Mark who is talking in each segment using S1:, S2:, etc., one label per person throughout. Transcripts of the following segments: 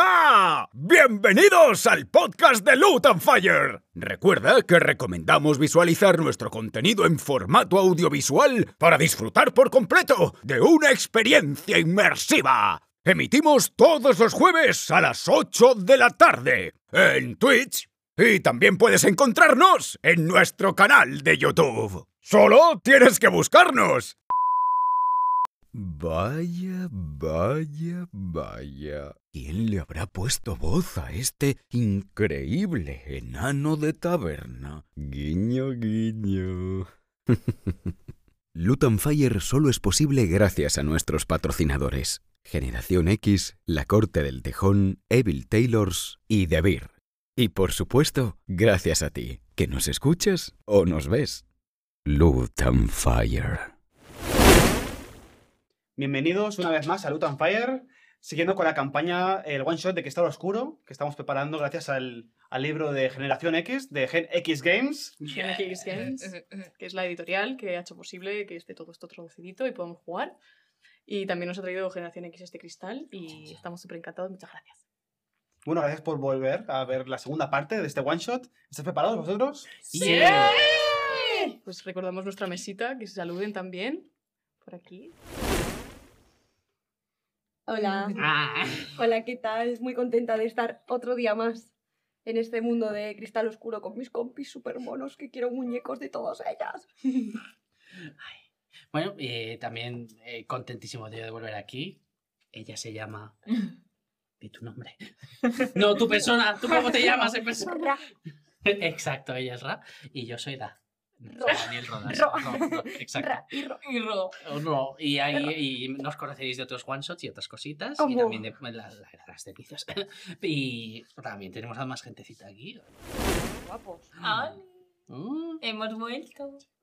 S1: Hola, bienvenidos al podcast de Loot and Fire. Recuerda que recomendamos visualizar nuestro contenido en formato audiovisual para disfrutar por completo de una experiencia inmersiva. Emitimos todos los jueves a las 8 de la tarde en Twitch y también puedes encontrarnos en nuestro canal de YouTube. Solo tienes que buscarnos. Vaya, vaya, vaya. ¿Quién le habrá puesto voz a este increíble enano de taberna? Guiño, guiño. Luton Fire solo es posible gracias a nuestros patrocinadores. Generación X, La Corte del Tejón, Evil Taylors y The Beer. Y por supuesto, gracias a ti, que nos escuchas o nos ves. Luton Fire.
S2: Bienvenidos una vez más a Loot and Fire, siguiendo con la campaña, el one shot de Cristal Oscuro, que estamos preparando gracias al, al libro de Generación X, de Gen X Games.
S3: GNX Games, que es la editorial que ha hecho posible que esté todo esto traducidito y podamos jugar. Y también nos ha traído Generación X este cristal y estamos súper encantados. Muchas gracias.
S2: Bueno, gracias por volver a ver la segunda parte de este one shot. ¿Estáis preparados vosotros?
S3: ¡Sí! Pues recordamos nuestra mesita, que se saluden también. Por aquí.
S4: Hola. Hola, ¿qué tal? Muy contenta de estar otro día más en este mundo de cristal oscuro con mis compis super monos que quiero muñecos de todas ellas.
S5: Bueno, eh, también eh, contentísimo tío, de volver aquí. Ella se llama. Di tu nombre. No, tu persona. ¿Tú cómo te llamas en persona?
S4: Ra.
S5: Exacto, ella es Ra. Y yo soy Da. No, soy Daniel Rodas.
S4: Ro.
S5: No, no, exacto.
S4: Ra, y ro-
S3: Y Ro.
S5: O No, y, ahí, y nos conoceréis de otros one shots y otras cositas. Y
S4: ¿Cómo?
S5: también de la- la- las cenizas. Y también tenemos a más gentecita aquí. Ah.
S4: Guapos.
S6: Ay,
S5: Mm.
S6: hemos vuelto.
S7: Acabamos.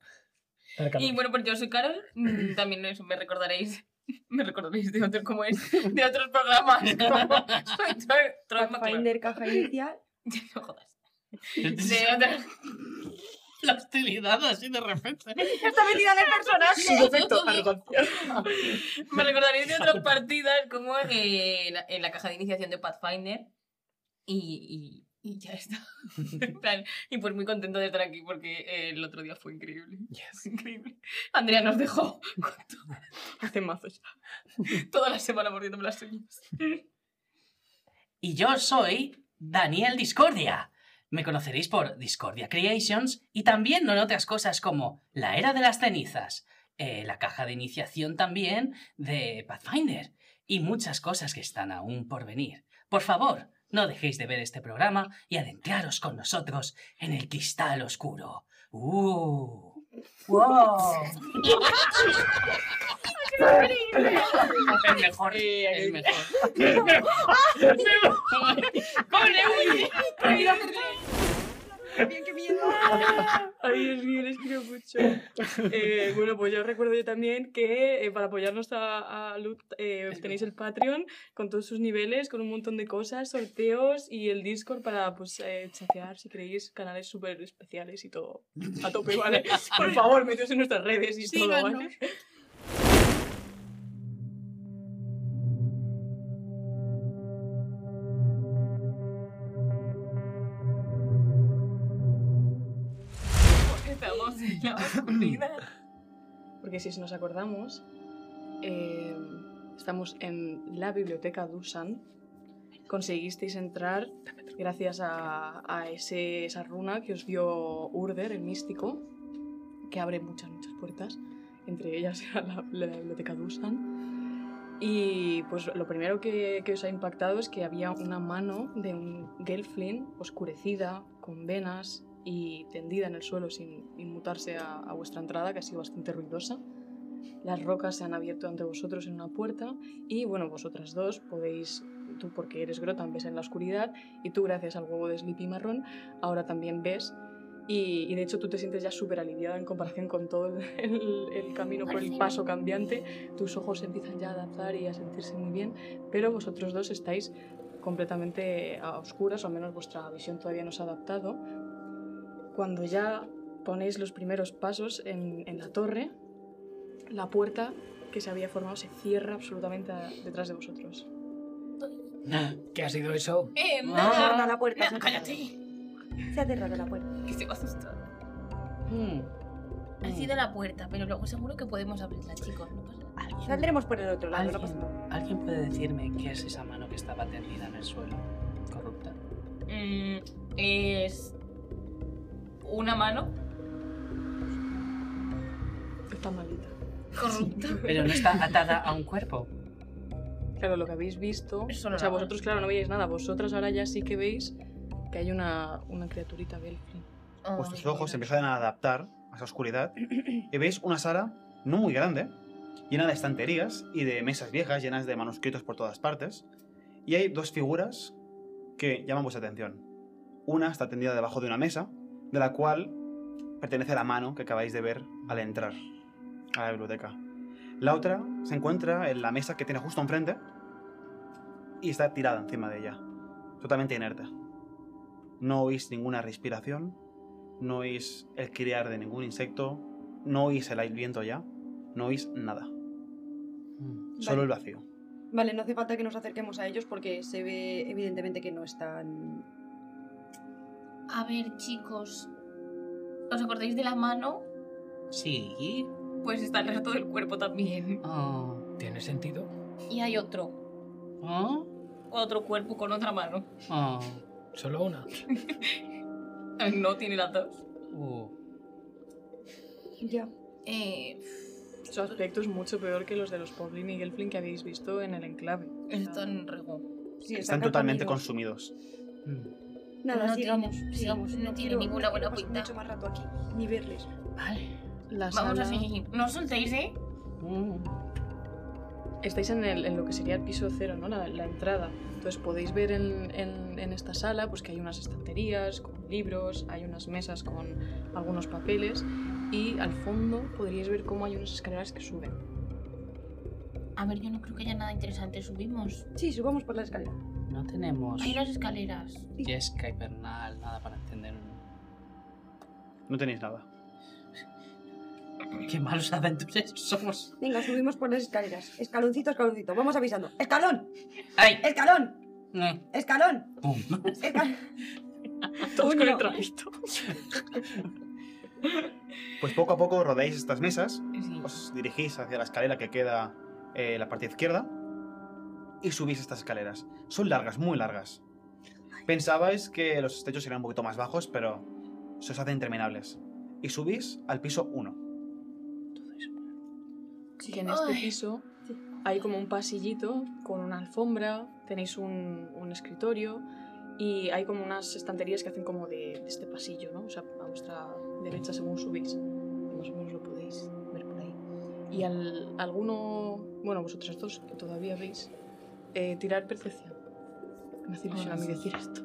S6: Y bueno, pues yo soy Carol. Mm, También es- me recordaréis. Me recordaréis de otros como es, de otros programas. Como soy Troy, Troy McClure.
S4: Pathfinder, caja inicial.
S6: No jodas. De otros.
S5: La hostilidad así de repente.
S4: Está metida en el personaje.
S6: me recordaréis de otras partidas como eh, en, la, en la caja de iniciación de Pathfinder. Y, y, y ya está. En plan, y pues muy contento de estar aquí porque eh, el otro día fue increíble. Increíble. Andrea nos dejó con todo-
S3: Hace mazos.
S6: toda la semana mordiéndome las uñas.
S5: Y yo soy Daniel Discordia. Me conoceréis por Discordia Creations y también en otras cosas como La Era de las Cenizas, eh, la caja de iniciación también de Pathfinder y muchas cosas que están aún por venir. Por favor, no dejéis de ver este programa y adentraros con nosotros en el cristal oscuro. ¡Uh! ¡Wow! el mejor, el mejor.
S4: Bien, qué miedo.
S3: Ay, Dios mío, les quiero mucho. Eh, bueno, pues yo os recuerdo yo también que eh, para apoyarnos a, a Lut eh, tenéis el Patreon con todos sus niveles, con un montón de cosas, sorteos y el Discord para pues eh, chatear si queréis canales súper especiales y todo a tope, ¿vale? Por favor, meteos en nuestras redes y todo, ¿vale?
S6: Estamos en la oscuridad.
S3: Porque si nos acordamos, eh, estamos en la biblioteca Dusan. Conseguisteis entrar gracias a, a ese- esa runa que os dio Urder, el místico, que abre muchas, muchas puertas, entre ellas a la, la biblioteca Dusan. Y pues lo primero que, que os ha impactado es que había una mano de un Gelflin oscurecida, con venas y tendida en el suelo sin inmutarse a, a vuestra entrada, que ha sido bastante ruidosa. Las rocas se han abierto ante vosotros en una puerta y bueno, vosotras dos podéis, tú porque eres Grotan ves en la oscuridad y tú gracias al huevo de Sleepy marrón ahora también ves y, y de hecho tú te sientes ya súper aliviada en comparación con todo el, el- el camino por el paso cambiante, tus ojos se empiezan ya a adaptar y a sentirse muy bien, pero vosotros dos estáis completamente a oscuras, o al menos vuestra visión todavía no se ha adaptado. Cuando ya ponéis los primeros pasos en, en la torre, la puerta que se había formado se cierra absolutamente a- detrás de vosotros.
S7: ¿Qué ha sido eso?
S6: Eh,
S5: No.
S4: Se ha
S6: nada.
S4: cerrado la puerta. se
S6: Nada,
S4: ha
S6: cállate.
S4: cerrado. Se ha cerrado la puerta.
S6: Que se va a asustar.
S7: Hmm.
S5: Mm.
S6: Ha sido la puerta, pero luego seguro que podemos abrirla, chicos. No pasa nada.
S5: ¿Alguien,
S4: Saldremos por el otro lado, no pasa
S5: alguien-
S4: nada.
S5: alguien puede decirme qué es esa mano que estaba tendida en el suelo? Corrupta.
S6: Mm, es. Una mano
S3: Está malita.
S6: corrupta.
S5: Pero no está atada a un cuerpo.
S3: Claro, lo que habéis visto.
S6: Es solo
S3: o sea,
S6: la mano.
S3: vosotros, claro, no veíais nada. Vosotras ahora ya sí que veis que hay una, una criaturita Belfry.
S6: Ay,
S2: Vuestros pues ojos se
S6: mira.
S2: empiezan a adaptar a esa oscuridad y veis una sala no muy grande, llena de estanterías y de mesas viejas llenas de manuscritos por todas partes. Y hay dos figuras que llaman vuestra atención. Una está tendida debajo de una mesa, de la cual pertenece la mano que acabáis de ver al entrar a la biblioteca. La otra se encuentra en la mesa que tiene justo enfrente y está tirada encima de ella, totalmente inerte. No oís ninguna respiración, no oís el criar de ningún insecto, no oís el viento ya, no oís nada,
S7: Hmm.
S5: Mm.
S2: solo el vacío.
S4: Vale, no hace falta que nos acerquemos a ellos porque se ve evidentemente que no están.
S6: A ver, chicos. ¿Os acordáis de la mano?
S5: Sí.
S6: Pues está el resto del cuerpo también.
S5: Oh.
S7: ¿Tiene sentido?
S6: Y hay otro.
S5: Oh.
S6: Otro cuerpo con otra mano.
S5: Oh.
S7: ¿Solo una?
S6: Ay, No tiene las dos.
S5: Uh.
S4: Ya.
S6: Eh,
S3: Su aspecto es mucho peor que los de los Poblin y Gelfling que habéis visto en el enclave.
S6: están rego.
S4: Sí,
S2: Están totalmente
S4: consumidos.
S2: consumidos.
S5: Mm.
S4: Nada,
S6: No
S4: sigamos,
S6: tiene- sí,
S4: sigamos.
S6: no tiene
S4: quiero-
S6: ninguna buena
S4: quiero pasar
S6: pinta.
S4: mucho más rato aquí, ni verles.
S5: Vale.
S3: La
S6: Vamos
S3: sala-
S6: a seguir. No os soltéis, ¿eh?
S5: Mm.
S3: Estáis en, el- en lo que sería el piso cero, ¿no? La, la entrada. Entonces podéis ver en, en- en esta sala pues, que hay unas estanterías con libros, hay unas mesas con algunos papeles y al fondo podríais ver cómo hay unas escaleras que suben.
S6: A ver, yo no creo que haya nada interesante. Subimos.
S4: Sí, subamos por la escalera.
S5: No tenemos
S6: Hay unas escaleras.
S5: Jessica hibernal, nada para encender un...
S2: No tenéis nada.
S5: Qué malos aventureros somos.
S4: Venga, subimos por las escaleras. Escaloncito, escaloncito. Vamos avisando. ¡Escalón!
S5: ¡Ay!
S4: ¡Escalón!
S5: Mm.
S4: ¡Escalón!
S5: ¡Pum!
S4: ¡Escalón!
S3: Todos con
S4: Coño.
S3: el trapito.
S2: Pues poco a poco rodeáis estas mesas,
S6: Sí.
S2: os dirigís hacia la escalera que queda eh, en la parte izquierda y subís estas escaleras. Son largas, muy largas. Pensabais que los techos serían un poquito más bajos, pero se os hacen interminables. Y subís al piso 1.
S3: Que en este
S6: Ay.
S3: piso
S4: Sí.
S3: hay como un pasillito con una alfombra, tenéis un, un escritorio y hay como unas estanterías que hacen como de, de este pasillo, ¿no? O sea, a vuestra derecha según subís. Más o menos lo podéis ver por ahí. Y al, alguno, bueno, vosotros dos que todavía veis, eh, tirar percepción. Me hace ilusión a mí decir esto.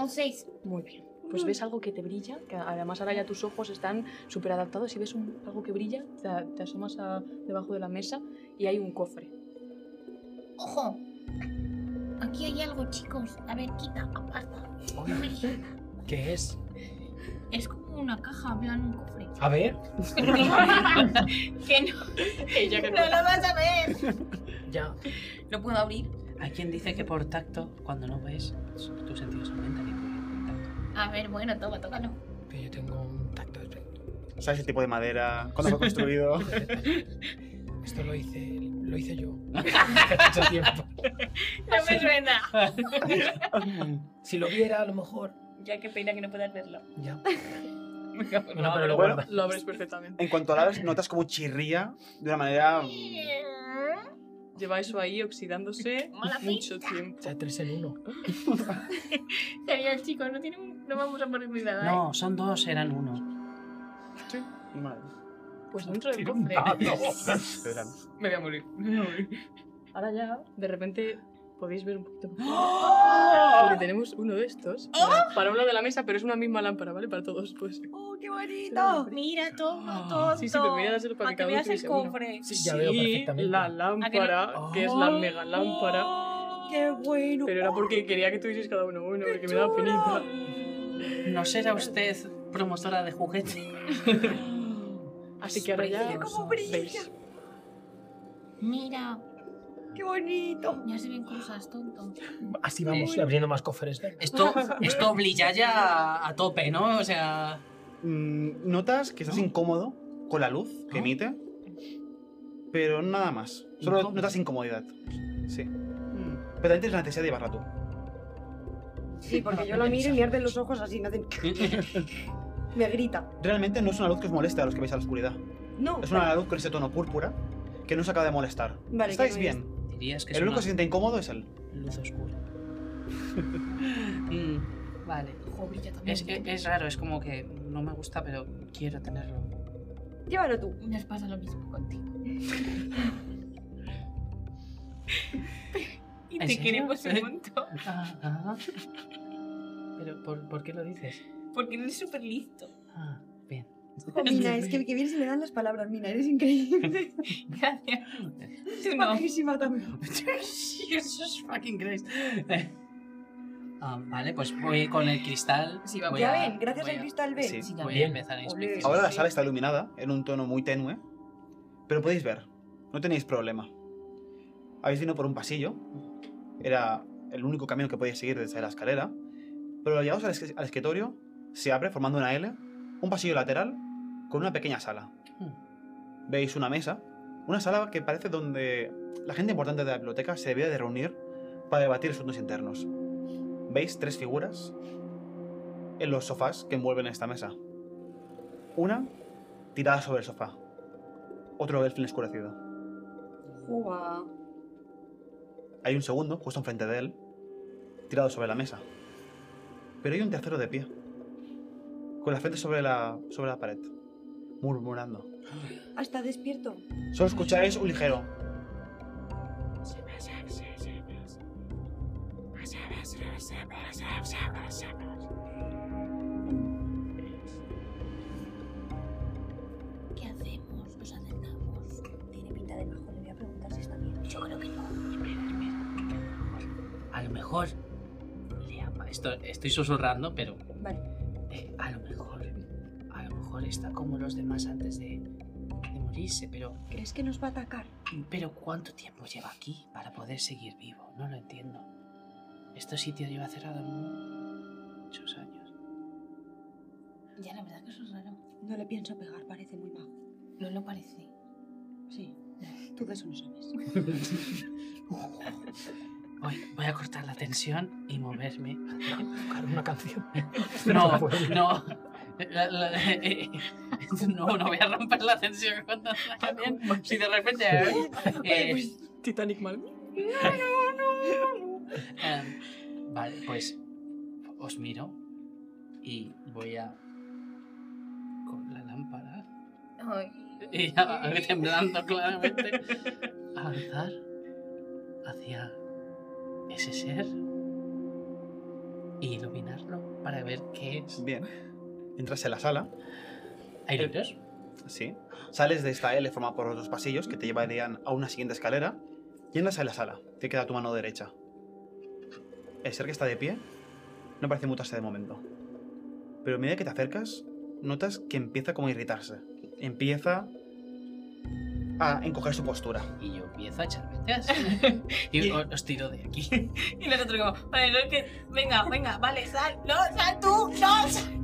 S6: Un 6.
S3: Muy bien. Pues ves algo que te brilla, que además ahora ya tus ojos están súper adaptados y ves un- algo que brilla, te, te asomas a- debajo de la mesa y hay un cofre.
S6: Ojo. Aquí hay algo, chicos. A ver, quita, aparta.
S7: ¿Qué es?
S6: Es como una caja, en plan un cofre.
S7: A ver,
S6: que no. no lo vas a ver.
S7: ya.
S6: ¿Lo puedo abrir?
S5: Hay quien dice que por tacto, cuando no ves, tus sentidos aumentan y tú tacto.
S6: A ver, bueno, toma, tócalo.
S7: Pero yo tengo un tacto de-
S2: ¿Sabéis el tipo de madera? ¿Cuándo fue construido?
S7: Esto lo hice, lo hice yo. Hace mucho tiempo.
S6: No me suena.
S7: Si lo viera, a lo mejor.
S6: Ya que pena que no puedas verlo.
S7: Ya. No,
S6: No,
S7: pero lo
S2: bueno.
S7: guarda.
S3: Lo abres perfectamente.
S2: En cuanto la ves, notas como chirría de una manera mm,
S3: Lleva eso ahí oxidándose
S6: Mala
S3: mucho tiempo.
S7: O sea, tres en uno.
S6: Sería chicos, no, tiene un- no vamos a poner cuidado. ¿eh?
S5: No, son dos, eran uno.
S2: Madre,
S3: Pues dentro del
S7: Tiene un
S3: cofre.
S2: de verano.
S6: Me voy a morir. Me voy a morir.
S3: Ahora ya, de repente, podéis ver un poquito más.
S5: ¡Oh!
S3: Porque tenemos uno de estos para, para un lado de la mesa, pero es una misma lámpara, ¿vale? Para todos, pues.
S4: ¡Oh, qué bonito!
S6: ¿eh? Mira, toma,
S5: Ah.
S6: todo.
S3: Sí, sí, pero voy a dárselo para que cada uno
S6: veas el
S3: utilice uno.
S6: cofre.
S7: Sí, ya veo perfectamente.
S3: la lámpara,
S7: no?
S3: que es
S5: Oh.
S3: la mega lámpara.
S4: ¡Qué bueno!
S3: Pero era porque quería que tuvieseis cada uno uno, porque me daba penita.
S5: ¿No será usted promotora de juguete?
S3: Así que ahora ya
S5: Precioso.
S4: cómo brilla.
S3: veis.
S6: Mira.
S4: ¡Qué bonito!
S6: Ya se ven cosas, tonto.
S7: Así vamos abriendo más cofres.
S5: Esto, esto ya a tope, ¿no? O sea.
S2: Mm, Notas que estás incómodo con la luz que
S5: ¿No?
S2: emite, pero nada más. Solo
S5: Incómodo.
S2: notas incomodidad. Sí.
S5: Mm.
S2: Pero también tienes la necesidad de llevarla tú.
S4: Sí, porque yo la miro y me arden los ojos así, me hacen... Me grita.
S2: Realmente no es una luz que os moleste a los que veis a la oscuridad.
S4: No.
S2: Es una luz con ese tono púrpura que no os acaba de molestar.
S4: Vale,
S2: Estáis
S4: que no es-
S2: bien.
S5: Dirías que es
S2: El único
S5: una
S2: que se siente incómodo es él.
S5: luz oscura. Mm, vale.
S6: Ojo, brilla también.
S5: Es, es- es raro, es como que no me gusta, pero quiero tenerlo.
S4: Llévalo tú.
S6: Nos pasa lo mismo contigo. y
S5: ¿En
S6: te
S5: serio?
S6: queremos un
S5: Sí.
S6: montón.
S5: Ah, ah. Pero, ¿por, por qué lo dices?
S6: Porque eres súper listo.
S5: Ah, bien.
S4: Mira, es que el que viene se me dan las palabras. Mira, eres increíble.
S6: Gracias. No.
S4: Majísima también.
S5: Jesus fucking Christ. Ah, vale, pues voy con el cristal.
S6: Sí, vamos.
S5: Voy
S4: Ya
S5: a-
S4: ven, gracias
S5: voy
S4: al
S5: a-
S4: cristal B.
S2: Sí.
S6: Sí, ya
S5: Voy a
S6: veo.
S5: empezar a
S4: Olé.
S5: inspeccionar.
S2: Ahora la
S4: sí.
S2: sala está iluminada en un tono muy tenue, pero podéis ver, no tenéis problema. Habéis venido por un pasillo, era el único camino que podíais seguir desde la escalera, pero al llegados al, esqu- al escritorio se abre formando una L, un pasillo lateral con una pequeña sala.
S4: Hmm.
S2: Veis una mesa, una sala que parece donde la gente importante de la biblioteca se debía de reunir para debatir asuntos internos. Veis tres figuras en los sofás que envuelven esta mesa. Una tirada sobre el sofá. Otro elfin escurecido.
S4: Ua.
S2: Hay un segundo, justo enfrente de él, tirado sobre la mesa. Pero hay un tercero de pie, con la frente sobre la, sobre la pared, murmurando.
S4: Hasta despierto.
S2: Solo escucháis un ligero.
S8: ¿Qué hacemos? ¿Nos acercamos? Tiene pinta de mejor. Le voy a preguntar si está bien. Yo creo que no.
S5: A lo mejor. le apa- Esto, estoy susurrando, pero.
S4: Vale.
S5: eh, a lo mejor. A lo mejor está como los demás antes de, de morirse, pero.
S4: ¿Crees que nos va a atacar?
S5: Pero ¿cuánto tiempo lleva aquí para poder seguir vivo? No lo entiendo. Este sitio lleva cerrado muchos años.
S6: Ya, la verdad que eso es raro.
S4: No le pienso pegar, parece muy bajo.
S6: No lo parece.
S4: Sí. Tú de eso no sabes.
S5: Voy, voy a cortar la tensión y moverme.
S7: Tocar una canción.
S5: No, no. La- la- eh, no, no voy a romper la tensión con tanta canción. Si de repente... eh, eh,
S7: pues.
S3: Titanic mal.
S5: Em, vale, pues os miro y voy a con la lámpara y a- a- temblando claramente avanzar hacia ese ser y iluminarlo para ver qué es.
S2: Bien. Entras en la sala,
S5: ¿Hay libros?
S2: sí. Sales de esta L formada por los dos pasillos que te llevarían a una siguiente escalera y entras en la sala. Te queda tu mano derecha. El ser que está de pie no parece mutarse de momento. Pero a medida que te acercas, notas que empieza como a irritarse. Empieza a encoger su postura.
S5: Y yo empiezo a echar veces y o- os tiro de aquí.
S6: Y los otros como, vale, no es que, venga, venga, vale, sal, no, sal tú, no, sal.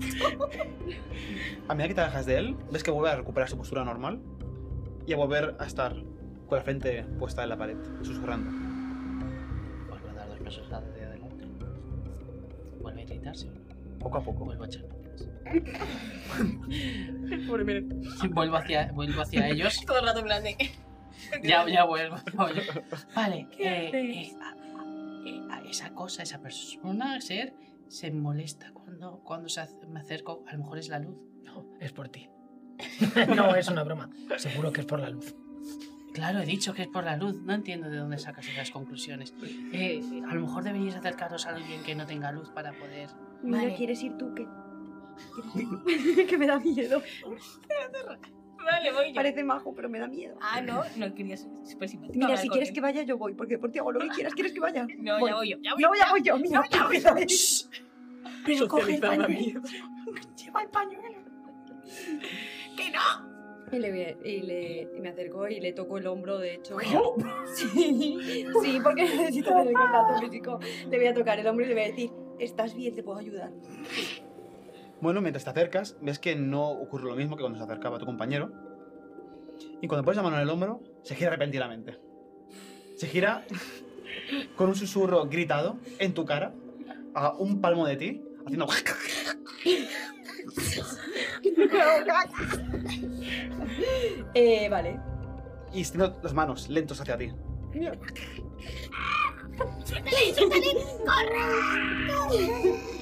S2: A medida que te alejas de él, ves que vuelve a recuperar su postura normal y a volver a estar con la frente puesta en la pared, susurrando.
S5: Vuelvo a dar dos pasos hacia adelante. Vuelve a irritarse.
S2: Poco a poco.
S5: Vuelvo a echar veces.
S3: Pobre Miren.
S5: Vuelvo hacia, vuelvo hacia ellos
S6: Todo el rato en plan de,
S5: Ya, ya vuelvo, ya vuelvo. Vale,
S3: ¿Qué
S5: eh,
S3: haces?
S5: eh, a- a- a esa cosa, esa persona, ser, se molesta cuando, cuando se ac- me acerco. A lo mejor es la luz.
S7: No, es por ti. No, es una broma. Seguro que es por la luz.
S5: Claro, he dicho que es por la luz. No entiendo de dónde sacas esas conclusiones. Eh, a lo mejor deberíais acercaros a alguien que no tenga luz para poder.
S4: Mira,
S6: Vale.
S4: ¿quieres ir tú que que me da miedo.
S6: vale, voy yo.
S4: Parece majo, pero me da miedo.
S6: Ah, no, no querías, súper simpático.
S4: Mira, si quieres que vaya, yo voy, porque por ti hago lo que quieras. ¿Quieres que vaya?
S6: No,
S4: Voy.
S6: ya voy yo, ya voy
S4: No, ya voy yo, mira.
S6: No, ya voy
S4: mira, mira. Pero coge
S3: Socializar
S4: el
S3: da
S4: pañuelo.
S3: miedo.
S6: ¡Que no!
S4: Y, le, y, le, y me acercó y le tocó el hombro, de hecho.
S7: ¡Oh!
S4: Sí, sí, porque necesito tener contacto físico. Le voy a tocar el hombro y le voy a decir, estás bien, te puedo ayudar.
S2: Bueno, mientras te acercas, ves que no ocurre lo mismo que cuando se acercaba tu compañero. Y cuando pones la mano en el hombro, se gira repentinamente. Se gira con un susurro gritado en tu cara, a un palmo de ti, haciendo...
S4: Eh, vale.
S2: Y extiendo las manos lentos hacia ti.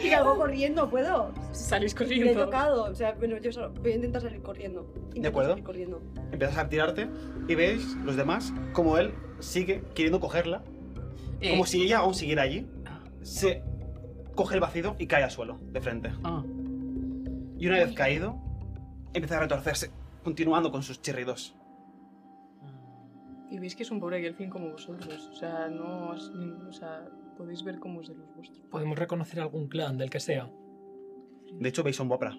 S4: Y algo corriendo, ¿puedo?
S3: Salís
S4: Le he
S3: corriendo.
S4: tocado. O sea, bueno, yo solo- voy a intentar salir corriendo. Intento
S2: De acuerdo.
S4: salir corriendo.
S2: Empiezas a tirarte y veis los demás como él sigue queriendo cogerla,
S5: Eh,
S2: como si ella aún siguiera allí. Se coge el vacío y cae al suelo, de frente.
S5: ah.
S2: Y una vez caído, empieza a retorcerse, continuando con sus chirridos.
S5: Ah.
S3: Y veis que es un pobre Gelfin como vosotros. O sea, no os- O sea, podéis ver cómo es de los vuestros.
S7: Podemos reconocer algún clan del que sea.
S2: De hecho, veis a un Bopra.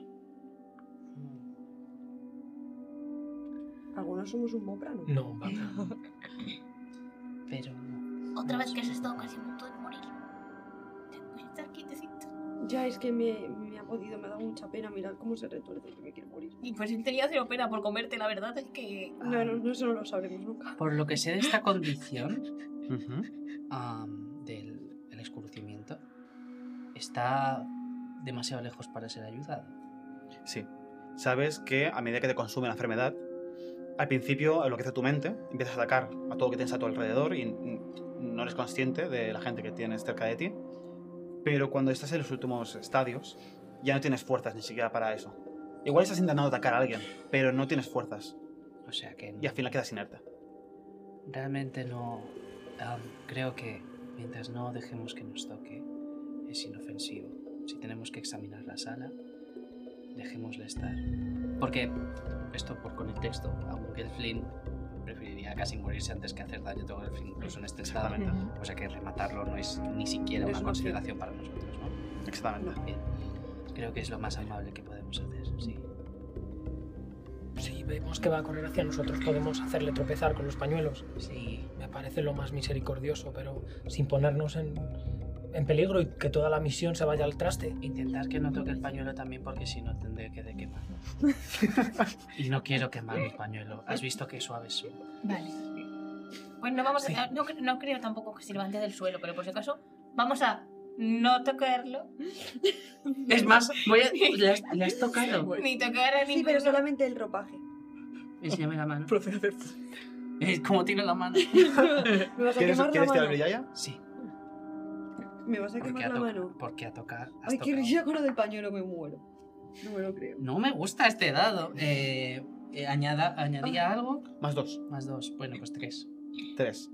S4: Algunos somos un mopra, ¿no?
S7: No, vaca.
S5: Pero...
S8: Otra vez que has estado casi a punto de morir. Te voy a estar quietecito.
S4: Ya es que me, me ha podido, me ha dado mucha pena mirar cómo se retuerce que me quiero morir.
S6: Y pues si tenía cero pena por comerte, la verdad es que.
S4: No, no, no, eso no lo sabremos nunca.
S5: ah, Por lo que sé de esta condición am, del el escurcimiento, está demasiado lejos para ser ayudado.
S2: Sí. Sabes que a medida que te consume la enfermedad, al principio enloquece tu mente, empiezas a atacar a todo lo que tienes a tu alrededor y n- no eres consciente de la gente que tienes cerca de ti. Pero cuando estás en los últimos estadios, ya no tienes fuerzas ni siquiera para eso. Igual estás intentando atacar a alguien, pero no tienes fuerzas
S5: O sea que
S2: y al final quedas inerte.
S5: realmente no... am, creo que mientras no dejemos que nos toque, es inofensivo. Si tenemos que examinar la sala, dejémosla estar. Porque, esto por con el texto, aunque el Flynn preferiría casi morirse antes que hacer daño a todo el Flynn, incluso en este estado.
S2: Exactamente.
S5: O sea que rematarlo no es ni siquiera
S4: No
S5: una
S4: es una opción.
S5: consideración para nosotros, ¿no?
S2: Exactamente.
S5: Bien. Creo que es lo más amable que podemos hacer, sí.
S7: Si vemos que va a correr hacia nosotros, podemos hacerle tropezar con los pañuelos.
S5: Sí.
S7: Me parece lo más misericordioso, pero sin ponernos en, en peligro y que toda la misión se vaya al traste.
S5: Intentar que no toque el pañuelo también porque si no tendré que de quemarlo. y no quiero quemar mi pañuelo. Has visto qué suaves son.
S6: Vale. Pues no vamos
S7: Sí.
S6: a. No, cre- no creo tampoco que se levante del suelo, pero por si acaso, vamos a no tocarlo.
S5: Es más, voy a- ¿le, has, le has tocado?
S6: Ni tocar a
S4: Sí,
S6: ninguno.
S4: pero solamente el ropaje.
S5: Enséñame la mano.
S3: Procede a hacer-
S5: Es como tiene la mano.
S4: Me vas
S2: ¿Quieres,
S4: a quemar la
S2: ¿quieres tirar
S4: mano.
S2: brillalla?
S5: Sí.
S4: Me vas a
S5: Porque
S4: quemar
S5: a,
S4: la
S5: toca-
S4: mano.
S5: porque a tocar. has
S4: Ay, qué
S5: tocado.
S4: risa con lo del pañuelo, me muero. No me lo creo.
S5: No me gusta este dado. Eh, eh, añada, añadía algo.
S2: Más dos.
S5: Más dos. Bueno, pues tres.
S2: Tres.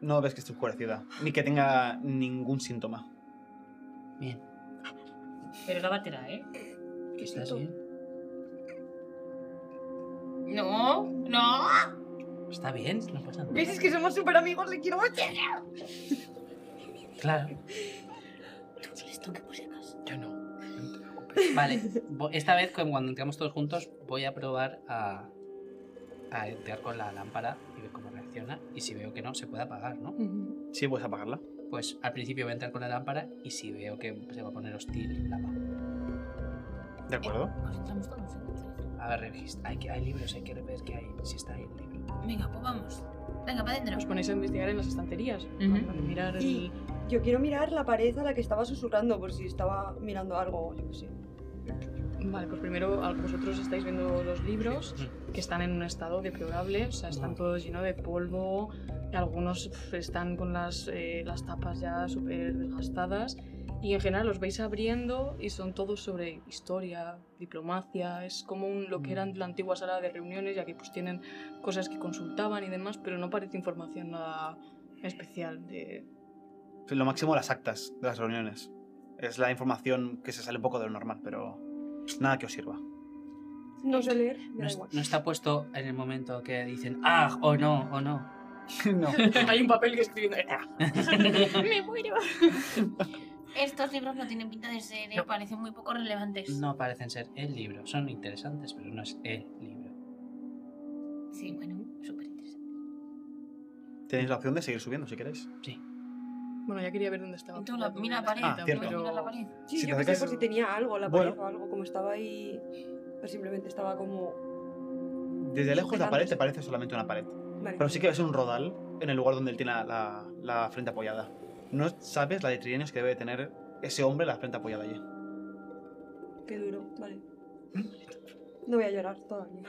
S2: No ves que esté oscurecida, ni que tenga ningún síntoma.
S5: Bien.
S6: Pero la batera, ¿eh?
S5: ¿Estás bien?
S6: No, no.
S5: Está bien, no pasa nada.
S4: ¿Ves? Es que somos súper amigos, le quiero mucho.
S5: Claro.
S8: Tú les toque por si acaso.
S7: Yo no.
S5: Vale, vo- esta vez cu- cuando entramos todos juntos voy a probar a, a entrar con la lámpara y ver cómo reacciona. Y si veo que no, se puede apagar, ¿no?
S2: Sí, puedes apagarla.
S5: Pues al principio voy a entrar con la lámpara y si veo que se va a poner hostil, la apago.
S2: ¿De acuerdo?
S8: Nos entramos todos entonces.
S5: A ver, registra. Hay, que- hay libros, hay que ver que hay, si está ahí el libro.
S8: Venga, pues vamos. Venga, para
S3: Os
S8: adentro.
S3: ponéis a investigar en las estanterías.
S6: Ujú.
S3: Para mirar el...
S4: Y yo quiero mirar la pared a la que estaba susurrando por si estaba mirando algo, yo qué sé.
S3: Vale, pues primero al- vosotros estáis viendo los libros que están en un estado deplorable, o sea, están
S5: Ujú.
S3: todos llenos de polvo, y algunos pf, están con las, eh, las tapas ya súper desgastadas y en general los veis abriendo y son todos sobre historia, diplomacia, es como un-
S2: Mm.
S3: lo que era la antigua sala de reuniones, ya que pues tienen cosas que consultaban y demás, pero no parece información nada especial de...
S2: Lo máximo las actas de las reuniones. Es la información que se sale un poco de lo normal, pero nada que os sirva.
S4: No sé leer, me
S5: No,
S4: da
S5: es-
S4: igual.
S5: no está puesto en el momento que dicen, ah, o no, o no.
S2: no.
S3: Hay un papel que escribiendo...
S2: Ah.
S6: Me muero.
S8: Estos libros no tienen pinta de ser, eh, parecen muy poco relevantes.
S5: No parecen ser el libro. Son interesantes, pero no es el libro.
S8: Sí, bueno, súper interesante.
S2: Tenéis la opción de seguir subiendo si queréis.
S3: Bueno, ya quería ver dónde estaba.
S6: Tú la-
S3: apuntado,
S6: mira la
S3: pero
S6: pared,
S3: era
S2: Ah,
S3: esta,
S2: cierto.
S3: pero-
S6: mira la pared.
S4: Sí,
S2: Si te
S4: yo pensé
S2: acercas-
S4: por si tenía algo, la pared
S2: Bueno.
S4: o algo, como estaba ahí. Pero simplemente estaba como.
S2: Desde lejos la
S4: Sujetando.
S2: pared te parece solamente una pared.
S4: Vale.
S2: Pero sí que ves un rodal en el lugar donde él tiene la, la- la frente apoyada. No sabes la de trienios que debe tener ese hombre la frente apoyada allí.
S4: Qué duro, vale. No voy a llorar todavía.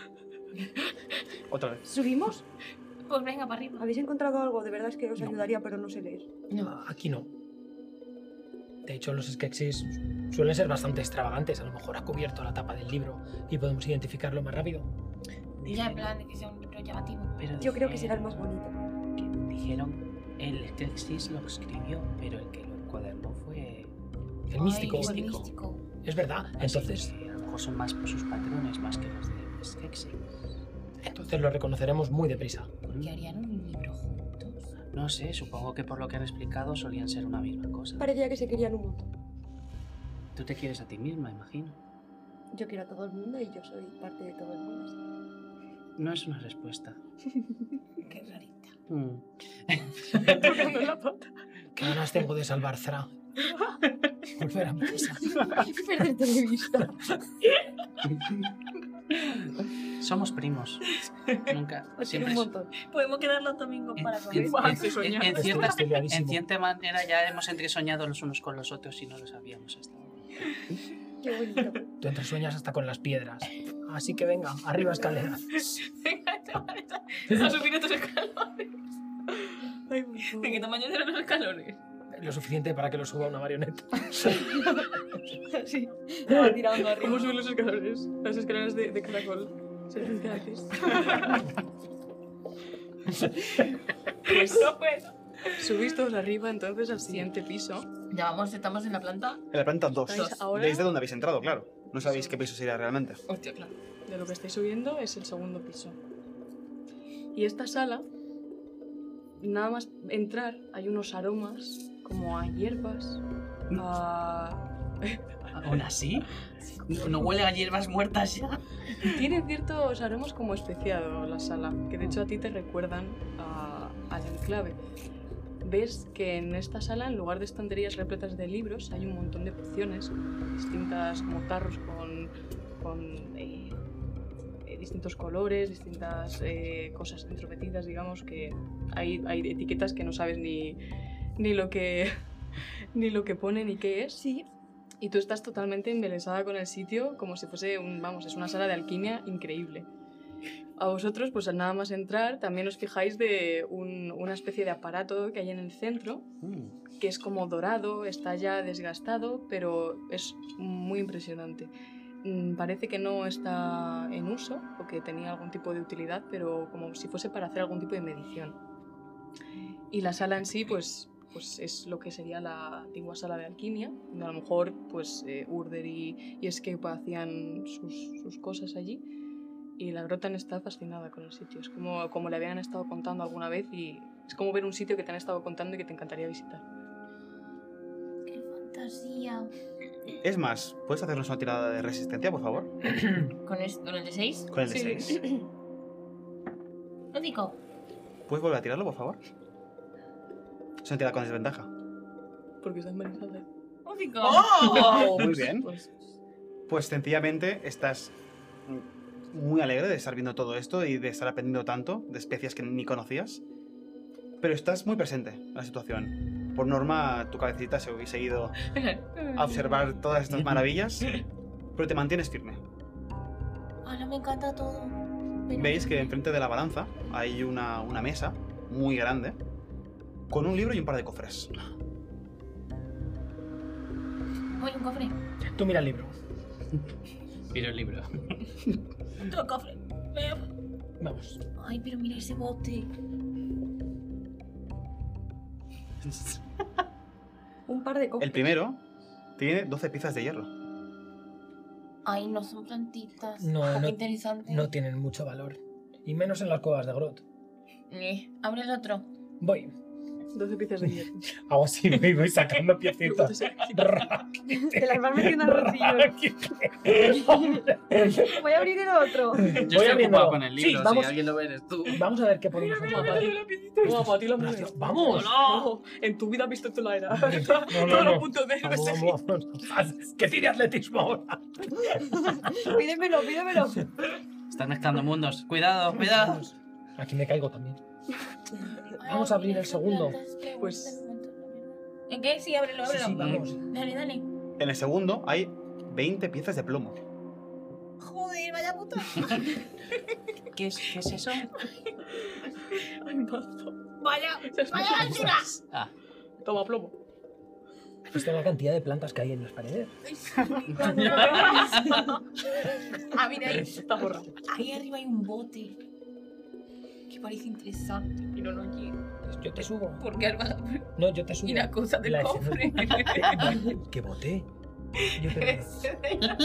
S2: Otra vez.
S4: ¿Subimos?
S6: Pues venga, para arriba.
S4: ¿Habéis encontrado algo? De verdad es que os
S7: No.
S4: ayudaría, pero no sé leer.
S7: Ah, Aquí no. De hecho, los skeksis suelen ser bastante extravagantes. A lo mejor ha cubierto la tapa del libro y podemos identificarlo más rápido.
S6: Ya, en plan, de que sea un libro llamativo.
S5: Pero
S4: Yo creo que será el
S5: dijeron
S4: más bonito.
S5: que- Dijeron, el Skeksis lo escribió, pero el que lo encuadernó fue...
S7: El místico.
S6: Ay,
S5: místico.
S6: místico.
S7: Es verdad.
S5: Así
S7: Entonces,
S5: que a lo mejor son más por sus patrones, más que los de Skeksis.
S7: entonces lo reconoceremos muy deprisa.
S6: ¿Por qué harían un libro juntos?
S5: No sé, supongo que por lo que han explicado solían ser una misma cosa.
S4: Parecía que se querían un montón.
S5: Tú te quieres a ti misma, imagino.
S4: Yo quiero a todo el mundo y yo soy parte de todo el mundo. así que-
S5: No es una respuesta.
S6: Qué rarita.
S5: Mm.
S3: Tocando la pata.
S7: ¿Qué ganas tengo de salvar Zra? Volver a mi casa.
S4: Perderte de vista.
S5: Somos primos. Nunca. Siempre
S4: Os quiero Pues un
S5: es-
S4: montón.
S6: Podemos quedar los domingos
S5: en-
S6: para
S5: en-
S6: comer.
S5: en-
S3: Guau, estoy
S5: en- en
S3: soñando.
S7: Estoy
S5: cierta- En
S7: estudiadísimo.
S5: cierta manera ya hemos entresoñado los unos con los otros y no lo sabíamos hasta ahora.
S4: Qué bonito.
S7: Tú entresueñas hasta con las piedras. Así que venga, arriba escalera.
S6: Venga, chaval, chaval, a subir estos escalones.
S4: Ay, por favor.
S6: ¿De qué tamaño eran los escalones?
S7: Lo suficiente para que lo suba una marioneta.
S4: Sí. Estaba tirando
S3: ¿Cómo
S4: arriba.
S3: subir los escalones? Las escaleras de, de caracol. Servicio gratis.
S6: No puedo.
S3: Pues Subís todos arriba, entonces, al siguiente piso.
S6: Ya vamos, estamos en la planta.
S2: En la planta 2.
S3: Estáis ahora-
S2: Desde donde habéis entrado, claro. No sabéis qué piso sería realmente.
S6: Hostia, claro.
S3: De lo que estáis subiendo es el segundo piso. Y esta sala, nada más entrar, hay unos aromas como a hierbas, a...
S5: Aún así, no, no huele a hierbas muertas ya.
S3: Tiene ciertos aromas como especiado la sala, que de hecho a ti te recuerdan a- al enclave. Ves que en esta sala, en lugar de estanterías repletas de libros, hay un montón de pociones, distintas como tarros con, con, eh, eh, distintos colores, distintas eh, cosas dentro metidas, digamos que hay, hay etiquetas que no sabes ni, ni lo que ni lo que pone ni qué es.
S4: Sí,
S3: Y tú estás totalmente embelesada con el sitio, como si fuese un, vamos, es una sala de alquimia increíble. A vosotros, pues al nada más entrar, también os fijáis de un- una especie de aparato que hay en el centro,
S5: Uh.
S3: que es como dorado, está ya desgastado, pero es muy impresionante. Mm, Parece que no está en uso o que tenía algún tipo de utilidad, pero como si fuese para hacer algún tipo de medición. Y la sala en sí, pues, pues es lo que sería la antigua sala de alquimia, donde a lo mejor pues, eh, Urder y, y Escape hacían sus, sus cosas allí. Y la Grotan está fascinada con el sitio. Es como, como le habían estado contando alguna vez y es como ver un sitio que te han estado contando y que te encantaría visitar.
S8: ¡Qué fantasía!
S2: Es más, ¿puedes hacernos una tirada de resistencia, por favor?
S6: ¿Con, es- con el de 6?
S2: Con el de 6.
S6: Lo digo.
S2: ¿Puedes volver a tirarlo, por favor? Es una tirada con desventaja.
S3: Porque está embarazada.
S6: Lo digo.
S7: Ah,
S2: Muy bien.
S3: Pues,
S2: Pues sencillamente estás mm, muy alegre de estar viendo todo esto y de estar aprendiendo tanto de especias que ni conocías. Pero estás muy presente en la situación. Por norma, tu cabecita se hubiese ido a observar todas estas maravillas, pero te mantienes firme.
S8: Ahora Ah, me encanta todo. Pero-
S2: Veis que enfrente de la balanza hay una, una mesa muy grande con un libro y un par de cofres.
S8: Voy un cofre.
S7: Tú mira el libro.
S5: Miro el libro.
S8: Otro cofre. Eh,
S7: Vamos.
S8: Ay, pero mira ese bote.
S4: un par de cosas.
S2: El primero tiene 12 piezas de hierro.
S8: Ay, no son plantitas.
S7: No,
S8: Ah,
S7: no-
S8: qué interesante.
S7: No tienen mucho valor. Y menos en las cuevas de Grot.
S8: Eh, abre el otro.
S7: Voy.
S3: 12 piezas de hierro.
S7: Hago así y voy sacando piecitas.
S4: Te las vas metiendo al bolsillo. Voy a abrir el otro.
S9: Yo
S7: Voy
S9: estoy
S7: abriéndolo.
S9: ocupado con el libro,
S7: Sí, vamos-
S9: si alguien lo ve eres tú.
S7: Vamos a ver qué podemos
S3: Mira, mira,
S7: hacer.
S3: mira, Guapo, a ti lo
S7: Gracias,
S3: mereces.
S7: vamos.
S3: No, en tu vida has visto tú la era.
S7: No, no,
S3: Todos los
S7: no.
S3: puntos de
S7: Vamos, vamos, vamos. Que tire atletismo ahora.
S4: Pídemelo, pídemelo.
S5: Estás mezclando mundos. Cuidado, cuidado.
S7: Aquí me caigo también. Vamos a abrir el segundo.
S3: Pues-
S6: ¿En qué? Sí, ábrelo,
S7: Sí,
S6: ábrelo.
S7: sí, vamos.
S6: Dale, dale.
S2: En el segundo hay 20 piezas de plomo.
S6: Joder, vaya puta.
S5: ¿Qué es, qué es eso?
S3: Ay, mazo.
S6: Vaya. Vaya basura.
S5: Ah,
S3: Toma plomo.
S7: ¿Has visto la cantidad de plantas que hay en las paredes?
S6: Ah, mira,
S7: pues,
S6: ahí,
S3: Está borra.
S6: ahí arriba hay un bote. Que parece interesante, pero no llega.
S7: Yo te subo.
S6: Porque arriba
S7: No, yo te subo.
S6: y la cosa del
S7: La
S6: cofre.
S7: ¿Qué boté? Yo te veo.
S6: Ese de la-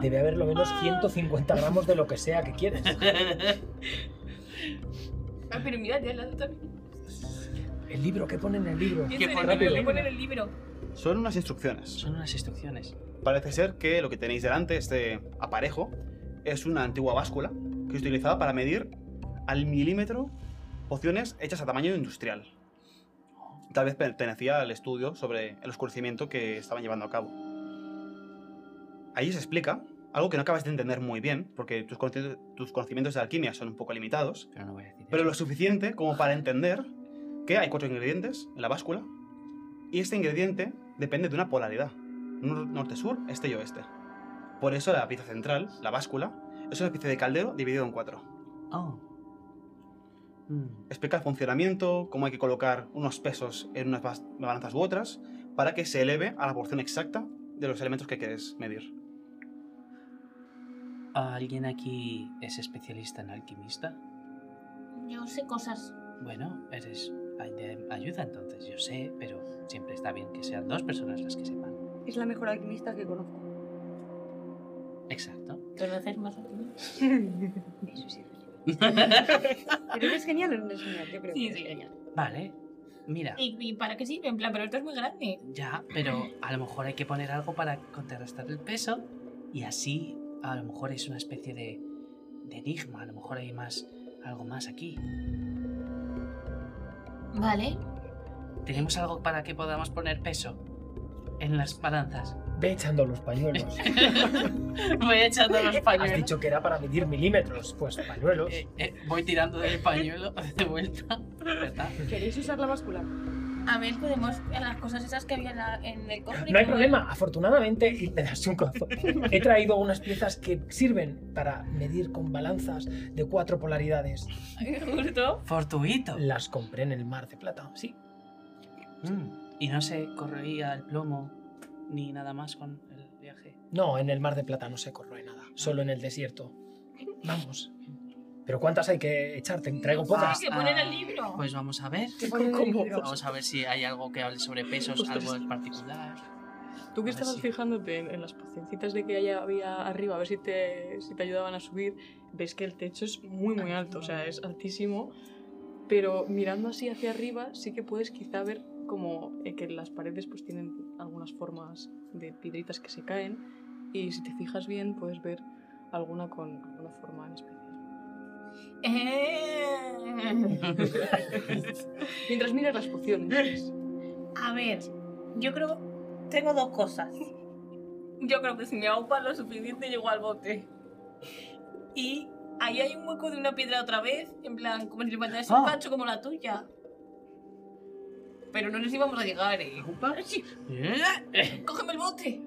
S7: Debe haber lo menos 150 gramos de lo que sea que quieres.
S6: Ah, Pero mira, ya la otra.
S7: El libro, ¿qué pone en el libro?
S6: ¿Qué
S5: pone
S6: pone
S5: rápido.
S6: ¿Qué pone en el libro?
S2: Son unas instrucciones.
S5: son unas instrucciones.
S2: Parece ser que lo que tenéis delante, este aparejo, es una antigua báscula que se utilizaba para medir al milímetro pociones hechas a tamaño industrial. Tal vez pertenecía al estudio sobre el oscurecimiento que estaban llevando a cabo. Allí se explica algo que no acabas de entender muy bien, porque tus, conoci- tus conocimientos de alquimia son un poco limitados,
S5: Pero no voy a decir
S2: pero
S5: eso.
S2: lo suficiente como para entender que hay cuatro ingredientes en la báscula y este ingrediente depende de una polaridad, nor- norte-sur, este y oeste. Por eso la pieza central, la báscula, es una especie de caldero dividido en cuatro.
S5: Oh. Mm.
S2: Explica el funcionamiento, cómo hay que colocar unos pesos en unas bas- balanzas u otras para que se eleve a la porción exacta de los elementos que quieres medir.
S5: ¿Alguien aquí es especialista en alquimista?
S8: Yo sé cosas.
S5: Bueno, eres ay- de ayuda entonces, yo sé, pero siempre está bien que sean dos personas las que sepan.
S4: Es la mejor alquimista que conozco.
S5: Exacto.
S8: ¿Conoces más a mí?
S4: Eso sí. Pero eres genial o no eres genial, yo creo.
S6: Sí,
S4: que
S6: sí,
S4: eres
S6: genial.
S5: Vale, mira.
S6: ¿Y, y para qué sirve? En plan, pero esto es muy grande.
S5: Ya, pero a lo mejor hay que poner algo para contrarrestar el peso y así a lo mejor es una especie de, de enigma, a lo mejor hay más algo más aquí.
S8: Vale.
S5: Tenemos algo para que podamos poner peso en las balanzas.
S7: Ve echando los pañuelos.
S5: Voy echando los
S7: Has
S5: pañuelos.
S7: dicho que era para medir milímetros. Pues pañuelos.
S5: Eh, eh, voy tirando del pañuelo de vuelta. Ya está.
S3: ¿Queréis usar la báscula?
S6: A ver, podemos. a Las cosas esas que había en, la- en el cofre.
S7: No hay
S6: como-
S7: problema, afortunadamente, y me das un corazón. He traído unas piezas que sirven para medir con balanzas de cuatro polaridades.
S6: Justo.
S5: Fortuito.
S7: Las compré en el Mar de Plata, sí.
S5: Mm, Y no se corroía el plomo ni nada más con el viaje.
S7: No, en el Mar de Plata no se corroe nada, solo en el desierto. Vamos. ¿Pero cuántas hay que echarte? Traigo pocas.
S6: Sí, se pone en
S7: ah.
S6: el libro.
S5: Pues vamos a ver.
S4: genial. Te ponen el libro.
S5: Vamos a ver si hay algo que hable sobre pesos,
S3: Ostras.
S5: algo en particular.
S3: Tú que
S5: A ver
S3: estabas
S5: si-
S3: fijándote en, en las pociencitas de que haya- había arriba, a ver si te, si te ayudaban a subir, ves que el techo es muy, muy alto, o sea, es altísimo. Pero mirando así hacia arriba, sí que puedes quizá ver como eh, que las paredes pues tienen algunas formas de piedritas que se caen. Y si te fijas bien, puedes ver alguna con alguna forma en especial.
S6: Eh.
S3: Mientras miras las pociones.
S6: A ver,
S8: Yo creo. Tengo dos cosas.
S6: yo creo que si me aupa lo suficiente llego al bote. Y ahí hay un hueco de una piedra otra vez, en plan, como si le faltase un
S5: Ah.
S6: cacho como la tuya. Pero no nos íbamos a llegar, eh. Sí, cógeme el bote.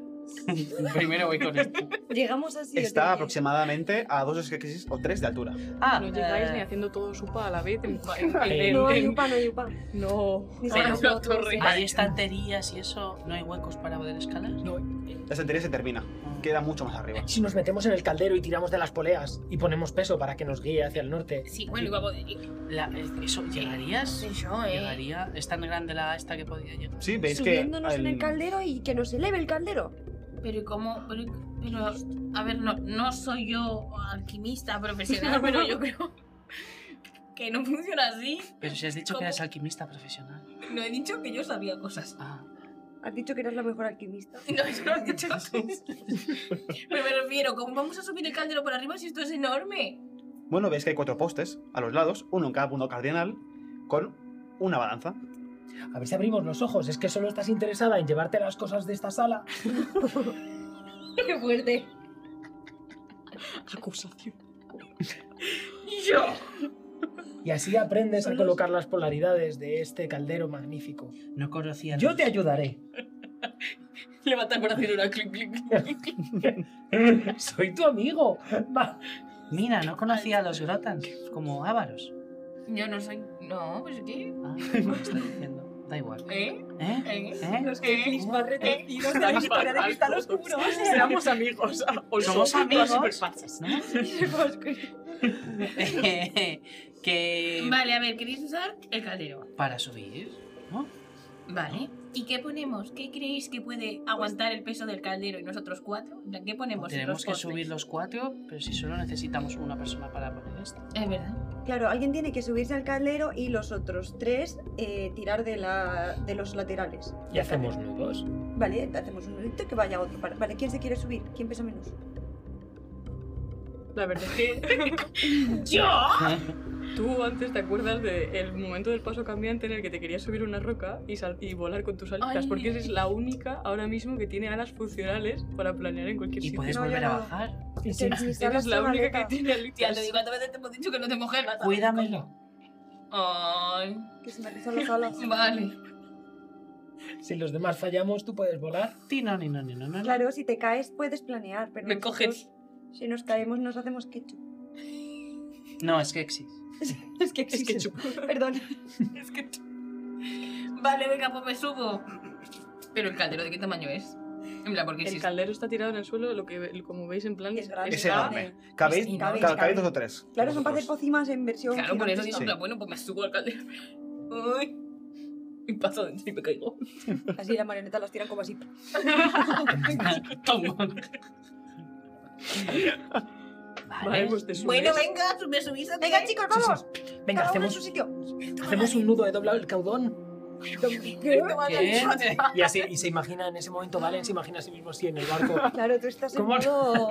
S5: Primero voy con esto.
S4: Llegamos así. yo
S2: Está
S4: creo que-
S2: aproximadamente a 2 o 3 de altura.
S5: Ah,
S3: No llegáis
S5: eh,
S3: ni haciendo todo supa a la vez. en- en- en-
S4: No hay
S3: en-
S4: upa, no hay upa.
S3: No.
S4: Ni
S6: Pero
S4: somos
S6: la
S4: nosotros,
S6: torre.
S4: ¿eh?
S5: Hay estanterías y eso, no hay huecos para poder escalar.
S7: No,
S2: La estantería se termina, queda mucho más arriba.
S7: si nos metemos en el caldero y tiramos de las poleas y ponemos peso para que nos guíe hacia el norte.
S6: Sí, bueno, iba a poder ir.
S5: La- eh, eso, ¿llegarías?
S6: yo, eh.
S5: ¿Llegaría? ¿Es tan grande la esta que podía llegar?
S2: Sí, veis que
S4: Subiéndonos en el
S2: al-
S4: caldero y que nos eleve el caldero.
S6: Pero ¿y cómo? Pero, pero, a ver, no, no soy yo alquimista profesional, pero yo creo que no funciona así.
S5: Pero si has dicho que
S6: ¿Cómo?
S5: eres alquimista profesional.
S6: No he dicho que yo sabía cosas.
S5: Ah,
S4: Has dicho que eras la mejor alquimista.
S6: No, eso no he dicho. Pero me refiero, ¿cómo vamos a subir el caldero por arriba si esto es enorme?
S2: Bueno, veis que hay cuatro postes a los lados, uno en cada punto cardinal, con una balanza.
S7: A ver si abrimos los ojos. Es que solo estás interesada en llevarte las cosas de esta sala.
S4: ¡Qué fuerte!
S3: Acusación.
S6: Y yo.
S7: Y así aprendes a colocar las polaridades de este caldero magnífico.
S5: no conocía.
S7: Yo
S5: los-
S7: te ayudaré.
S6: Levantar para hacer una clic, clic, clic, clic.
S7: Soy tu amigo. Va.
S5: Mira, no conocía a los grotans como ávaros.
S6: Yo no soy. No, pues ¿qué?
S5: Ah, ¿cómo estás diciendo? Da igual.
S6: ¿Eh?
S5: ¿Eh?
S6: ¿Eh?
S5: ¿Eh?
S6: que flis
S5: más
S3: retorcidos de la historia de cristal oscuro. Seamos amigos. O
S5: Somos amigos.
S3: superfaces.
S5: ¿No? que
S6: Eh, Vale, a ver, ¿queréis usar el caldero?
S5: para subir, ¿no?
S6: Vale. ¿Y qué ponemos? ¿Qué creéis que puede aguantar el peso del caldero y nosotros cuatro? En plan, ¿Qué ponemos? en
S5: Tenemos
S6: los
S5: que
S6: postes?
S5: subir los cuatro, pero si solo necesitamos una persona para poner esto.
S6: Es verdad.
S4: Claro, alguien tiene que subirse al caldero y los otros tres eh, tirar de, la, de los laterales.
S7: Y hacemos nudos.
S4: Vale, hacemos un nudito que vaya otro. para- Vale, ¿quién se quiere subir? ¿Quién pesa menos?
S3: La verdad es que
S6: ¡Yo!
S3: tú antes te acuerdas del momento del paso cambiante en el que te querías subir una roca y, sal- y volar con tus alitas,
S6: Ay.
S3: porque esa es la única ahora mismo que tiene alas funcionales para planear en cualquier
S5: Y
S3: sitio.
S5: puedes
S4: no, yo
S5: volver a
S4: no.
S5: bajar.
S4: Se utiliza
S3: Eres la única
S4: maleta.
S3: que tiene
S6: Tía,
S3: alitas.
S6: te digo cuántas veces te hemos dicho que no te mojes la tabla.
S5: Cuídamelo.
S6: Ay,
S4: Que se me rizan las alas.
S6: vale.
S7: Si los demás fallamos, tú puedes volar.
S5: Ti, no, ni, no, ni, no, no.
S4: Claro, si te caes puedes planear, pero
S6: Me
S4: nosotros,
S6: coges.
S4: Si nos caemos nos hacemos ketchup.
S5: No, es que existe.
S4: es que existe. Perdón.
S6: Es que... Vale, venga, pues me subo. Pero el caldero, ¿de qué tamaño es? En plan, porque si
S3: El
S6: es-
S3: caldero está tirado en el suelo, lo que como veis en plan
S4: Es grande.
S2: Es
S3: está-
S2: enorme. ¿Cabéis?
S6: Sí,
S2: ca-
S4: cabéis,
S2: cabéis
S4: cabéis.
S2: dos o tres.
S4: Claro, son para hacer
S2: Vosotros.
S4: pocimas en versión
S6: Claro, por eso digo,
S4: gigantesca.
S6: en plan, bueno, pues me subo al caldero. Uy. Y paso dentro y me caigo.
S4: Así las marionetas las tiran como así.
S5: Tongo.
S3: Vale,
S5: Vale.
S3: pues te subes.
S6: Bueno, venga, me subís a
S4: Venga, chicos,
S7: Sí, sí.
S4: vamos.
S7: Venga,
S4: Cada uno en su
S7: hacemos,
S4: sitio.
S7: hacemos un nudo de doblado el caudón.
S6: Ah,
S5: ¿Qué?
S7: Y así, y se imagina en ese momento, Valen se imagina a sí mismo así en el barco.
S4: Claro, tú estás en
S7: ¿Cómo no?
S4: modo...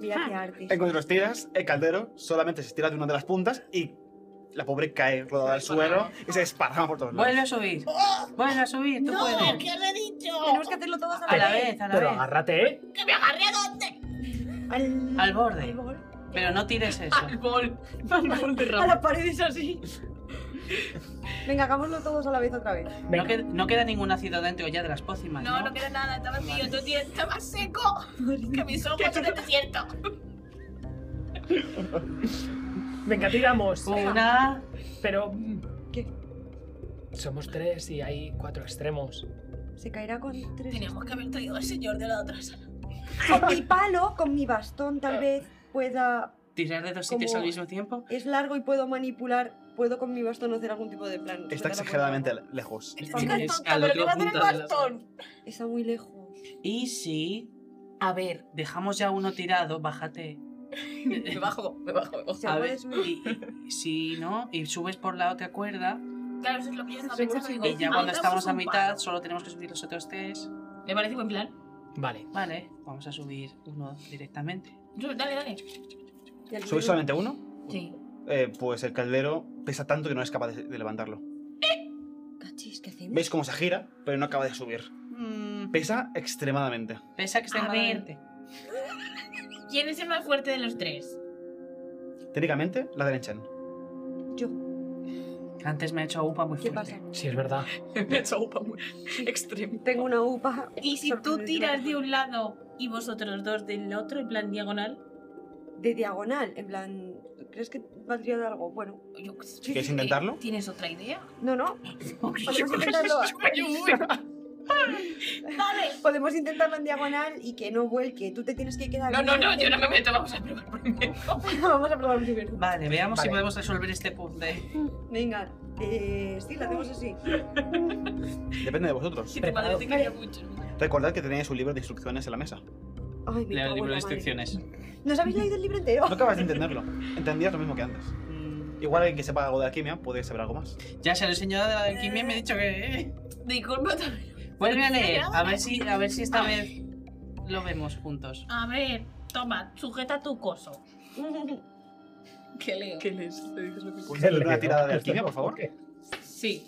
S4: Mira qué arte.
S2: En cuanto los tiras, el caldero solamente se estira de una de las puntas y la pobre cae rodada al suelo y se desparrama por todos
S5: Vuelve
S2: lados.
S5: a subir.
S6: ¡Oh!
S5: Vuelve a subir, tú puedes.
S6: ¿qué os he dicho?
S4: Tenemos que hacerlo todos
S5: A la vez, a la
S7: Pero
S5: vez.
S7: agárrate, ¿eh?
S6: ¡Que me agarré a dónde!
S4: Al,
S5: Al borde.
S4: borde.
S5: Pero no tires eso.
S6: Al bol.
S4: A la pared es así. Venga, hagámoslo todos a la vez otra vez.
S5: No,
S7: Venga,
S5: qued- no queda ningún ácido dentro ya de las pócimas.
S6: No, no queda nada, está vacío, tú tienes, está más seco que mis ojos en el desierto.
S7: venga, tiramos.
S5: Oh. Una.
S7: Pero
S4: ¿Qué?
S7: somos tres y hay cuatro extremos.
S4: Se caerá con tres.
S6: Teníamos que haber traído al señor de la otra sala.
S4: Con mi palo, con mi bastón, tal vez pueda.
S5: Tirar de dos sitios
S4: Como-
S5: al mismo tiempo.
S4: Es largo y puedo manipular. Puedo con mi bastón hacer algún tipo de plan.
S2: Está
S4: sujetar la
S2: exageradamente
S4: puerta.
S2: lejos.
S6: Esta chica
S5: Tienes
S6: es
S5: al
S6: tonta, pero
S5: otro
S6: ¿qué va a hacer el
S5: punto de la
S6: bastón?
S4: Está muy lejos.
S5: Y si. A ver. Dejamos ya uno tirado, bájate.
S6: Me bajo, me bajo, me bajo.
S4: Se
S5: a
S4: puede
S5: ver.
S4: subir.
S5: Y, y- si no, y subes por la otra cuerda.
S6: Claro, eso es lo que yo estaba
S3: Seguro sí.
S6: pensando. digo,
S5: Y ya cuando
S6: ahorramos
S5: estamos a
S6: un
S5: mitad,
S6: palo.
S5: solo tenemos que subir los otros tres.
S6: Me parece buen plan.
S7: Vale.
S5: Vale, vamos a subir uno directamente.
S6: Yo- Dale, dale.
S4: Y al
S2: ¿Subís
S4: subir-
S2: solamente uno?
S6: Sí.
S2: Eh, pues el caldero pesa tanto que no es capaz de, de levantarlo.
S4: Cachis, ¿qué hacemos?
S2: ¿Veis cómo se gira? Pero no acaba de subir.
S5: Mm,
S2: Pesa extremadamente.
S5: pesa que
S6: A ver.
S5: extremadamente.
S6: ¿Quién es el más fuerte de los tres?
S2: Técnicamente, la derecha.
S4: Yo.
S5: Antes me ha hecho upa muy
S4: ¿Qué
S5: fuerte.
S4: pasa?
S7: Sí, es verdad.
S3: Me ha hecho upa muy extremo.
S4: Tengo una upa.
S6: Y si tú
S4: sorprendente.
S6: tiras de un lado y vosotros dos del otro, en plan diagonal,
S4: De diagonal, en plan. ¿Crees que valdría de algo? Bueno,
S6: yo qué sé. Eh,
S2: ¿Quieres intentarlo?
S6: ¿Tienes otra idea?
S4: no, no. Podemos intentarlo.
S6: ¡Dale!
S4: Podemos intentarlo en diagonal y que no vuelque. Tú te tienes que quedar.
S6: No, no,
S4: bien.
S6: no, yo no me meto, vamos a probar primero.
S4: Vamos a probar primero.
S5: Vale, veamos si
S7: Vale.
S5: podemos resolver este puzzle.
S4: Venga. Eh, sí, la hacemos así.
S2: Depende de vosotros.
S6: Si tu madre
S7: Preparado.
S6: te quería mucho.
S2: Recordad que tenéis un libro de instrucciones en la mesa.
S4: Ay, me
S5: Lea el libro de
S4: cago en la madre.
S5: instrucciones.
S4: ¿Nos habéis leído el libro entero?
S2: No acabas de entenderlo. Entendías lo mismo que antes.
S5: Mm,
S2: Igual alguien que sepa algo de alquimia puede saber algo más.
S5: Ya se lo he enseñado de la alquimia y me ha dicho que. eh,
S6: Disculpa otra vez.
S5: Vuelve a leer, a ver si, a ver si esta vez lo vemos juntos.
S9: A ver, toma, sujeta tu coso.
S6: ¿Qué leo?
S3: ¿Qué les te dices lo que
S2: ¿Puedes hacer una tirada de alquimia, por favor?
S6: Sí.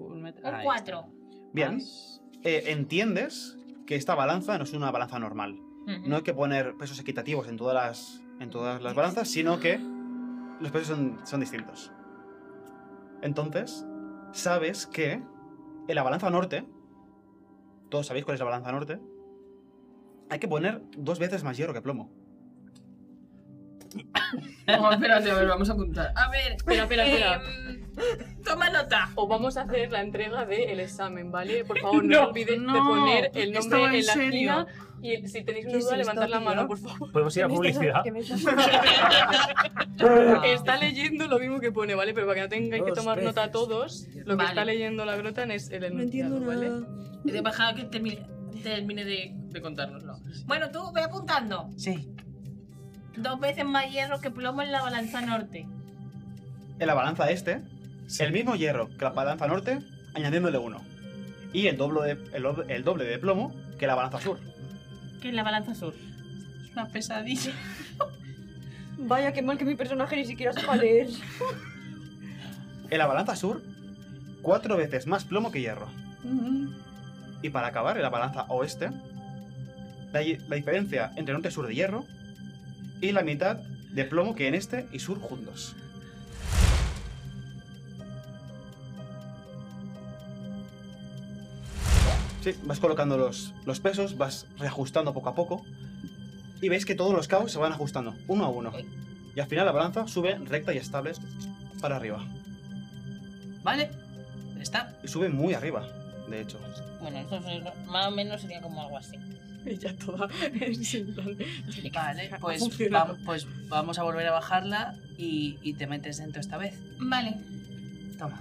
S9: Un 4.
S2: Bien.
S5: Ah.
S2: Eh, entiendes que esta balanza no es una balanza normal. No hay que poner pesos equitativos en todas las, en todas las balanzas, sino que los pesos son, son distintos. Entonces, sabes que en la balanza norte, todos sabéis cuál es la balanza norte, hay que poner dos veces más hierro que plomo.
S6: No, espérate, a ver, vamos a apuntar.
S9: A ver,
S3: Espera, espera, espera.
S9: em, toma nota.
S3: O vamos a hacer la entrega del examen, ¿vale? Por favor, no,
S5: No,
S3: olvides
S5: no,
S3: de poner el
S5: esto
S3: nombre
S5: va
S3: en,
S5: en
S3: la
S5: serio.
S3: esquina y si tenéis una
S4: ¿Qué es
S3: duda,
S4: esto,
S3: levantad la
S4: tío?
S3: mano, por favor.
S7: Podemos ir a
S4: ¿Qué me estás-
S7: publicidad.
S4: qué me estás-
S5: Ah.
S3: Está leyendo lo mismo que pone, ¿vale? Pero para que no tengáis que
S7: Dos
S3: tomar nota a
S7: veces.
S3: todos, lo que
S6: Vale.
S3: está leyendo la Grotan es el
S4: No
S3: enunciado,
S4: entiendo
S3: ¿vale?
S4: nada.
S6: He dejado que termine, termine de, de contárnoslo.
S9: Bueno, tú ve apuntando.
S5: Sí.
S9: Dos veces más hierro que plomo en la balanza norte.
S2: En la balanza este, el mismo hierro que la balanza norte, añadiéndole uno. Y el doble de, el, doble- el doble de plomo que la balanza sur.
S9: Que en la balanza sur.
S5: Es una pesadilla.
S4: Vaya, qué mal que mi personaje ni siquiera sepa leer.
S2: En la balanza sur, cuatro veces más plomo que hierro. Y para acabar, en la balanza oeste, la, hi- la diferencia entre norte y sur de hierro y la mitad de plomo que en este y sur juntos. Sí, vas colocando los, los pesos, vas reajustando poco a poco y veis que todos los cabos se van ajustando, uno a uno. Y al final la balanza sube recta y estable para arriba.
S5: Vale. Está.
S2: Y sube muy arriba, de hecho.
S9: Bueno, eso es- más o menos sería como algo así.
S3: Ella toda. es en plan-
S5: Vale, pues,
S3: funcionado.
S5: vam- pues vamos a volver a bajarla y, y te metes dentro esta vez.
S9: Vale.
S5: Toma.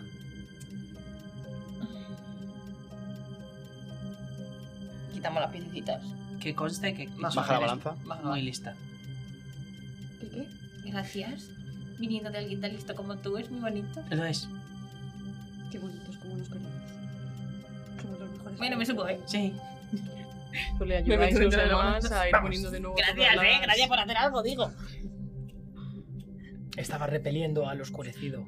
S6: Quitamos las piecitas.
S5: Que conste que.
S6: Baja
S2: Baja la
S5: eres
S2: balanza.
S6: Baja,
S5: Muy lista.
S4: ¿Qué qué?
S9: Gracias. Viniendo de alguien tan listo como tú es muy bonito.
S5: Lo es.
S4: Qué bonitos como nos queremos. Somos los mejores.
S9: Bueno, me supo, ¿eh?
S5: Sí.
S3: Tú le
S6: Me
S3: ayudáis los
S6: meto dentro de la
S3: demás
S6: balanza.
S3: a ir
S6: Vamos.
S3: poniendo de nuevo.
S9: Gracias,
S3: todas
S9: ¿eh?
S3: las-
S9: Gracias por hacer algo, digo.
S7: Estaba repeliendo al oscurecido.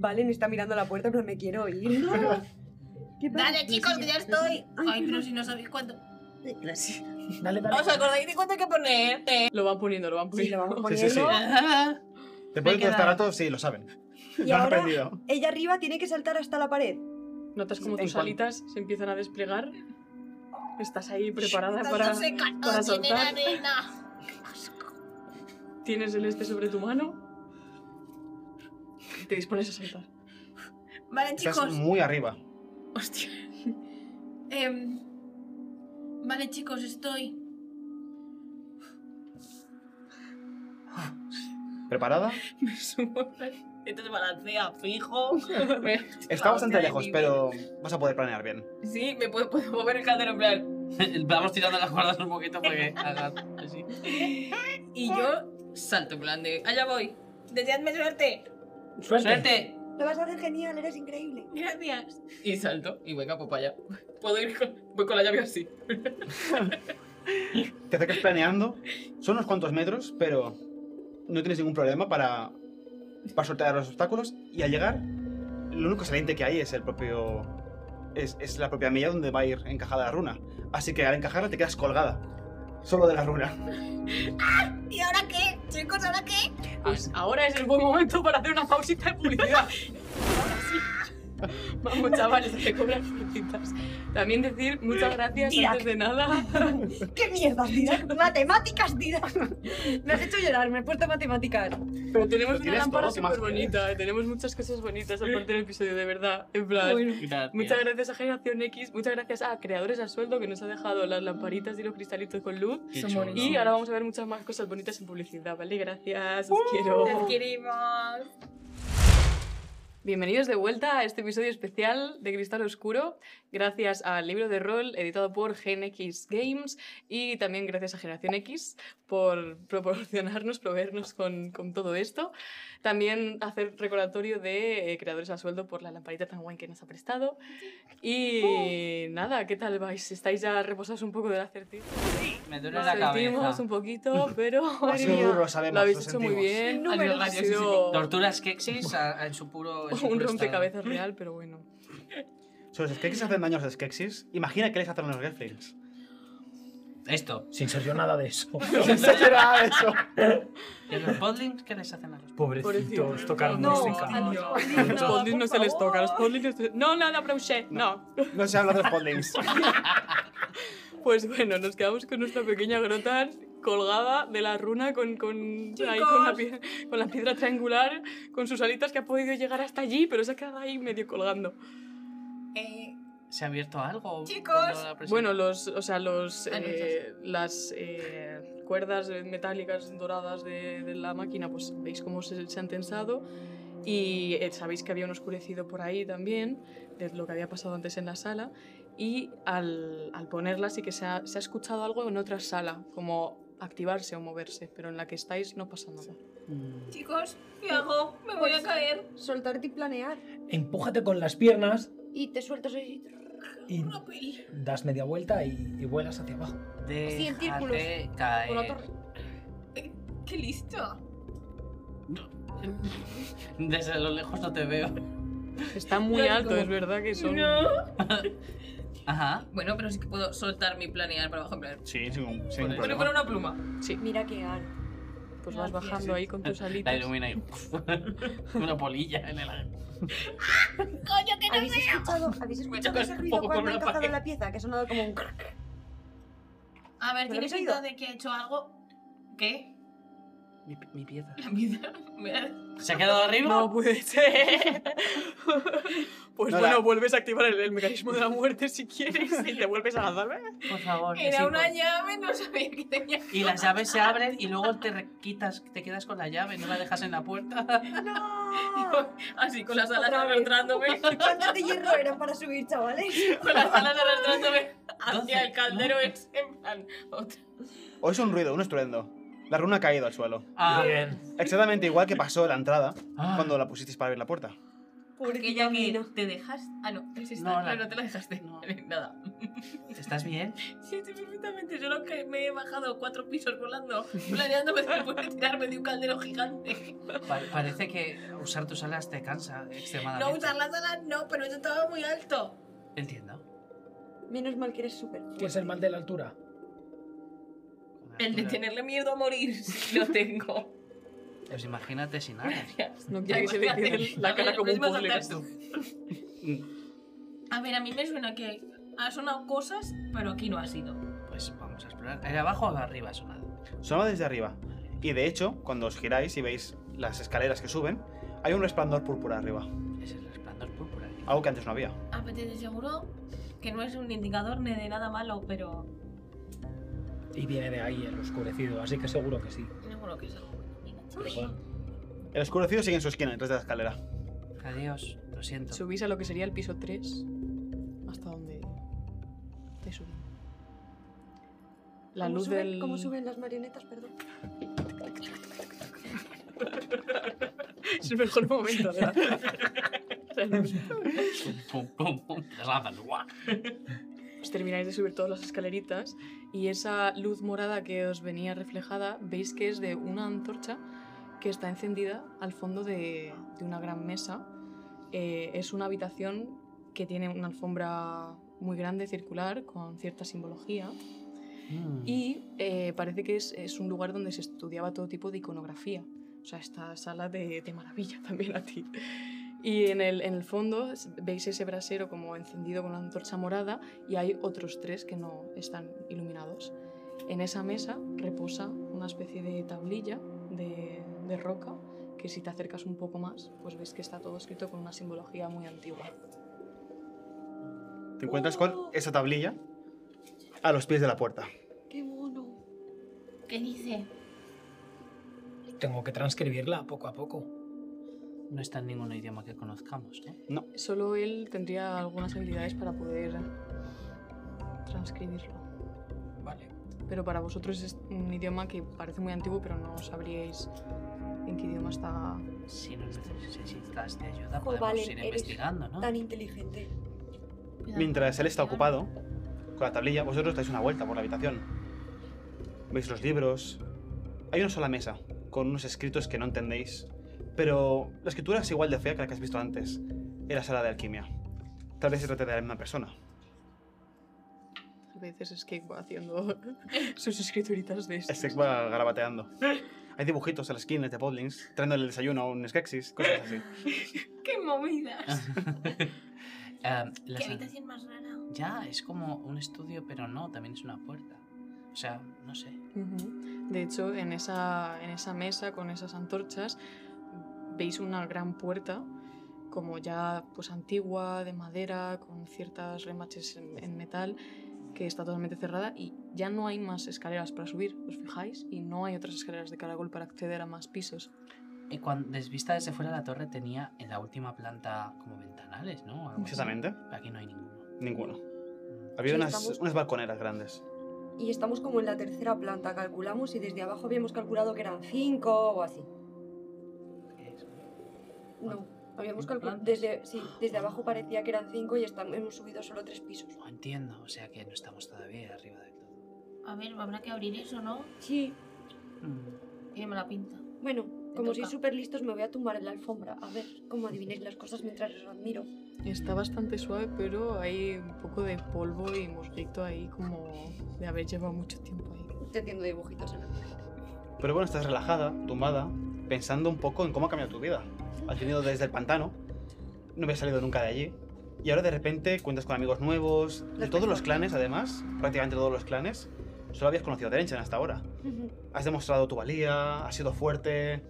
S4: Valen está mirando a la puerta, pero me quiero ir. ¿Qué pasa?
S9: Dale, chicos, que ya estoy. Ay, pero si no sabéis cuánto.
S7: Dale, dale.
S6: ¿Os acordáis de cuánto hay que poner? Eh,
S3: Lo van poniendo, lo van
S4: Sí, lo
S3: poniendo.
S4: vamos
S2: Sí, sí, sí.
S4: poniendo.
S2: Después de
S5: Venga.
S2: todo este rato, sí, lo saben.
S4: Y
S2: lo han
S4: ahora
S2: aprendido.
S4: ella arriba tiene que saltar hasta la pared.
S3: Notas como
S2: En
S3: tus
S2: cuanto-
S3: alitas se empiezan a desplegar. Estás ahí preparada
S9: Todo
S3: para.
S9: se cayó,
S3: para
S9: tiene
S3: soltar.
S9: arena. Qué asco.
S3: Tienes el este sobre tu mano. y Te dispones a saltar.
S9: Vale,
S2: Estás
S9: chicos.
S2: muy arriba.
S9: Hostia. Em, vale, chicos, estoy.
S2: ¿Preparada?
S6: me subo.
S9: Esto se balancea fijo. Me-
S2: Está bastante
S9: balancea
S2: lejos,
S9: de nivel.
S2: pero vas a poder planear bien.
S6: Sí, me puedo, puedo mover el caldero en plan.
S5: Vamos tirando las cuerdas un poquito para que hagan así.
S6: Y yo salto en plan de. Allá voy.
S9: Deseadme suerte.
S7: Suerte.
S5: ¡Suerte!
S4: Lo vas a hacer genial, eres increíble.
S9: Gracias.
S6: Y salto. Y venga, pues para allá. Puedo ir con, voy con la llave así.
S2: Te acercas planeando. Son unos cuantos metros, pero no tienes ningún problema para, para sortear los obstáculos. Y al llegar, lo único saliente que hay es el propio. Es, es la propia milla donde va a ir encajada la runa. Así que al encajarla te quedas colgada. Solo de la runa.
S9: ¿Y ahora qué? Chicos, ¿ahora qué?
S3: Pues ahora es el buen momento para hacer una pausita de publicidad. Vamos, chavales, que cobran publicitas. También decir muchas gracias
S4: Tira.
S3: antes de nada.
S4: ¿Qué mierda, tira? Matemáticas, tira. Me has hecho llorar, me he puesto matemáticas.
S3: Pero tenemos una
S2: tienes
S3: lámpara
S2: todo, ¿qué más
S3: súper bonita, tenemos muchas cosas bonitas aparte del episodio, de verdad. En plan,
S4: Bueno,
S5: Gracias.
S3: muchas gracias a Generación X, muchas gracias a Creadores al Sueldo que nos ha dejado las lamparitas y los cristalitos con luz.
S5: Qué
S6: Son
S5: chulo.
S6: bonitos.
S3: Y ahora vamos a ver muchas más cosas bonitas en publicidad, ¿vale? Gracias, os quiero.
S6: queremos.
S3: Bienvenidos de vuelta a este episodio especial de Cristal Oscuro, gracias al libro de rol editado por Gen X Games y también gracias a Generación X por proporcionarnos, proveernos con, con todo esto. También hacer recordatorio de eh, creadores a sueldo por la lamparita tan guay que nos ha prestado. Y nada, ¿qué tal vais? ¿Estáis ya reposados un poco del acertijo?
S5: Me duele
S3: Nos
S5: la
S3: sentimos
S5: cabeza.
S3: un poquito, pero
S2: Ha
S3: madre
S2: sido
S3: mía,
S2: duro, lo sabemos.
S3: lo habéis
S2: lo
S3: hecho
S2: sentimos.
S3: muy bien.
S6: Números.
S3: Ha
S6: Radios y
S3: sido
S5: Torturas Kexis a- a- en su puro. en su
S3: un
S5: puro
S3: rompecabezas real, pero bueno.
S2: Si los Skeksis hacen daño a los Skeksis, imagina que les hacen a los Gelflings.
S5: estado. Esto.
S7: Sin ser yo nada de eso.
S2: No sé qué era eso.
S5: ¿Y a los podlings qué les hacen a los
S7: Pobrecitos, tocaron
S3: No,
S7: música.
S3: no,
S6: no.
S3: a los Spondys no se les toca, a los Spondys no se- No, nada, Brauchet, no.
S2: No se habla de los Podlings.
S3: Pues bueno, nos quedamos con nuestra pequeña grota colgada de la runa con, con, ahí con, la piedra, con la piedra triangular, con sus alitas que ha podido llegar hasta allí, pero se ha quedado ahí medio colgando.
S6: Eh,
S5: ¿Se ha abierto algo?
S6: Chicos.
S5: cuando la presión-
S3: Bueno, los, o sea, los,
S6: Ah, no,
S3: eh, las eh, cuerdas eh, metálicas doradas de, de la máquina, pues veis cómo se, se han tensado y eh, sabéis que había un oscurecido por ahí también, de lo que había pasado antes en la sala, y al, al ponerla sí que se ha, se ha escuchado algo en otra sala, como activarse o moverse, pero en la que estáis no pasa nada.
S6: chicos, ¿qué hago? Me voy
S9: Pues,
S6: a caer.
S4: Soltarte y planear.
S7: Empújate con las piernas
S4: Y te sueltas así.
S7: y das media vuelta y, y vuelas hacia abajo.
S5: Déjate
S4: Sí, en círculos.
S5: caer.
S4: Por la torre.
S6: ¡Qué listo!
S5: Desde lo lejos no te veo.
S3: Está muy
S6: Claro,
S3: alto,
S6: como-
S3: es verdad que son...
S5: Ajá.
S6: Bueno, pero sí que puedo soltar mi planear para abajo en plan.
S2: Sí, sin ningún, sin
S5: Por
S2: ningún
S5: eso.
S6: Bueno,
S2: problema.
S6: para una pluma.
S4: Mira qué gano.
S3: Pues vas
S4: Gracias.
S3: bajando ahí con tus
S5: La
S3: alitas.
S5: ilumina y. Una polilla en el aire.
S8: ¡Coño, que
S4: ¿Habéis escuchado, ¿habéis
S5: Escucha
S4: escuchado
S5: con
S4: ese
S5: el
S4: ruido
S5: foco con
S4: cuando ha
S5: una
S4: encajado
S5: pared.
S4: la pieza? Que ha sonado como un...
S9: A ver,
S4: ¿Pero
S9: ¿tiene
S4: habéis oído?
S9: pinta de que ha hecho algo?
S6: ¿Qué?
S5: Mi, mi piedra.
S6: La vida. me da-
S5: ¿Se ha quedado arriba?
S3: No puede ser. pues
S2: No,
S3: bueno,
S2: la-
S3: vuelves a activar el, el mecanismo de la muerte si quieres y te vuelves a lanzar.
S5: Por favor. que sí,
S6: Era una
S5: por-
S6: llave, no sabía que tenía.
S5: Y las llaves se abren y luego te re- quitas, te quedas con la llave, no la dejas en la puerta.
S6: Así, con las alas
S4: Otra vez.
S6: arrastrándome.
S4: ¿Cuántos de hierro eran para subir, chavales?
S6: Con las alas arrastrándome hacia
S5: Doce,
S6: el caldero. Es en plan. otra-
S2: O es un ruido, un estruendo. La runa ha caído al suelo.
S5: Ah,
S7: Bien.
S2: Exactamente igual que pasó en la entrada
S5: Ah.
S2: cuando la pusisteis para abrir la puerta.
S6: Aquella que te dejas. Ah, no, es esta.
S5: No, la-
S6: No, no te la dejaste.
S5: No.
S6: Nada.
S5: ¿Estás bien?
S6: Sí, estoy perfectamente. Solo que me he bajado cuatro pisos volando, planeándome después de tirarme de un caldero gigante.
S5: Pa- parece que usar tus alas te cansa
S6: No
S5: extremadamente.
S6: usar las alas, no, pero yo estaba muy alto.
S5: Entiendo.
S4: Menos mal que eres súper.
S7: ¿Qué es el mal de la altura?
S6: El de tenerle miedo a morir, sí lo tengo.
S5: Pues imagínate sin alas.
S3: No quiero que se le quede la cara como un puzzle.
S6: A ver, a mí me suena que ha sonado cosas, pero aquí no ha sido.
S5: Pues vamos a explorar. ¿Era abajo o arriba ha sonado?
S2: Sonaba desde arriba. Y de hecho, cuando os giráis y veis las escaleras que suben, hay un resplandor púrpura arriba.
S5: Es el resplandor púrpura.
S2: Algo que antes no había.
S9: A ver, te seguro que no es un indicador ni de nada malo, pero...
S7: Y viene de ahí el oscurecido, así que seguro que sí.
S6: No creo que sea.
S7: Pero bueno,
S2: El oscurecido sigue en su esquina, detrás de la escalera.
S5: Adiós, lo siento.
S3: Subís a lo que sería el piso 3, hasta donde te subí. La
S4: ¿Cómo
S3: luz
S4: suben-
S3: del...
S4: ¿Cómo suben las marionetas? Perdón.
S3: es el mejor momento, ¿verdad? O sea, no-
S5: Pum, pum, pum. Las lanzas, guau.
S3: Os termináis de subir todas las escaleritas y esa luz morada que os venía reflejada, veis que es de una antorcha que está encendida al fondo de, de una gran mesa. Eh, es una habitación que tiene una alfombra muy grande, circular, con cierta simbología.
S5: Mm.
S3: Y eh, parece que es, es un lugar donde se estudiaba todo tipo de iconografía. O sea, esta sala de, de maravilla también a ti. Y en el, en el fondo s- veis ese brasero como encendido con una antorcha morada y hay otros tres que no están iluminados. En esa mesa reposa una especie de tablilla de, de roca que si te acercas un poco más, pues ves que está todo escrito con una simbología muy antigua.
S2: Te encuentras con esa tablilla a los pies de la puerta.
S4: ¡Qué mono!
S9: ¿Qué dice?
S7: Tengo que transcribirla poco a poco.
S5: No está en ningún idioma que conozcamos, ¿no?
S3: Solo él tendría algunas habilidades para poder transcribirlo.
S5: Vale.
S3: Pero para vosotros es un idioma que parece muy antiguo, pero no sabríais en qué idioma está.
S5: Si nos necesitas de ayuda,
S4: Jo,
S5: podemos
S4: Valen,
S5: ir
S4: eres
S5: investigando, ¿no?
S4: Tan inteligente.
S2: Mientras él está ocupado con la tablilla, vosotros dais una vuelta por la habitación. Veis los libros. Hay una sola mesa, con unos escritos que no entendéis. Pero la escritura es igual de fea que la que has visto antes, en la sala de alquimia. Tal vez se trate de la misma persona.
S3: A veces es que va haciendo sus escrituritas de esto.
S2: Este va garabateando. Hay dibujitos en las esquinas de Podlings, traéndole el desayuno a un Skeksis, cosas así.
S9: ¡Qué movidas!
S5: Ah, las-
S8: ¿Qué habitación más rara?
S5: Ya, es como un estudio, pero no, también es una puerta. O sea, no sé.
S3: Ujú. De hecho, en esa, en esa mesa con esas antorchas veis una gran puerta, como ya pues antigua, de madera, con ciertas remaches en, en metal, que está totalmente cerrada y ya no hay más escaleras para subir, ¿os fijáis? Y no hay otras escaleras de caracol para acceder a más pisos.
S5: Y cuando desvista desde fuera la torre tenía en la última planta como ventanales, ¿no? Algo así.
S2: Exactamente.
S5: Pero Aquí no hay ninguno.
S2: Ninguno. Había
S4: Sí,
S2: unas,
S4: estamos-
S2: unas balconeras grandes.
S4: Y estamos como en la tercera planta, calculamos y desde abajo habíamos calculado que eran cinco o así. No, habíamos calculado.
S5: plantas?
S4: Desde, sí, desde abajo parecía que eran cinco y estamos, hemos subido solo tres pisos.
S5: No entiendo, o sea que no estamos todavía arriba del todo.
S9: A ver, habrá que abrir eso, ¿no?
S4: Sí,
S9: Tiene mala pinta.
S4: bueno, como sois
S9: toca.
S4: súper listos, me voy a tumbar en la alfombra. A ver cómo adivináis las cosas mientras os admiro.
S3: Está bastante suave, pero hay un poco de polvo y mosquito ahí como de haber llevado mucho tiempo ahí.
S4: Te entiendo dibujitos en
S2: Pero bueno, estás relajada, tumbada, pensando un poco en cómo ha cambiado tu vida. Has venido desde el pantano, no habías salido nunca de allí, y ahora de repente cuentas con amigos nuevos, de todos los clanes además, prácticamente todos los clanes, solo habías conocido a Derenchen hasta ahora. Has demostrado tu valía, has sido fuerte,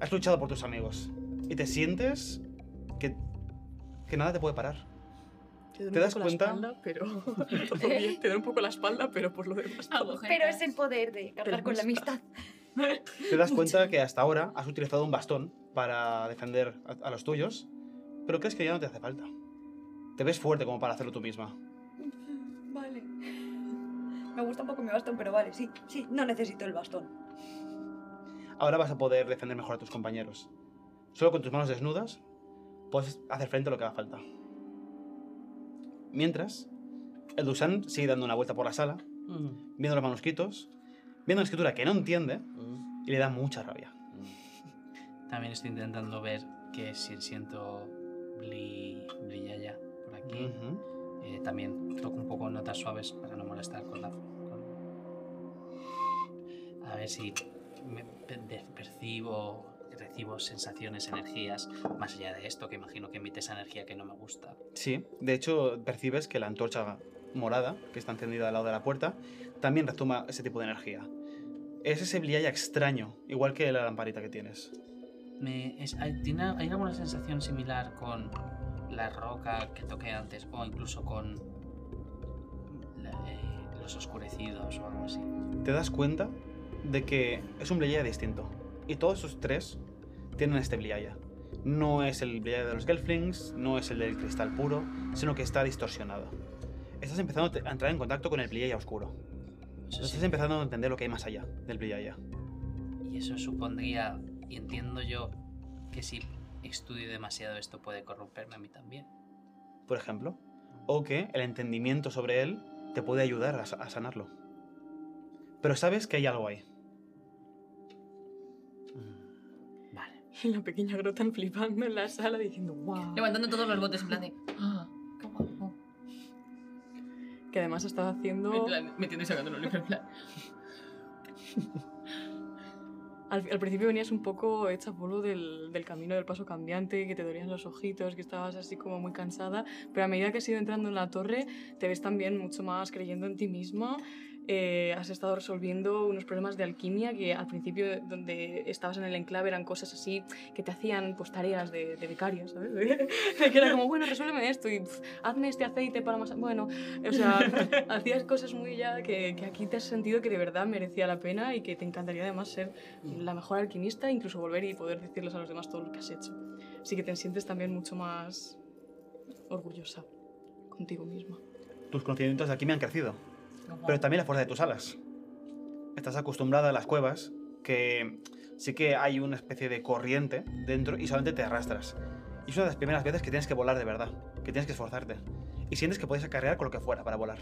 S2: has luchado por tus amigos, y te sientes que, que nada te puede parar.
S3: duele
S2: ¿Te
S3: un
S2: das
S3: poco
S2: cuenta?
S3: La espalda, pero... Todo bien, te da un poco la espalda, pero por lo demás...
S6: Ah,
S3: todo
S4: Pero es el poder de
S3: Pero
S4: cargar con la
S3: gusta.
S4: amistad.
S2: Te das cuenta que hasta ahora has utilizado un bastón para defender a, a los tuyos, pero crees que ya no te hace falta. Te ves fuerte como para hacerlo tú misma.
S4: Vale. Me gusta un poco mi bastón, pero vale, sí, sí, no necesito el bastón.
S2: Ahora vas a poder defender mejor a tus compañeros. Solo con tus manos desnudas puedes hacer frente a lo que haga falta. Mientras, el Dusan sigue dando una vuelta por la sala,
S5: Mm.
S2: viendo los manuscritos, viendo una escritura que no entiende
S5: Mm.
S2: y le da mucha rabia.
S5: También estoy intentando ver que si siento bli... brilla ya por aquí.
S2: Ujú.
S5: Eh, también toco un poco notas suaves para no molestar con la... con- A ver si me pe- de- percibo, recibo sensaciones, energías, más allá de esto, que imagino que emite esa energía que no me gusta.
S2: Sí, de hecho percibes que la antorcha morada, que está encendida al lado de la puerta, también retoma ese tipo de energía. Es ese brillalla extraño, igual que la lamparita que tienes.
S5: Me- es- hay, tiene- hay alguna sensación similar con la roca que toqué antes o incluso con la- eh, los oscurecidos o algo así?
S2: Te das cuenta de que es un brillalla distinto. Y todos esos tres tienen este brillalla. No es el brillalla de los Gelflings, no es el del cristal puro, sino que está distorsionado. Estás empezando a te- a entrar en contacto con el brillalla oscuro.
S5: Eso sí.
S2: Estás empezando a entender lo que hay más allá del brillalla.
S5: Y eso supondría, y entiendo yo, que si estudio demasiado esto puede corromperme a mí también.
S2: por ejemplo, o que el entendimiento sobre él te puede ayudar a, sa- a sanarlo. Pero sabes que hay algo ahí.
S5: Mm, Vale.
S3: Y la pequeña grota flipando en la sala diciendo wow.
S6: Levantando todos los botes en plan de. "Ah, qué guapo".
S3: Que además estaba haciendo...
S6: En plan, metiendo y sacando los libros en plan.
S3: Al, al principio venías un poco hecha polvo del, del camino del paso cambiante, que te dolían los ojitos, que estabas así como muy cansada, pero a medida que has ido entrando en la torre, te ves también mucho más creyendo en ti misma eh, has estado resolviendo unos problemas de alquimia que al principio donde estabas en el enclave eran cosas así que te hacían pues tareas de, de becaria, ¿sabes? De que era como, bueno, resuélveme esto y pf, hazme este aceite para más... Bueno, o sea, hacías cosas muy ya que, que aquí te has sentido que de verdad merecía la pena y que te encantaría además ser la mejor alquimista, incluso volver y poder decirles a los demás todo lo que has hecho. Así que te sientes también mucho más orgullosa contigo misma.
S2: Tus conocimientos de aquí me han crecido, pero también la fuerza de tus alas. Estás acostumbrada a las cuevas, que sí que hay una especie de corriente dentro y solamente te arrastras. Y es una de las primeras veces que tienes que volar de verdad, que tienes que esforzarte. Y sientes que puedes acarrear con lo que fuera para volar.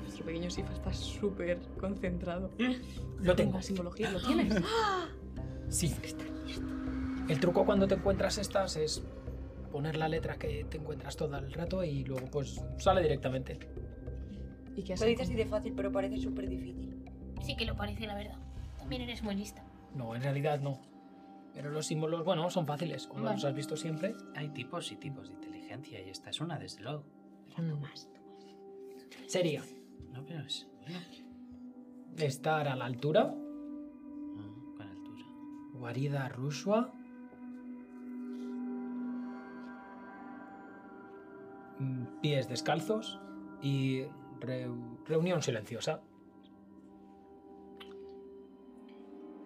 S3: Nuestro pequeño Sifa está súper concentrado.
S7: Lo tengo.
S3: La simbología, ¿lo tienes?
S7: Sí. El truco cuando te encuentras estas es poner la letra que te encuentras todo el rato y luego pues sale directamente.
S3: ¿Y qué has
S8: Lo dices así de fácil, pero parece súper difícil.
S9: Sí que lo parece, la verdad. También eres muy lista.
S7: No, en realidad no. Pero los símbolos, bueno, son fáciles. Cuando
S9: Vale.
S7: los has visto siempre,
S5: Hay tipos y tipos de inteligencia y esta es una, desde luego.
S7: sería
S5: No, pero es... bueno.
S7: estar a la altura,
S5: Ah, con altura.
S7: guarida rusua. mm, Pies descalzos y reu- reunión silenciosa.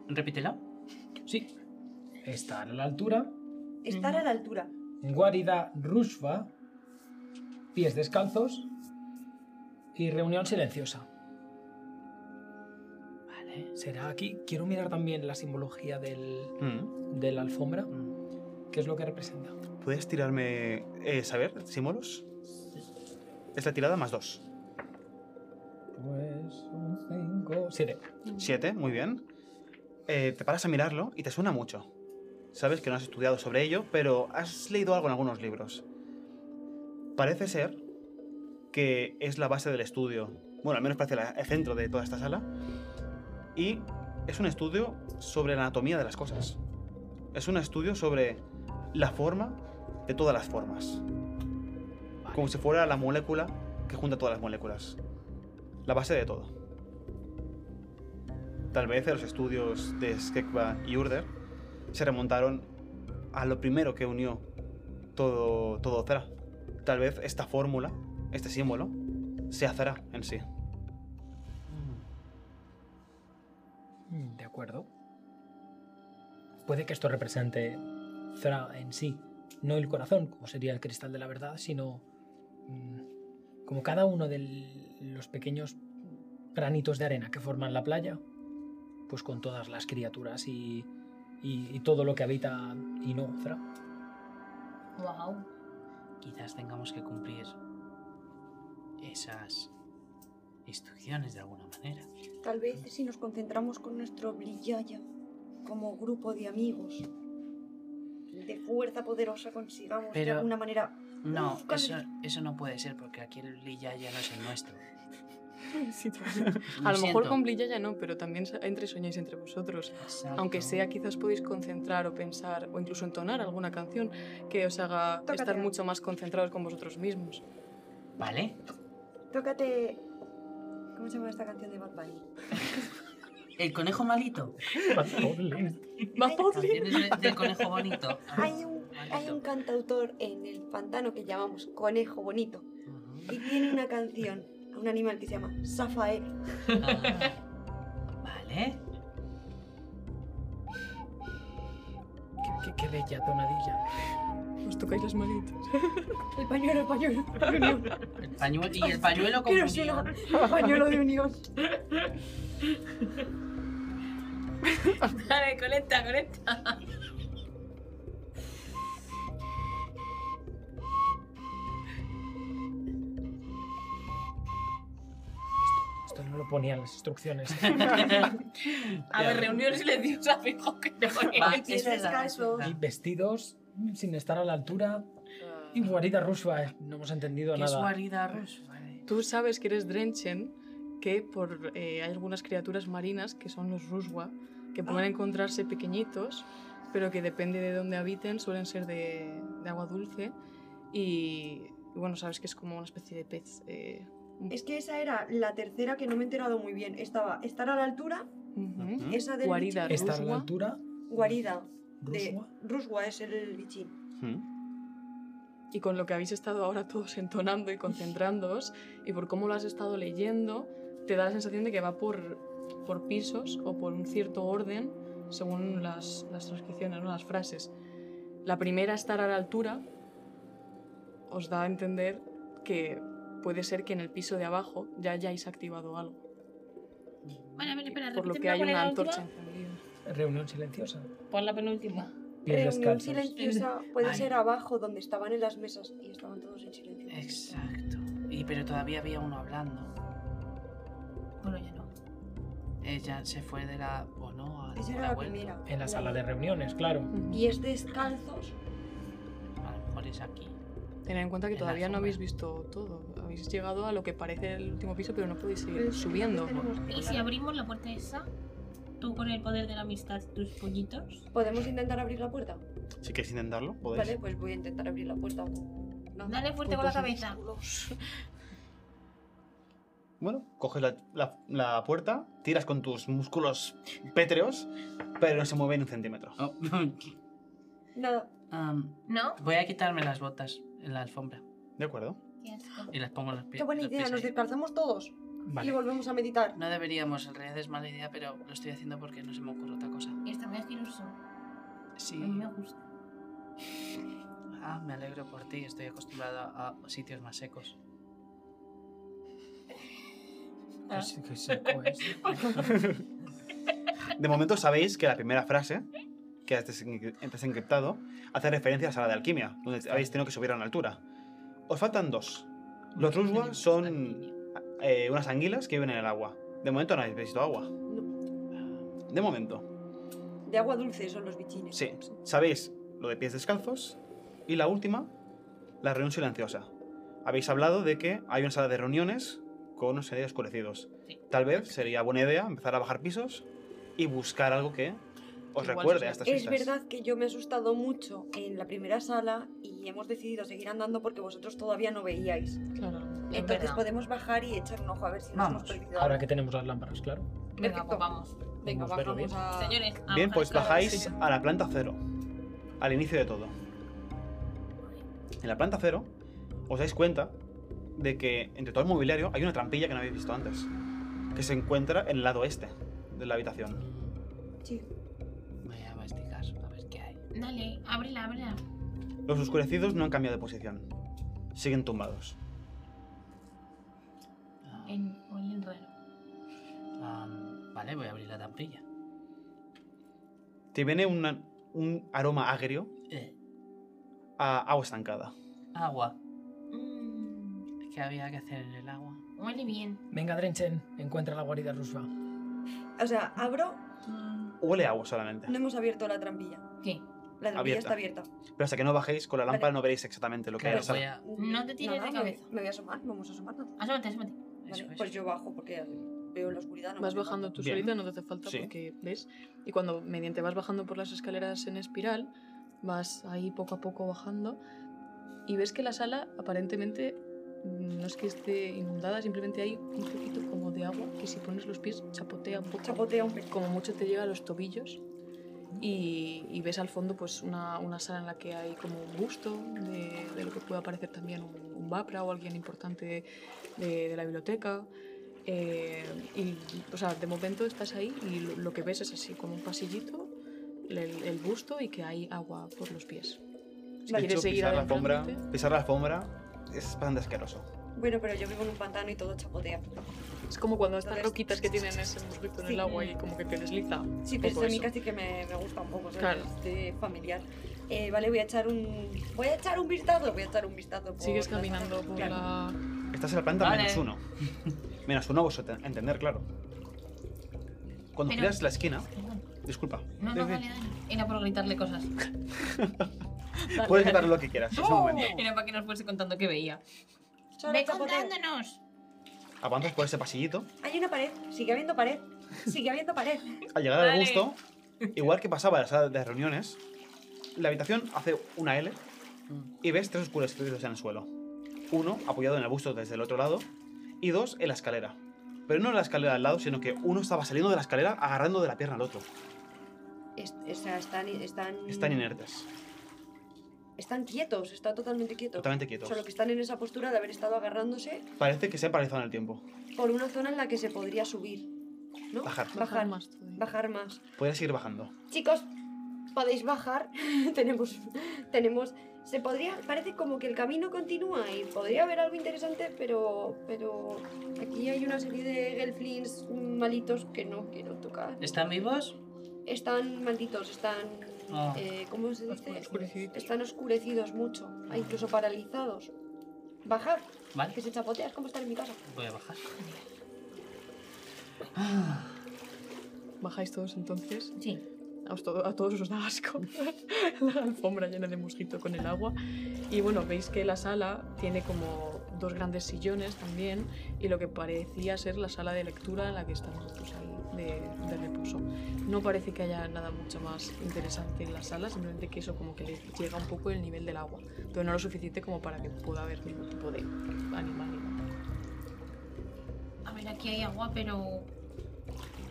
S5: Repítelo.
S7: Sí. Estar a la altura,
S4: Estar a la altura.
S7: guarida rusva, pies descalzos y reunión silenciosa.
S5: Vale.
S7: ¿Será aquí? Quiero mirar también la simbología del,
S2: Mm.
S7: de la alfombra. ¿Qué es lo que representa?
S2: ¿Puedes tirarme... eh, saber símbolos? Esta tirada más dos.
S7: Pues un 5, 7.
S2: Siete, muy bien. Eh, te paras a mirarlo y te suena mucho. Sabes que no has estudiado sobre ello, pero has leído algo en algunos libros. Parece ser que es la base del estudio. Bueno, al menos parece la- el centro de toda esta sala. Y es un estudio sobre la anatomía de las cosas. Es un estudio sobre la forma de todas las formas. Como si fuera la molécula que junta todas las moléculas. La base de todo. Tal vez los estudios de Skekva y Urder se remontaron a lo primero que unió todo, todo Zara. Tal vez esta fórmula, este símbolo, sea Zara en sí.
S7: De acuerdo. Puede que esto represente Zra en sí, no el corazón, como sería el cristal de la verdad, sino mm, como cada uno de los pequeños granitos de arena que forman la playa, pues con todas las criaturas y, y- y todo lo que habita y no Zra.
S9: Wow.
S5: Quizás tengamos que cumplir esas instrucciones de alguna manera.
S8: Tal vez si nos concentramos con nuestro brillaya como grupo de amigos,
S4: De fuerza poderosa consigamos de
S5: Pero-
S4: alguna manera.
S5: No,
S4: Uf,
S5: eso,
S4: Carlos.
S5: eso no puede ser porque aquí el Lilla ya no es el nuestro.
S3: Sí, tú-
S5: Lo
S3: a lo mejor
S5: siento.
S3: con Blilla ya no, pero también sa- entre soñáis entre vosotros.
S5: Exacto.
S3: Aunque sea, quizás podéis concentrar o pensar o incluso entonar alguna canción que os haga estar mucho más concentrados con vosotros mismos.
S5: Vale.
S4: Tócate. ¿Cómo se llama esta canción de Bad Bunny?
S5: El conejo malito.
S3: ¿Más
S5: También es de- del conejo bonito.
S4: Hay un, hay un cantautor en el pantano que llamamos Conejo Bonito y tiene una canción a un animal que se llama Safael.
S5: Ah, Vale.
S7: Qué, qué- qué bella tonadilla.
S3: Os tocáis las manitas.
S4: El pañuelo, el pañuelo. de unión.
S5: El pañuelo, y el pañuelo con
S4: Quiero ser
S5: unión.
S4: El pañuelo de unión.
S6: Vale, conecta, conecta.
S7: Esto no lo ponían las instrucciones.
S6: A ver, reunión silenciosa, fijo que te
S5: Va,
S6: joder.
S4: pies
S5: es verdad, es
S4: descalzos.
S7: y
S5: verdad.
S7: vestidos mm, sin estar a la altura. Y guarida rusa, eh, no hemos entendido
S5: ¿Qué es
S7: nada.
S5: guarida rusa? Vale.
S3: Tú sabes que eres Drenchen, que por, eh, hay algunas criaturas marinas que son los Ruswa, que pueden encontrarse pequeñitos, pero que depende de dónde habiten, suelen ser de, de agua dulce y Y bueno, sabes que es como una especie de pez. eh,
S4: Es que esa era la tercera que no me he enterado muy bien. Estaba estar a la altura,
S3: ujú.
S5: ¿Mm?
S2: Ujú.
S4: esa del
S3: Guarida,
S4: bichín-
S7: Estar a la
S3: Ruswa.
S7: altura.
S4: guarida de
S7: Ruswa.
S4: Ruswa es el bichín.
S2: Mm.
S3: Y con lo que habéis estado ahora todos entonando y concentrándoos, y por cómo lo has estado leyendo, te da la sensación de que va por, por pisos o por un cierto orden según las, las transcripciones, ¿no? las frases. La primera, estar a la altura, os da a entender que puede ser que en el piso de abajo ya hayáis activado algo.
S9: Vale, vale, espera,
S3: por lo que
S9: repítemela,
S3: hay
S9: ¿cuál
S3: una
S9: era la
S3: antorcha
S9: última?
S3: encendida.
S7: Reunión silenciosa.
S9: Pon la penúltima.
S7: Pies
S4: Reunión
S7: descalzos.
S4: silenciosa puede
S5: Vale.
S4: ser abajo donde estaban en las mesas y estaban todos en silencio.
S5: Exacto. Y pero todavía había uno hablando.
S9: Bueno, ya no.
S5: Ella se fue de la. o no, a
S4: Esa
S5: a
S4: era la
S5: vuelta.
S4: primera.
S7: En la sala de reuniones, claro.
S3: Ujú.
S4: Pies descalzos.
S5: A lo mejor es aquí.
S3: Tened en cuenta que
S5: En la
S3: todavía no
S5: sombra.
S3: habéis visto todo. Habéis llegado a lo que parece el último piso, pero no podéis seguir subiendo.
S4: Tenemos que
S9: ¿Y si abrimos la puerta esa? Tú con el poder de la amistad, tus pollitos.
S4: ¿Podemos intentar abrir la puerta?
S2: Si queréis intentarlo, podéis.
S4: Vale, pues voy a intentar abrir la puerta. No,
S9: Dale fuerte con la
S4: puntos
S9: cabeza.
S2: Bueno, coges la, la- la puerta, tiras con tus músculos pétreos, pero no se mueve ni un centímetro.
S5: Oh,
S4: Nada.
S5: um,
S9: ¿No?
S5: voy a quitarme las botas en la alfombra
S2: ¿De acuerdo?
S9: Qué asco.
S5: y las pongo en los pies.
S4: Qué buena idea, nos descalzamos todos y
S7: Vale.
S4: volvemos a meditar.
S5: No deberíamos, en realidad es mala idea, pero lo estoy haciendo porque no se me ocurre otra cosa.
S9: Está muy asqueroso.
S5: Sí.
S9: A mí me gusta.
S5: Ah, me alegro por ti, estoy acostumbrada a sitios más secos.
S9: Ah.
S7: Qué se- qué seco es.
S2: De momento sabéis que la primera frase, que has desenc- has encriptado, hace referencia a la sala de alquimia, donde habéis tenido que subir a una altura. Os faltan dos. Los rusguas son eh, unas anguilas que viven en el agua. De momento no habéis visto agua. De momento.
S4: De agua dulce son los bichines.
S2: Sí. Sabéis lo de pies descalzos. Y la última, la reunión silenciosa. Habéis hablado de que hay una sala de reuniones con unos seres oscurecidos.
S9: Sí.
S2: Tal vez sería buena idea empezar a bajar pisos y buscar algo que os
S3: Igual
S2: recuerde
S3: sea-
S2: a estas
S4: Es
S2: fiestas.
S4: verdad que yo me he asustado mucho en la primera sala y hemos decidido seguir andando porque vosotros todavía no veíais.
S3: Claro.
S6: Es
S4: Entonces pues,
S6: verdad.
S4: podemos bajar y echar un ojo a ver si
S5: Vamos,
S4: nos hemos perdido.
S7: Ahora
S4: algo.
S7: que tenemos las lámparas, claro.
S6: Venga,
S4: Perfecto. Ah,
S6: pues vamos.
S4: Venga,
S7: Vamos, pero
S4: bajamos
S7: bien.
S4: a...
S6: Señores, a
S2: Bien,
S6: bajar
S2: pues
S6: escaleras.
S2: bajáis
S5: Ah.
S2: a la planta cero, al inicio de todo. En la planta cero os dais cuenta de que entre todo el mobiliario hay una trampilla que no habéis visto antes, que se encuentra en el lado este de la habitación.
S4: Sí.
S5: Voy a investigar, a ver qué hay.
S9: Dale, ábrela, ábrela.
S2: Los oscurecidos no han cambiado de posición, siguen tumbados.
S5: Ah,
S9: En, ponle el raro.
S5: um, vale, voy a abrir la tampilla.
S2: Te viene una- un aroma agrio
S5: Eh,
S2: a agua estancada.
S5: agua.
S9: Mm,
S5: ¿Qué había que hacer en el agua?
S9: huele bien.
S7: Venga, Drenchen, encuentra la guarida Rusva.
S4: O sea, abro,
S2: Huele a agua solamente,
S4: no hemos abierto la trampilla.
S9: ¿Qué?
S4: La trampilla
S2: Abierta.
S4: está abierta.
S2: pero hasta que no bajéis con la
S4: Vale.
S2: lámpara no veréis exactamente lo que hay.
S5: Claro,
S2: en la
S5: voy
S2: sala.
S5: a...
S9: No te tires
S4: Nada,
S9: de
S4: me-
S9: cabeza.
S4: Me, voy a asomar, vamos a asomarnos.
S9: Asómate, asómate.
S5: eso
S4: Vale,
S5: es.
S4: pues yo bajo porque veo la oscuridad. No
S3: Vas
S4: me hace
S3: bajando
S4: falta.
S3: tú
S2: Bien.
S3: solita, no te hace falta
S2: Sí.
S3: porque ves. Y cuando mediante vas bajando por las escaleras en espiral, vas ahí poco a poco bajando y ves que la sala aparentemente mm, no es que esté inundada, simplemente hay un poquito como de agua que si pones los pies chapotea un poco.
S4: Chapotea un poco.
S3: como mucho te llega a los tobillos y, y ves al fondo pues una, una sala en la que hay como un busto de, de lo que puede parecer también un, un Vapra o alguien importante de, de la biblioteca. Eh, y, o sea, de momento estás ahí y lo, lo que ves es así como un pasillito, el, el busto y que hay agua por los pies. Si
S2: De
S3: quieres
S2: hecho,
S3: seguir
S2: pisar la alfombra,
S3: adentrándote-
S2: pisar la alfombra es bastante asqueroso.
S4: Bueno, pero yo vivo en un pantano y todo chapotea.
S3: Es como cuando estas
S4: Entonces-
S3: roquitas que tienen ese mosquito en el
S4: Sí.
S3: agua y como que te desliza.
S4: Sí,
S3: Un
S4: pues
S3: poco
S4: a mí
S3: eso.
S4: casi que me, me gusta un poco, ¿sabes?
S3: Claro.
S4: Este, familiar. Eh, vale, voy a echar un... Voy a echar un vistazo, voy a echar un vistazo. por
S3: Sigues
S4: la sala.
S3: caminando por
S4: Claro.
S3: la...
S2: Estás en la planta
S5: Vale.
S2: menos uno. Menos uno, vos ent- entender, claro. Cuando
S9: Pero-
S2: giras la esquina,
S9: Perdón.
S2: disculpa.
S9: No, no,
S2: Dime.
S9: dale, dale. Era por gritarle cosas.
S2: Puedes quitar lo que quieras, es un momento.
S6: Era para que nos fuese contando qué veía.
S4: Solo
S9: ¡Ve
S4: chapoteo.
S9: contándonos!
S2: Avanzas por ese pasillito.
S4: Hay una pared, sigue habiendo pared, sigue habiendo pared.
S2: Al llegar al
S6: Vale.
S2: gusto, igual que pasaba en la sala de reuniones, la habitación hace una L
S5: Mm.
S2: y ves tres oscurecidos en el suelo. Uno apoyado en el busto desde el otro lado y dos en la escalera. Pero no en la escalera al lado, sino que uno estaba saliendo de la escalera agarrando de la pierna al otro.
S4: Es- o sea, están, están,
S2: Están inertes,
S4: están quietos, están totalmente quietos.
S2: totalmente quietos.
S4: Solo que están en esa postura de haber estado agarrándose
S2: Parece que se han paralizado en el tiempo.
S4: por una zona en la que se podría subir. ¿No?
S2: Bajar.
S4: Bajar,
S6: más todavía.
S4: bajar más.
S2: Podría seguir bajando.
S4: Chicos, podéis bajar. tenemos, tenemos. Se podría, parece como que el camino continúa y podría haber algo interesante, pero, pero aquí hay una serie de gelflings malitos que no quiero tocar.
S5: ¿Están vivos?
S4: Están malditos, están,
S5: Ah.
S4: eh, ¿cómo se dice?
S6: Oscureciditos.
S4: Están oscurecidos mucho, e incluso paralizados. Bajar,
S5: Vale,
S4: que se chapotea, es como estar en mi casa.
S5: voy a bajar.
S3: Bajáis todos entonces.
S6: Sí.
S3: A, os todo- a todos os da asco. la alfombra llena de mosquito con el agua. Y bueno, veis que la sala tiene como dos grandes sillones también y lo que parecía ser la sala de lectura en la que están nosotros ahí de, de reposo. No parece que haya nada mucho más interesante en la sala, simplemente que eso como que les llega un poco el nivel del agua, pero no lo suficiente como para que pueda haber ningún tipo de animal. ni nada.
S9: A ver, aquí hay agua, pero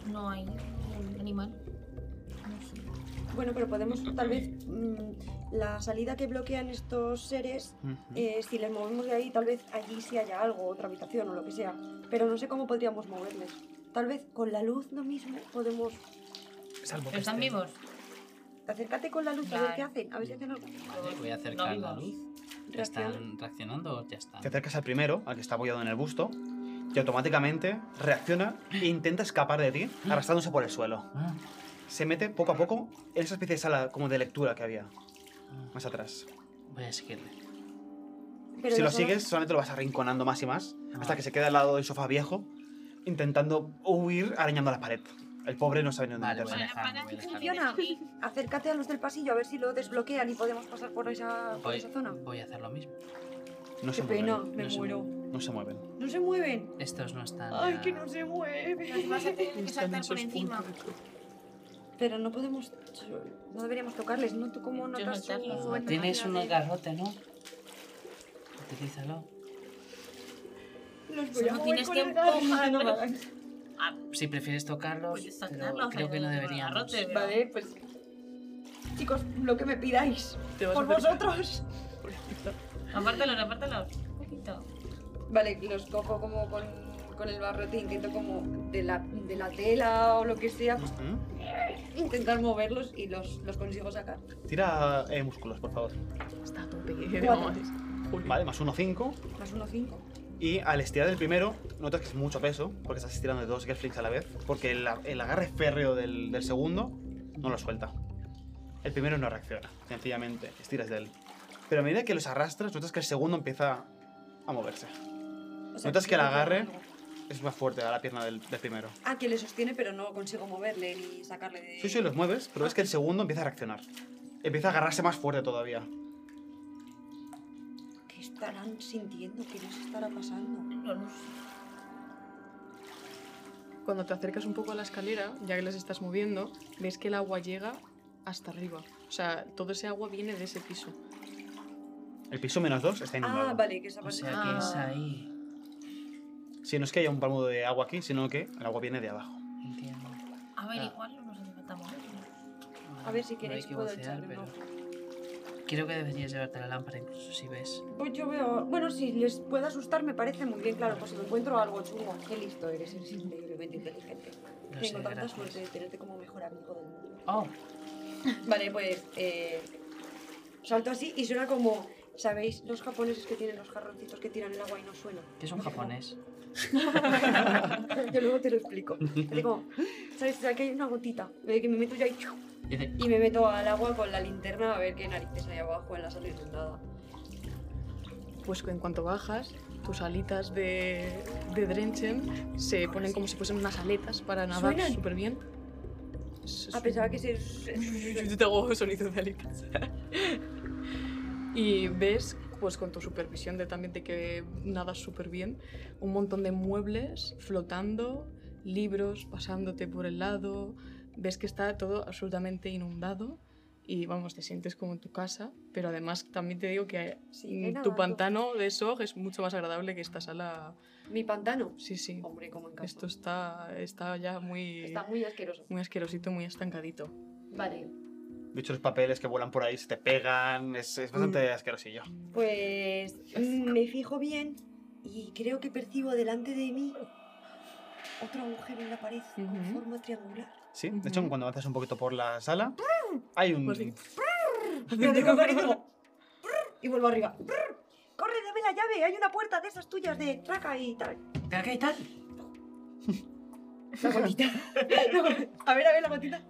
S9: no hay ningún animal.
S8: No sé.
S4: Bueno, pero podemos, tal vez, mm, la salida que bloquean estos seres, eh, si les movemos de ahí, tal vez allí sí haya algo, otra habitación o lo que sea. Pero no sé cómo podríamos moverles. Tal vez con la luz lo mismo podemos...
S7: Salvo que
S9: ¿Están
S5: este,
S7: esté-
S9: vivos?
S5: pues,
S4: Acércate con la luz a ver
S6: Vale.
S4: qué hacen, a ver si hacen algo.
S5: Vale, voy a acercar la
S6: vivos.
S5: luz.
S4: Reaccionan.
S5: ¿Están reaccionando o ya están?
S2: Te acercas al primero, al que está apoyado en el busto, y automáticamente reacciona e intenta escapar de ti, arrastrándose por el suelo.
S5: Ah,
S2: Se mete poco a poco en esa especie de sala como de lectura que había,
S5: ah,
S2: más atrás.
S5: voy a seguirle.
S4: Pero
S2: si
S4: la
S2: lo
S4: sala-
S2: sigues, solamente lo vas arrinconando más y más, hasta
S5: Ah.
S2: que se queda al lado del sofá viejo, intentando huir, arañando la pared. El pobre no sabe ni dónde
S5: Vale,
S2: meterse.
S5: voy a dejarlo, voy a dejarlo.
S4: Funciona. Acércate a los del pasillo a ver si lo desbloquean y podemos pasar por esa, por esa zona.
S5: Voy, voy a hacer lo mismo.
S2: No se
S4: Qué pena,
S2: mueven.
S4: me
S5: no se
S4: muero.
S2: No se mueven.
S4: No se mueven.
S5: Estos no están...
S4: Ay, que
S5: ah,
S4: no se mueven.
S9: Nos vas a tener que
S3: Están
S9: saltar
S3: hechos
S9: por encima.
S3: puntos.
S4: Pero no podemos... No deberíamos tocarles, ¿no? ¿Tú cómo
S9: Yo
S4: notas su
S9: notarlo.
S5: ah,
S9: Bueno,
S5: Tienes
S9: imagínate.
S5: un garrote, ¿no? Utilízalo.
S4: Los
S9: Solo tienes que empujar.
S5: Si prefieres tocarlos,
S9: Puedes
S5: pero
S9: sacarlos,
S5: creo que
S9: ayúdate
S5: no
S9: con el
S5: deberíamos.
S9: garrote.
S4: Vale, pues. Chicos, lo que me pidáis.
S3: Te vas a
S4: Por
S3: acercar.
S4: vosotros.
S9: Apártalos, apártalos. Un poquito.
S4: Vale, los cojo como con, con el barrote, intento como de la, de la tela o lo que sea,
S2: Ujú.
S4: intentar moverlos y los, los consigo sacar.
S2: Tira eh, músculos, por favor.
S3: Está a tope. vamos.
S4: Cuatro.
S3: Jolín.
S2: Vale, más uno, cinco.
S4: Más uno, cinco.
S2: Y al estirar el primero, notas que es mucho peso, porque estás estirando de dos Gelflings a la vez, porque el, a- el agarre férreo del, del segundo no lo suelta. El primero no reacciona, sencillamente estiras de él. Pero a medida que los arrastras, notas que el segundo empieza a moverse.
S4: O
S2: Notas que el
S4: no puedo
S2: agarre-
S4: algo.
S2: Es más fuerte a la pierna del, del primero.
S4: Ah, que le sostiene, pero no consigo moverle ni sacarle de.
S2: Sí, sí, los mueves, pero ves que el segundo empieza a reaccionar. Empieza a agarrarse más fuerte todavía.
S4: ¿Qué estarán sintiendo? ¿Qué les estará pasando?
S9: No lo sé.
S3: Cuando te acercas un poco a la escalera, ya que las estás moviendo, ves que el agua llega hasta arriba. O sea, todo ese agua viene de ese piso.
S2: El piso menos dos está inundado.
S4: Ah, vale, que esa
S5: O
S4: parte.
S5: sea que
S4: Ah.
S5: es ahí.
S2: Si no es que haya un palmo de agua aquí, sino que el agua viene de abajo.
S5: Entiendo.
S9: A ver,
S5: Ah.
S9: igual no nos hace falta moverlo.
S5: Ah,
S4: A ver si
S5: no
S4: queréis
S5: hay que
S4: puedo
S5: bucear,
S4: echarle un
S5: pero Creo que deberías llevarte la lámpara incluso si ves.
S4: Pues yo veo. Bueno, si les puedo asustar, me parece muy bien, claro, pues si me encuentro algo chungo. Qué listo eres, eres increíblemente inteligente.
S5: No
S4: Tengo
S5: sé,
S4: tanta
S5: gracias.
S4: suerte de tenerte como mejor amigo del mundo.
S5: Oh,
S4: Vale, pues eh, salto así y suena como, ¿sabéis? Los japoneses que tienen los jarroncitos que tiran el agua y no suena.
S5: que es un japonés.
S4: Yo luego te lo explico. Hace como, ¿sabes? Aquí hay una gotita. eh, Que me meto yo ahí ¡chu!
S5: Dice,
S4: y me meto al agua con la linterna a ver qué narices hay abajo en la sala inundada.
S3: Pues en cuanto bajas, tus alitas de, de Drenchen se ponen como si fuesen unas aletas para nadar
S4: ¿Suenan?
S3: súper bien. Es- es
S4: Ah, pensaba que se...
S3: un- Yo te hago sonido de alitas. y ves, pues con tu supervisión de también de que nadas súper bien, un montón de muebles flotando, libros pasándote por el lado, ves que está todo absolutamente inundado y vamos, te sientes como en tu casa, pero además también te digo que
S4: Sí,
S3: mm,
S4: he
S3: tu
S4: nadado.
S3: pantano de Sog es mucho más agradable que esta sala.
S4: Mi pantano.
S3: Sí, sí.
S4: Hombre, como en casa.
S3: Esto está, está ya muy,
S4: Oh, Está muy asqueroso.
S3: muy asquerosito, muy estancadito.
S4: Vale,
S2: De hecho, los papeles que vuelan por ahí se te pegan. Es, es bastante
S4: Mm.
S2: asquerosillo.
S4: Pues mm, me fijo bien y creo que percibo delante de mí otro agujero en la pared con
S3: Ujú.
S4: forma triangular.
S2: Sí, de hecho,
S3: Ujú.
S2: cuando avanzas un poquito por la sala, hay un.
S3: Pues sí.
S4: Pero de golpe digo, "Prr", y vuelvo arriba. "Prr". ¡Corre, dame la llave! Hay una puerta de esas tuyas de traca y tal.
S5: ¿Traca y tal?
S4: La gotita. La go- a ver, a ver, la gotita.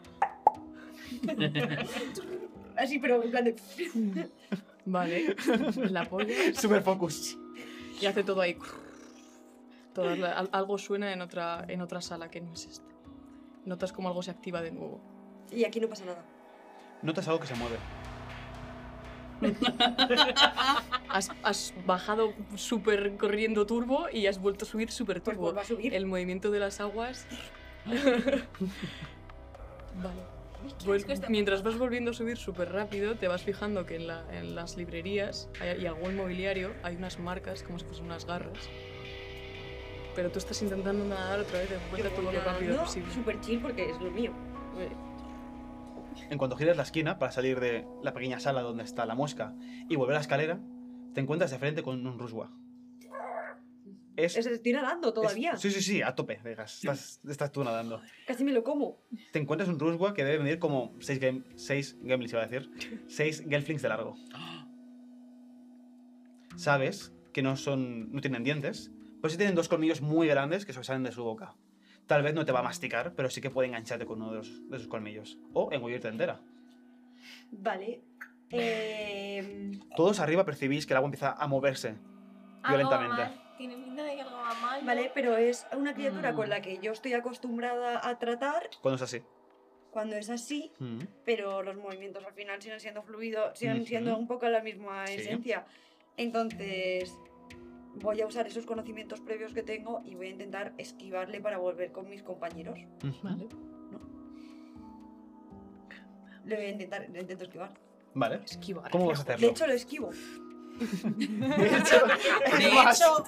S4: Así, pero en plan de...
S3: Vale, la apoyas
S2: Super focus.
S3: y hace todo ahí. Todas la- al- algo suena en otra, en otra sala que no es esta. Notas como algo se activa de nuevo.
S4: Y aquí no pasa nada.
S2: Notas algo que se mueve.
S3: Has, has bajado súper corriendo turbo y has vuelto a subir súper
S4: Pues
S3: turbo.
S4: vuelvo a subir.
S3: El movimiento de las aguas. vale. Vuel- mientras vas volviendo a subir súper rápido, te vas fijando que en, la- en las librerías hay- y algún mobiliario hay unas marcas como si fuesen unas garras. Pero tú estás intentando nadar otra vez de vuelta todo lo rápido
S4: No,
S3: posible.
S4: súper chill porque es lo mío.
S2: En cuanto giras la esquina para salir de la pequeña sala donde está la mosca y volver a la escalera, te encuentras de frente con un ruswa. Es,
S4: Se estoy nadando
S2: es-
S4: todavía.
S2: sí, sí, sí, a tope, Vegas. Estás, estás tú nadando.
S4: Casi me lo como.
S2: Te encuentras un ruswa que debe medir como 6 game, seis Gemlings, iba a decir. 6 Gelflings de largo. Sabes que no, son, no tienen dientes, pero sí tienen dos colmillos muy grandes que sobresalen de su boca. Tal vez no te va a masticar, pero sí que puede engancharte con uno de, los- de sus colmillos. O engullirte entera.
S4: Vale. Eh,
S2: Todos arriba percibís que el agua empieza a moverse violentamente.
S9: Algo va mal. Tiene pinta de que algo va mal.
S4: Vale, pero es una criatura
S5: Mm.
S4: con la que yo estoy acostumbrada a tratar
S2: Cuando es así.
S4: cuando es así,
S2: Mm.
S4: pero los movimientos al final siguen siendo fluidos, siguen
S2: Ujú.
S4: siendo un poco la misma
S2: Sí.
S4: esencia. Entonces, voy a usar esos conocimientos previos que tengo y voy a intentar esquivarle para volver con mis compañeros.
S2: Vale.
S4: Le voy a intentar, le intento esquivar.
S3: Esquivar.
S2: ¿Cómo vas a
S4: De
S2: hacerlo?
S4: hecho, lo esquivo.
S2: De hecho,
S5: De
S2: es más,
S5: hecho,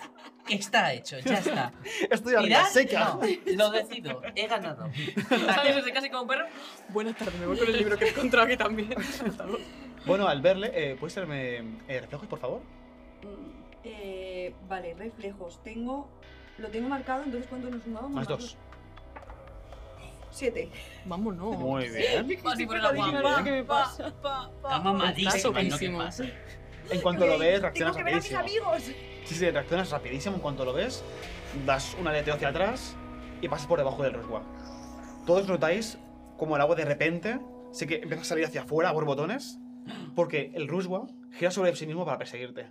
S5: está hecho, ya está.
S2: estoy arriba,
S5: Mirad,
S2: seca.
S5: no, lo decido, he ganado.
S6: ¿Sabes? O sea, casi como perro.
S3: Buenas tardes, me voy con el libro que he encontrado aquí también. Hasta luego.
S2: Bueno, al verle, eh, ¿puedes hacerme eh, reflejos, por favor?
S4: Mm, eh, vale, reflejos. Tengo. Lo tengo marcado, entonces ¿cuánto nos sumamos?
S2: Más dos.
S4: Siete.
S3: Vámonos.
S2: Muy bien.
S6: Va así por el agua.
S2: original,
S6: Pa,
S2: ¿qué
S6: pa, pa, pa.
S5: Está mamadísimo, no que
S3: sopísimo.
S5: pasa.
S2: En cuanto lo
S4: Ay,
S2: ves,
S4: Tengo
S2: reaccionas
S4: que ver a mis
S2: rapidísimo.
S4: amigos.
S2: Sí, sí, reaccionas rapidísimo en cuanto lo ves. Das un aleteo hacia atrás y pasas por debajo del resguá. Todos notáis como el agua de repente sí que empieza a salir hacia afuera a borbotones porque el ruswa gira sobre sí mismo para perseguirte.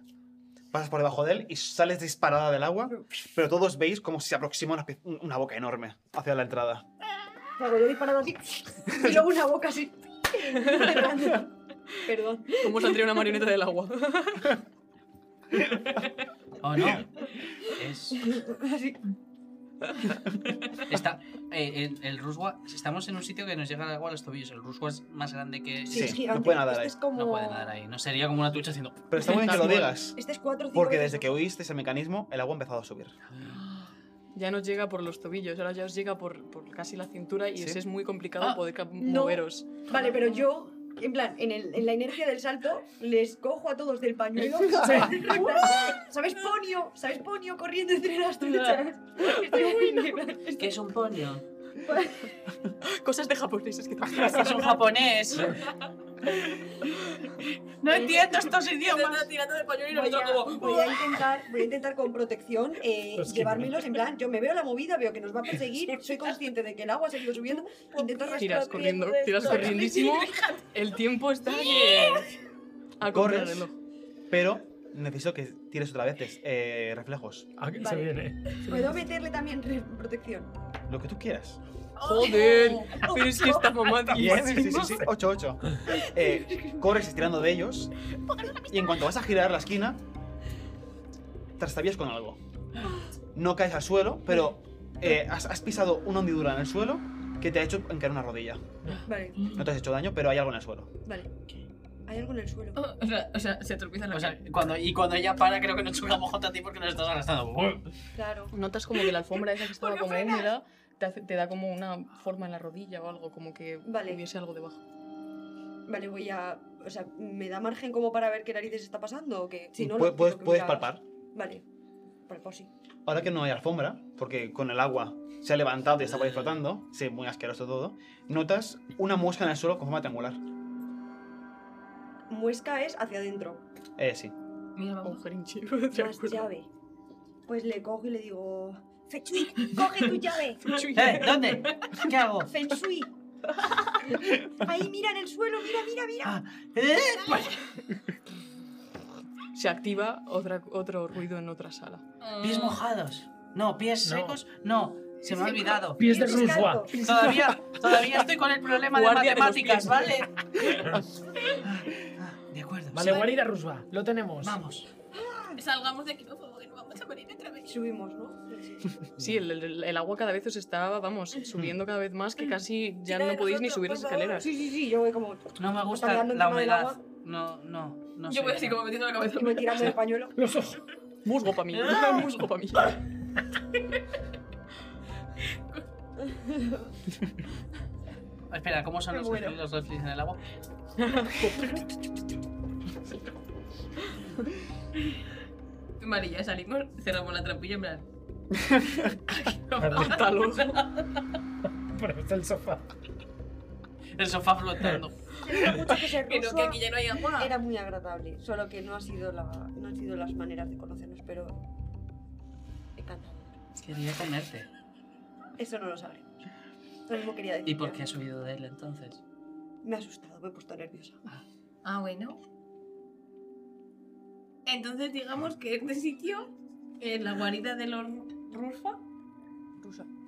S2: Pasas por debajo de él y sales disparada del agua, pero todos veis como se aproxima una, pe- una boca enorme hacia la entrada.
S4: Claro, yo disparado así. Y luego una boca así. cerrando. Perdón.
S3: ¿Cómo saldría una marioneta del agua?
S5: ¿O no? Es...
S4: Así.
S5: Está... eh, el, el Ruswa... Estamos en un sitio que nos llega el agua a los tobillos. El Ruswa es más grande que...
S2: Sí,
S4: es
S2: no
S4: gigante.
S2: puede nadar
S4: Este
S2: ahí.
S4: es como...
S5: No puede nadar ahí. No sería como una tucha haciendo...
S2: Pero está muy bien que lo digas,
S4: Este es cuatro o cinco
S2: porque
S4: veces
S2: desde que
S4: más.
S2: oíste ese mecanismo, el agua ha empezado a subir.
S3: Ya nos llega por los tobillos, ahora ya os llega por, por casi la cintura y
S2: ¿Sí?
S3: os es muy complicado
S5: Ah,
S3: poder ca-
S4: no.
S3: moveros.
S4: Vale, pero yo, en plan, en, el, en la inercia del salto, les cojo a todos del pañuelo. ¿Sabes ponio? ¿Sabes ponio corriendo entre las truchas? Estoy muy bueno.
S5: ¿Qué es un ponio?
S3: Cosas de japoneses que también.
S5: Es un japonés. No entiendo estos idiomas.
S6: tirando del pañuelo y
S4: Voy
S6: nosotros
S4: a,
S6: como.
S4: voy a intentar, voy a intentar con protección eh,
S7: Los que-
S4: llevármelos en plan. Yo me veo la movida, veo que nos va a perseguir, soy consciente de que el agua se ha ido subiendo, intento
S3: Tiras
S4: arrastrar.
S3: corriendo,
S6: corriendo
S3: tiras
S6: esto.
S3: corriendísimo. El tiempo está que... A
S2: Corres.
S3: contrarreloj.
S2: Pero necesito que tires otra vez tes- eh, reflejos.
S7: Ah, que se
S4: Vale.
S7: viene.
S4: Puedo meterle también re- protección.
S2: Lo que tú quieras.
S4: Oh,
S3: Joder, pero es que esta mamá
S2: Bien, sí, sí, sí, 8, 8. corres estirando de ellos. Y en cuanto vas a girar la esquina, te trastabillas con algo. No caes al suelo, pero eh, has, has pisado una hundidura en el suelo que te ha hecho encaer una rodilla.
S4: Vale,
S3: Mm.
S2: No te has hecho daño, pero hay algo en el suelo.
S4: vale. Hay algo en el suelo.
S6: O sea, o sea, se tropieza la
S5: O sea,
S6: cara.
S5: cuando, y cuando ella para, creo que nos chocamos jota a ti porque nos estás arrastrando.
S4: Claro.
S3: Notas como que la alfombra esa que estaba como húmeda te, hace- te da como una forma en la rodilla o algo, como que
S4: Vale.
S3: hubiese algo debajo.
S4: Vale, voy a. O sea, ¿me da margen como para ver qué narices está pasando? O qué? Si no, lo
S2: Pu- puedes
S4: tengo que
S2: puedes
S4: mirar.
S2: palpar.
S4: Vale. Palpar, sí.
S2: Ahora que no hay alfombra, porque con el agua se ha levantado y está
S5: Ah.
S2: por ahí flotando, sí, muy asqueroso todo, notas una mosca en el suelo con forma triangular.
S4: Muesca es hacia adentro.
S2: Eh, sí.
S6: Mira,
S3: O un
S6: vamos.
S3: jerinche.
S4: Más llave. Pues le cojo y le digo. Feng Shui, coge tu llave.
S5: ¿Eh? ¿Dónde? ¿Qué hago?
S4: Feng Shui. Ahí, mira en el suelo, mira, mira, mira.
S5: Ah, ¿eh? Pues,
S3: Se activa otra, otro ruido en otra sala.
S5: Mm. pies mojados. No, pies
S7: No.
S5: secos. No, se me ha olvidado.
S7: Pies de
S4: Tienes
S7: Ruswa.
S4: algo.
S5: Todavía, todavía estoy con el problema de
S3: Guardia de los pies.
S5: matemáticas, ¿vale? De acuerdo.
S7: Vale,
S5: sí.
S7: guarida Ruswa. Lo
S4: pues.
S7: tenemos.
S5: Vamos.
S6: Eh, Salgamos de aquí, por favor, que no vamos a morir otra vez.
S4: Subimos, ¿no?
S3: Sí, el, el- el agua cada vez os estaba, vamos, subiendo cada vez más que casi ya
S4: Tira Mm. de
S3: no podéis ni
S4: nosotros,
S3: subir
S4: por
S3: las
S4: favor.
S3: escaleras.
S4: Sí, sí, sí, yo voy
S5: No
S4: como.
S5: me
S4: Está
S5: gusta
S4: mirando
S5: la
S4: encima del
S5: humedad.
S4: agua.
S5: No, no, no.
S6: Yo
S5: sé.
S6: voy así como metiendo la cabeza.
S4: Y me tirando el pañuelo.
S7: Los ojos.
S3: Musgo para mí, musgo para mí.
S5: Espera, ¿cómo son
S4: Me
S5: los,
S4: muero.
S5: los reflis en el agua?
S6: Vale, ya salimos, cerramos la trampilla en plan.
S3: Talos.
S7: Pero está el sofá.
S5: El sofá flotando.
S4: Se nota mucho que ser
S6: Que no, que
S4: Ruswa
S6: aquí ya no hay agua.
S4: Era muy agradable, solo que no ha sido la, no han sido las maneras de conocernos, pero me encanta.
S5: Quería comerte.
S4: Eso no lo sabremos. Lo mismo quería decir.
S5: ¿Y por
S4: yo.
S5: qué has subido de él entonces?
S4: Me ha asustado, me he puesto nerviosa.
S6: Ah, bueno. Entonces, digamos que este sitio es la guarida de los Rufa.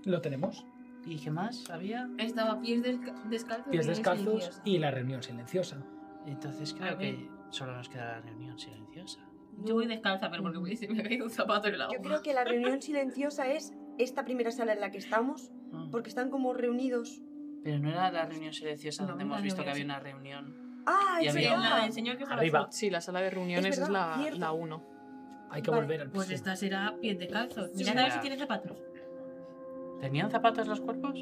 S7: Lo tenemos.
S5: ¿Y qué más había?
S6: Estaba pies desca- descalzos.
S7: Pies
S6: y
S7: descalzos
S6: silenciosa.
S7: y la reunión silenciosa.
S5: Entonces
S6: A
S5: creo
S6: ver.
S5: que solo nos queda la reunión silenciosa.
S6: Yo voy descalza, pero porque me- se me ha caído un zapato en el agua.
S4: Yo creo que la reunión silenciosa es esta primera sala en la que estamos,
S5: Ah,
S4: porque están como reunidos.
S5: Pero no era la reunión silenciosa
S6: No,
S5: donde
S6: no
S5: hemos
S6: era
S5: visto que
S6: reunión
S5: había una reunión.
S4: Ah,
S5: Y
S4: es
S5: había
S6: Pero la
S4: verdad.
S6: del señor que estaba
S7: Arriba.
S3: Sí, la sala de reuniones
S4: Es
S3: es,
S4: verdad,
S3: la-
S4: cierto.
S3: la 1.
S7: Hay que
S4: Vale,
S7: volver al
S6: Pues
S7: principio.
S6: esta será pies descalzos.
S5: Sí,
S6: Mira a ver
S5: será.
S6: si tiene zapatos.
S5: ¿Tenían zapatos los cuerpos?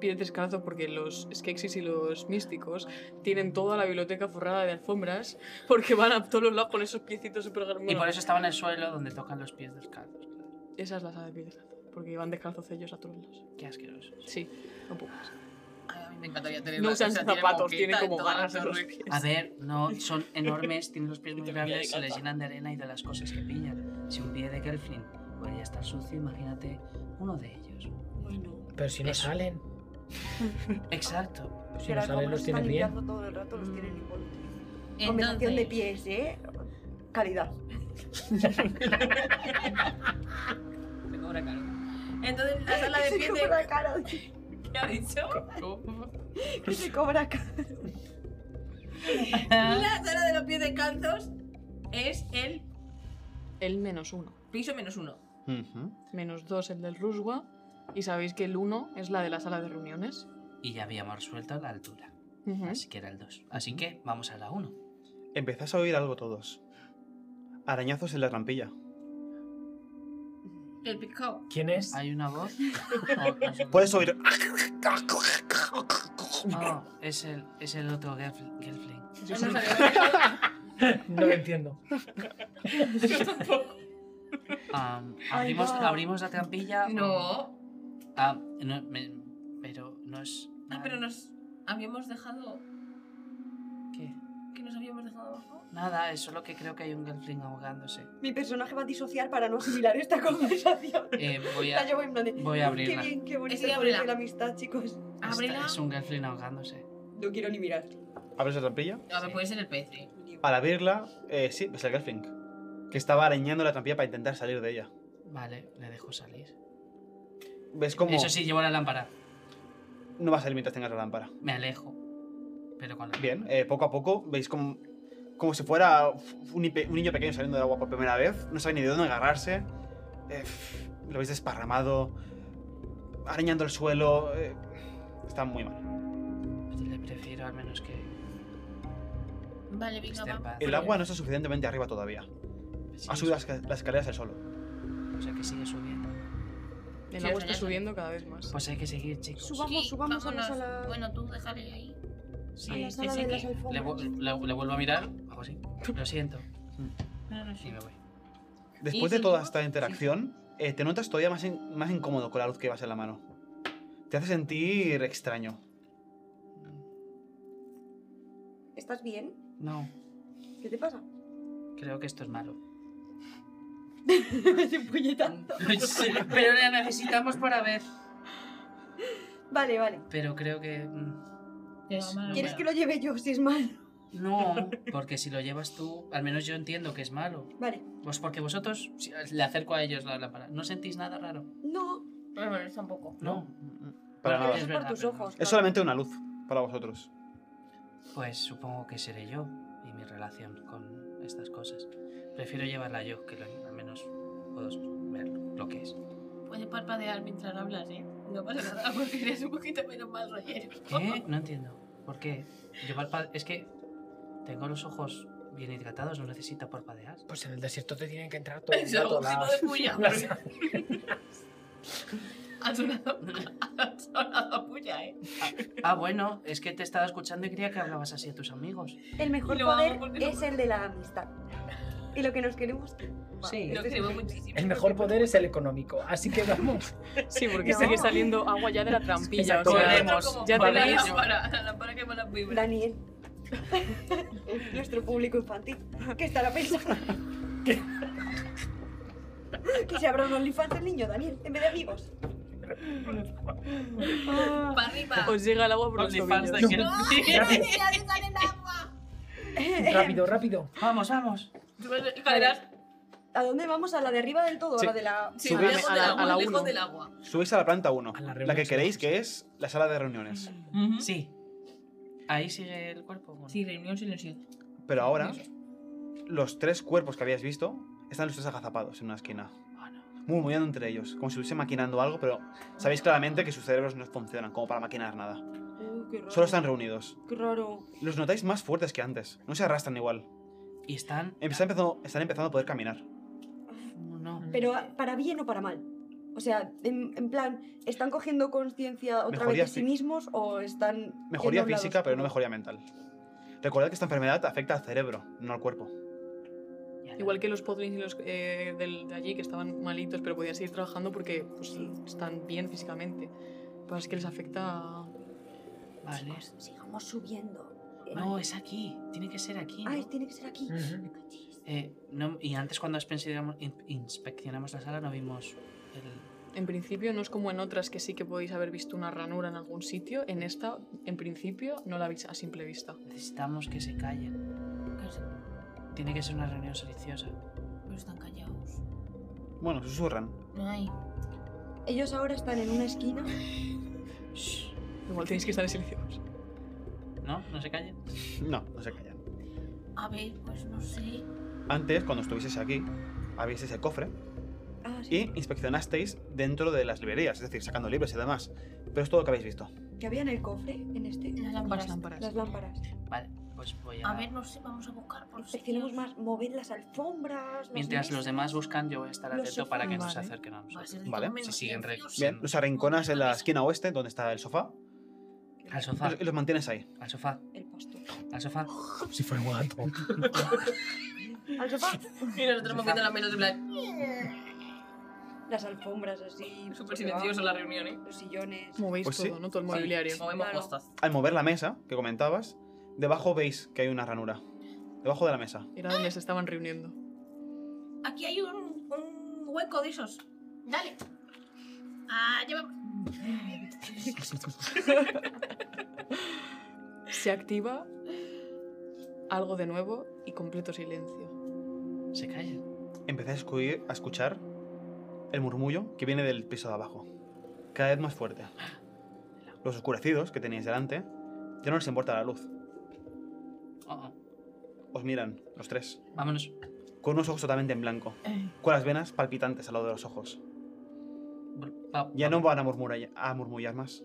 S3: Pide descalzo porque los Skeksis y los místicos tienen toda la biblioteca forrada de alfombras porque van a todos los lados con esos piecitos súper
S5: Y por eso estaba en el suelo donde tocan los pies descalzos.
S3: Esa es la sala de pie descalzo, porque van descalzos ellos a todos lados.
S5: Qué asqueroso.
S3: Sí, no puedo más.
S6: Ay, a mí me encantaría tener
S3: No
S6: la-
S3: usan
S6: o sea,
S3: zapatos, tienen
S6: moqueta en
S3: como
S6: toda la
S3: garras en los
S6: torre.
S3: pies.
S5: A ver, no, son enormes, tienen los pies muy grandes, se les llenan de arena y de las cosas que pillan. Si un pie de Kelflin podría estar sucio, imagínate uno de ellos.
S4: Bueno,
S7: Pero si no
S5: Eso.
S7: salen.
S5: Exacto.
S7: Si
S4: pero
S7: no
S4: como
S7: salen, los
S4: están
S7: tienen bien.
S4: limpiando todo el rato, los tienen involucrados. Combinación
S6: Entonces,
S4: de pies, ¿eh? Calidad.
S6: Me cobra caro. Entonces, la sala de
S4: Que
S6: pies
S4: se cobra
S6: de...
S4: caro.
S6: ¿Qué ha dicho?
S4: Que se cobra caro.
S6: La sala de los pies descalzos es el
S3: El menos uno.
S6: piso menos uno.
S2: Ujú.
S3: Menos dos el del Ruswa. Y sabéis que el uno es la de la sala de reuniones.
S5: Y ya habíamos resuelto la altura,
S3: Ujú.
S5: así que era el 2. Así que vamos a la 1.
S2: Empezás a oír algo todos. Arañazos en la trampilla.
S6: El picao.
S7: ¿Quién es?
S5: ¿Hay una voz?
S2: Puedes oír...
S5: No, es el, es el otro Gelf- Gelfling.
S6: No sabía.
S7: No lo entiendo.
S5: Am, abrimos,
S4: va.
S5: abrimos la trampilla. Um,
S6: No.
S5: Ah, no, me- pero no es.
S6: Ah, pero nos habíamos dejado...
S5: ¿Qué?
S6: ¿Qué nos habíamos dejado abajo?
S5: Nada, es solo que creo que hay un Gelfling ahogándose.
S4: Mi personaje va a disociar para no asimilar esta conversación.
S5: Eh, voy
S4: La
S5: a.
S4: llevo en plan de,
S5: Voy a abrirla.
S4: Qué bien, qué bonito
S6: que
S4: el
S6: ábrela.
S4: colegio de la amistad, chicos.
S6: Ábrela.
S5: Esta- Es un Gelfling ahogándose.
S4: No quiero ni mirar.
S2: ¿Abres la trampilla?
S6: A ver,
S5: Sí.
S6: puede ser el pez. ¿eh?
S2: Al abrirla, eh, sí, es el Gelfling. Que estaba arañando la trampilla para intentar salir de ella.
S5: Vale, le dejo salir.
S2: ¿Ves cómo
S5: Eh, Eso sí, llevo la lámpara.
S2: no va a salir mientras tengas la lámpara?
S5: Me alejo. Pero con la.
S2: Bien, eh, poco a poco veis como, como si fuera un, nipe- un niño pequeño saliendo del agua por primera vez. No sabe ni de dónde agarrarse. Eh, lo veis desparramado, arañando el suelo. eh, Está muy mal.
S5: Le prefiero al menos que que
S6: Vale, venga,
S5: esté en
S6: va.
S5: paz.
S2: El agua no está suficientemente arriba todavía.
S5: Sí,
S2: Ha subido las
S5: sí.
S2: ca- las escaleras él solo.
S5: O sea que sigue subiendo.
S3: El
S6: Sí,
S3: agua
S6: o sea,
S3: está
S6: ya-
S3: subiendo cada vez más.
S5: Pues hay que seguir, chicos.
S8: Suba- Subamos, subamos a la
S6: vámonos.
S8: sala.
S6: Bueno, tú déjale ahí.
S5: Sí,
S8: a la
S5: sí,
S8: sala
S5: sí,
S8: de
S5: que
S8: las alfombras.
S5: le, vu- le- le vuelvo a mirar. Hago así. Lo siento.
S6: No, no
S5: Y me voy.
S2: Después
S4: ¿Y
S2: de
S4: si
S2: toda
S4: no?
S2: esta interacción, eh, te notas todavía más, in- más incómodo con la luz que vas en la mano. Te hace sentir extraño.
S8: ¿Estás bien?
S5: No,
S8: ¿Qué te pasa?
S5: creo que esto es malo.
S8: Ese puñetazo.
S5: Sí, pero la necesitamos para ver.
S8: Vale, vale.
S5: Pero creo que. mm, es-
S8: ¿Quieres que lo lleve yo si es malo?
S5: No, porque si lo llevas tú, al menos yo entiendo que es malo.
S8: Vale.
S5: Pues porque vosotros, si- le acerco a ellos la lámpara. ¿No sentís nada raro?
S8: No,
S4: Pero bueno, está un poco.
S5: No.
S2: Para nada.
S5: Bueno,
S8: pero eso es por
S5: verdad,
S8: tus
S5: pero no.
S8: ojos.
S2: Es solamente una luz para vosotros.
S5: Pues supongo que seré yo y mi relación con estas cosas. Prefiero llevarla yo, que lo- al menos puedo ver lo que es.
S6: Puedes parpadear mientras hablas, ¿eh? No pasa nada porque eres un poquito menos mal rollero.
S5: ¿Qué? No entiendo. ¿Por qué? Yo parpa- Es que tengo los ojos bien hidratados, no necesito parpadear.
S7: Pues en el desierto te tienen que entrar todo el
S6: Es
S7: rato
S6: un signo de
S7: las-
S6: puya.
S7: las-
S6: Ha sonado, ha sonado a puya, ¿eh?
S5: Ah, bueno, es que te estaba escuchando y creía que hablabas así a tus amigos.
S8: El mejor
S6: Lo amo
S8: poder
S6: porque no-
S8: es el de la amistad. Y lo que nos queremos.
S5: Sí.
S3: Este
S8: Esto
S4: Lo
S8: es-
S4: creo muchísimo.
S7: El mejor poder es el económico, así que vamos.
S3: Sí, porque
S8: No.
S3: sigue saliendo agua ya de la trampilla. o
S7: Exacto.
S3: sea,
S7: Corremos.
S3: ya
S6: te la
S3: tenéis-
S6: lámpara, la lámpara que me la vibra.
S8: Daniel. Nuestro público infantil. ¿Qué estará pensando? que se abra un OnlyFans el niño, Daniel, en vez de amigos.
S3: Ah.
S6: Para arriba.
S3: Os llega el agua por los
S5: OnlyFans de
S3: tobillos.
S5: que-
S6: ¡Quiero que nadie sale el agua!
S7: Rápido, rápido.
S5: Vamos, vamos.
S6: Tú vas a- caerás
S8: ¿A dónde vamos? ¿A la de arriba del todo?
S2: Sí.
S8: ¿A la de la.?
S6: sí,
S2: Subís-
S6: lejos
S3: a
S6: del
S3: la- a la
S6: agua,
S3: uno.
S6: lejos del agua.
S2: Subís a la planta 1,
S7: A la
S2: la
S7: reunión,
S2: que
S7: sí,
S2: queréis
S7: sí.
S2: que es la sala de reuniones.
S3: ¿Mm?
S5: Sí. Ahí sigue el cuerpo. o no?
S4: Sí, reunión silenciosa.
S2: Pero ahora, los tres cuerpos que habías visto están los tres agazapados en una esquina,
S5: Ah, no.
S2: murmurando entre ellos, como si estuviese maquinando algo, pero sabéis claramente que sus cerebros no funcionan como para maquinar nada.
S8: Uy, Uh, qué raro.
S2: Solo están reunidos.
S8: Qué raro.
S2: Los notáis más fuertes que antes, no se arrastran igual.
S5: Y están.
S2: Están empezando, están empezando a poder caminar.
S5: No.
S8: Pero ¿a- para bien o para mal. O sea, en, en plan, ¿están cogiendo conciencia otra
S2: Mejoría
S8: vez de sí
S2: fí-
S8: mismos o están.
S2: Mejoría
S8: yendo a un lado
S2: física, pero no
S8: oscuro?
S2: mejoría mental. Recordad que esta enfermedad afecta al cerebro, no al cuerpo.
S3: Igual que los podlings y los eh, del- de allí que estaban malitos, pero podían seguir trabajando porque pues, están bien físicamente. Pero es que les afecta.
S5: Vale.
S8: Chicos, sigamos subiendo. Eh,
S5: No, es aquí. Tiene que ser aquí. ¿no?
S8: Ay, tiene que ser aquí.
S7: Ujú.
S8: Cachis.
S5: Eh, no, y antes cuando inspeccionamos, in- inspeccionamos la sala no vimos el...
S3: En principio no es como en otras que sí que podéis haber visto una ranura en algún sitio. En esta, en principio, no la veis a simple vista.
S5: Necesitamos que se callen.
S6: Casi,
S5: Tiene que ser una reunión silenciosa.
S6: Pero están callados.
S2: Bueno, susurran.
S6: Ay,
S8: Ellos ahora están en una esquina.
S5: Shh.
S3: Igual tenéis que estar en silencio.
S5: ¿No? ¿No se callen?
S2: No, no se callan.
S6: a ver, pues no sé.
S2: Antes, cuando estuvieseis aquí, habéis ese cofre
S8: Ah, sí.
S2: y inspeccionasteis dentro de las librerías, es decir, sacando libros y demás. Pero es todo lo que habéis visto.
S8: ¿Qué había en el cofre? En este.
S6: Las lámparas.
S8: Las lámparas.
S5: Vale, pues voy a...
S6: A ver, no sé, vamos a buscar por
S8: Inspeccionemos más. Mover las alfombras. las
S5: Mientras los
S8: mesas.
S5: demás buscan, yo voy a estar
S8: Los
S5: atento para que no se
S3: sofás, ¿eh?
S5: acerquen a
S6: Va a ser
S5: nosotros.
S6: de
S2: Vale,
S6: todo
S5: si
S6: menos
S5: siguen re-
S6: silencioso.
S2: Bien, los arrinconas en la
S6: Mesa.
S2: esquina oeste, donde está el sofá,
S5: Al
S2: y
S5: sofá,
S2: los- y los mantienes ahí.
S5: al sofá,
S8: El pastor.
S5: al sofá.
S7: Como Si fuera un gato.
S8: Al sofá.
S4: Y nosotros moviendo la mesa en plan.
S8: Las alfombras así.
S4: Súper silencioso la reunión, ¿eh?
S8: Los sillones.
S3: Movéis
S2: Pues sí.
S3: todo, ¿no? Todo el mobiliario.
S4: Movemos
S8: Claro.
S4: costas.
S2: Al mover la mesa, que comentabas, debajo veis que hay una ranura. Debajo de la mesa.
S3: Era donde se estaban reuniendo.
S6: Aquí hay un, un hueco de esos. Dale. Ah, lleva.
S3: Se activa algo de nuevo y completo silencio.
S5: Se callan.
S2: Empezáis a escu- a escuchar el murmullo que viene del piso de abajo. Cada vez más fuerte. Los oscurecidos que teníais delante ya no les importa la luz.
S5: Oh, oh.
S2: Os miran, los tres,
S5: Vámonos.
S2: con unos ojos totalmente en blanco, con las venas palpitantes al lado de los ojos.
S5: Vol- va-
S2: Ya no
S5: vamos.
S2: van a murmurar, a murmullar más.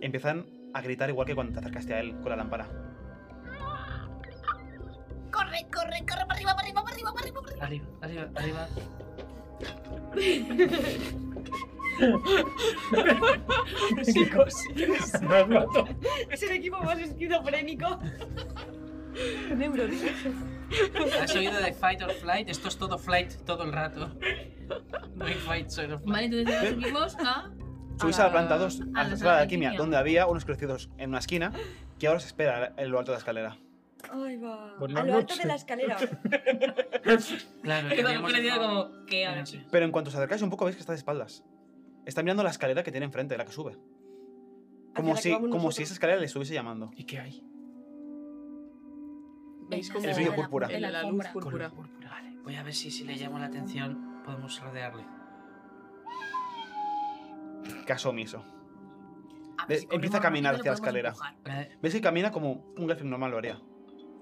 S2: empiezan a gritar igual que cuando te acercaste a él con la lámpara.
S9: Corre, corre, corre, para arriba, para arriba, para arriba, para arriba. para arriba.
S5: Arriba, arriba, arriba.
S6: pues
S7: Nos mató.
S4: Es el equipo más esquizofrénico.
S5: ¿Has oído de fight or flight? Esto es todo flight todo el rato. No hay fight, solo flight.
S6: Vale, entonces ahora subimos a.
S2: Subís a la planta 2,
S6: a
S2: a
S6: la
S2: la sala de
S6: sala
S2: alquimia,
S6: alquimia.
S2: donde había unos crucidos en una esquina, que ahora se espera en lo alto de la escalera.
S4: Ay, va.
S7: Buenas
S4: A lo alto
S7: noches.
S4: de la escalera.
S5: Claro,
S6: Yo
S5: teníamos-
S6: tampoco le digo como. ¿Qué ahora?
S5: Sí.
S2: Pero en cuanto os acercáis un poco veis que está de espaldas. Está mirando la escalera que tiene enfrente, la que sube. Como
S4: la que
S2: si,
S4: vamos
S2: como si
S4: nosotros.
S2: esa escalera le estuviese llamando.
S7: ¿Y qué hay?
S3: ¿Veis cómo
S2: El brillo púrpura.
S3: el- la luz
S9: alfombra.
S3: púrpura?
S7: Color púrpura.
S5: Vale, voy a ver si, si le llamo la atención podemos rodearle.
S2: Caso omiso.
S6: A ver si
S2: Empieza
S6: corremos
S2: a caminar
S6: rápido,
S2: hacia la
S6: lo
S2: escalera.
S6: podemos empujar.
S5: Eh,
S2: Veis que camina como un Gelfling normal lo haría.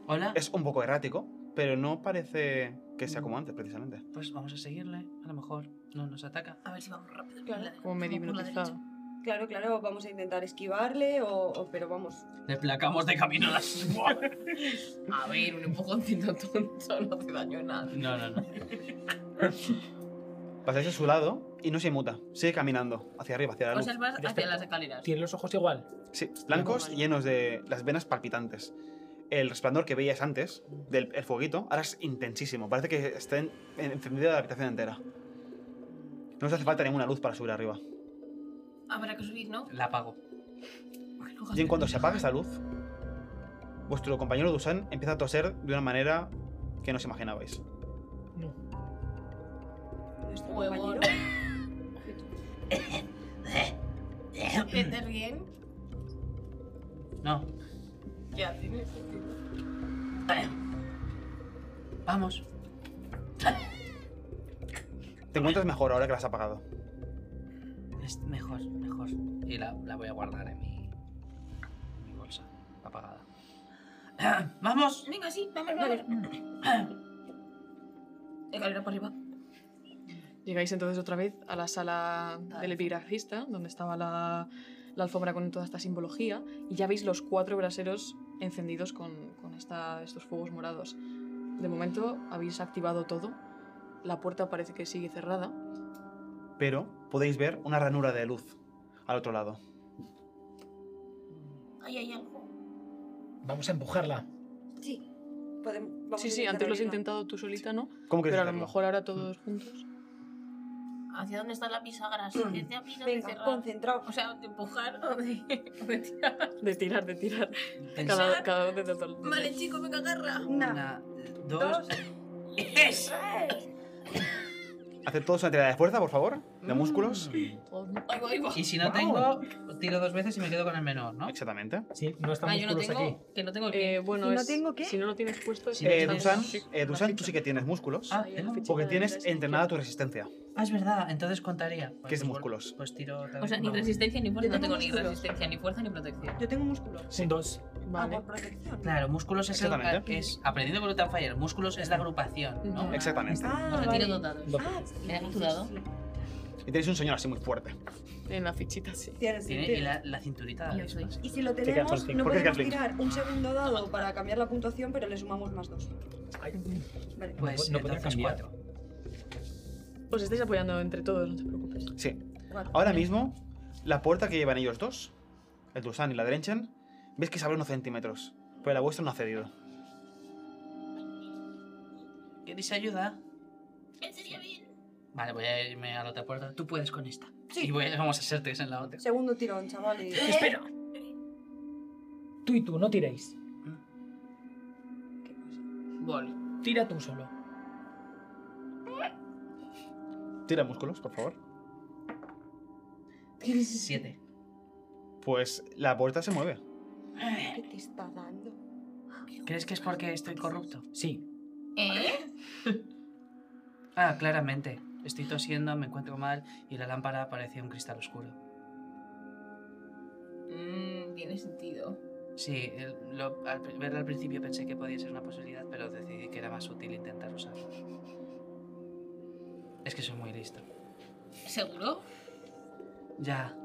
S5: Hola,
S2: Es un poco errático, pero no parece que sea como antes, precisamente.
S5: pues vamos a seguirle. A lo mejor no nos ataca.
S9: A ver si vamos rápido.
S3: Claro,
S9: La de-
S3: como medio
S9: por la derecha.
S3: hipnotizado.
S4: Claro, claro, vamos a intentar esquivarle o, o- pero vamos.
S5: Le placamos de camino las.
S6: A ver, un empujoncito tonto no hace daño a nadie.
S5: No, no, no.
S2: Pasáis a su lado y no se muta. Sigue caminando hacia arriba, hacia la
S6: O
S2: luz.
S6: sea, vas hacia
S7: Respecto.
S6: las escaleras.
S7: Tiene los ojos igual.
S2: Sí, blancos llenos de las venas palpitantes. El resplandor que veías antes, del el fueguito, ahora es intensísimo. Parece que está en- en- encendida la habitación entera. No os hace falta ninguna luz para subir arriba.
S9: Habrá que subir, ¿no?
S5: La apago.
S9: Porque luego
S2: Y en cuanto se apaga esta luz, vuestro compañero Dusan empieza a toser de una manera que no os imaginabais.
S7: No.
S4: Nuestro
S6: Huevo.
S4: compañero.
S9: ¿Te bien?
S5: No.
S6: Ya tiene
S5: Vamos.
S2: Te encuentras mejor ahora que las has apagado.
S5: Es mejor, mejor. Y la, la voy a guardar en mi, en mi bolsa apagada. ¡Vamos!
S9: Venga, sí, vamos, vamos. Escalera para arriba.
S3: Llegáis entonces otra vez a la sala del epigrafista, donde estaba la, la alfombra con toda esta simbología, y ya veis los cuatro braseros encendidos con, con esta- estos fuegos morados. De momento habéis activado todo, la puerta parece que sigue cerrada.
S2: Pero podéis ver una ranura de luz al otro lado.
S9: Ahí hay algo.
S7: Vamos a empujarla.
S4: Sí. Podemos, vamos
S3: Sí,
S4: a
S3: sí,
S4: intentar
S3: antes lo has
S4: abrirla.
S3: intentado tú solita, ¿no?
S2: ¿Cómo queréis
S3: Pero a lo
S2: hacerlo?
S3: mejor ahora todos juntos.
S9: ¿Hacia dónde están las bisagras? Desde abrir o de
S4: Venga,
S9: cerrar.
S4: concentrado.
S9: O sea, de empujar o de, o de tirar.
S3: De tirar, de tirar.
S5: Pensad.
S3: Cada, cada uno de todo.
S9: Vale, chico, venga, agarra.
S5: Una, dos. ¡Es!
S2: Haced todos una tirada de fuerza, por favor, de músculos.
S9: Ahí va, ahí va.
S5: Y si no tengo, tiro dos veces y me quedo con el menor, ¿no?
S2: Exactamente.
S7: Sí, no están
S6: Ah, yo no
S7: músculos
S6: tengo.
S7: aquí.
S6: Que no tengo el
S3: Eh, bueno,
S4: Si no
S3: es-
S4: tengo, ¿qué?
S3: Si no lo tienes puesto, es
S5: Si no
S2: Eh,
S5: tienes-
S2: Dusan, eh,
S3: una
S2: Dusan,
S3: ficha.
S2: tú sí que tienes músculos.
S5: Ah,
S3: Ahí en la
S5: tengo.
S3: fichita
S2: Porque
S3: de la
S2: tienes
S3: derecha.
S2: entrenada tu resistencia.
S5: Ah, es verdad, entonces contaría.
S2: ¿Qué es
S5: Pues,
S2: músculos?
S5: Pues tiro otra
S6: O sea,
S5: vez.
S6: ni
S5: No.
S6: resistencia ni fuerza.
S4: Yo
S6: No
S4: tengo
S6: tengo ni
S4: músculos.
S6: resistencia, ni fuerza, ni protección.
S4: Yo tengo músculos.
S7: Son dos.
S3: Vale.
S4: Ah, por protección.
S5: Claro, músculos es, el-
S2: Exactamente.
S5: es aprendiendo con Lutan Fire. Músculos es la agrupación, ¿no?
S3: Ujú.
S2: Exactamente.
S4: Ah,
S6: Os
S4: vale.
S6: retiro dos dados.
S7: Dos.
S4: Ah,
S6: ¿Me dejas tu
S4: sí,
S6: dado?
S4: sí,
S2: Y tenéis un señor así muy fuerte.
S3: En la fichita, sí.
S4: sí. Tiene
S5: Tiene
S4: sentido.
S5: y la, la cinturita.
S6: Yo
S5: es
S6: soy.
S5: más.
S4: Y si lo
S7: quedas con
S4: tenemos,
S7: cinco.
S4: no
S2: Porque es
S4: podemos
S2: Gatling.
S4: tirar un segundo dado para cambiar la puntuación, pero le sumamos más dos.
S7: Ay,
S6: Eh.
S4: Vale.
S5: Pues
S7: No podía
S5: entonces
S7: cambiar.
S5: cuatro.
S3: Os estáis apoyando entre todos, no te preocupes.
S2: Sí. Ahora mismo, la puerta que llevan ellos dos, el Dusan y la Drenchen, veis que se abre unos centímetros. Pero la vuestra no ha cedido.
S5: ¿Queréis ayuda?
S9: Él sería bien.
S5: Vale, voy a irme a la otra puerta. Tú puedes con esta. Y voy a- vamos a ser tres en la otra.
S4: Segundo tirón, chavales.
S7: Espera. Tú y tú, no tiréis.
S4: ¿Qué pasa?
S6: Bol.
S7: Tira tú solo.
S2: Tira músculos, por favor.
S5: Siete.
S2: Pues la puerta se mueve.
S4: ¿Qué te está dando?
S5: ¿Crees que es porque estoy corrupto?
S7: Sí.
S9: ¿Eh?
S5: Ah, claramente. Estoy tosiendo, me encuentro mal y la lámpara parece un cristal oscuro.
S6: Mmm, tiene sentido.
S5: Sí, el- lo- al pri- verlo al principio pensé que podía ser una posibilidad, pero decidí que era más útil intentar usarlo. Es que soy muy listo.
S9: ¿Seguro?
S5: Ya.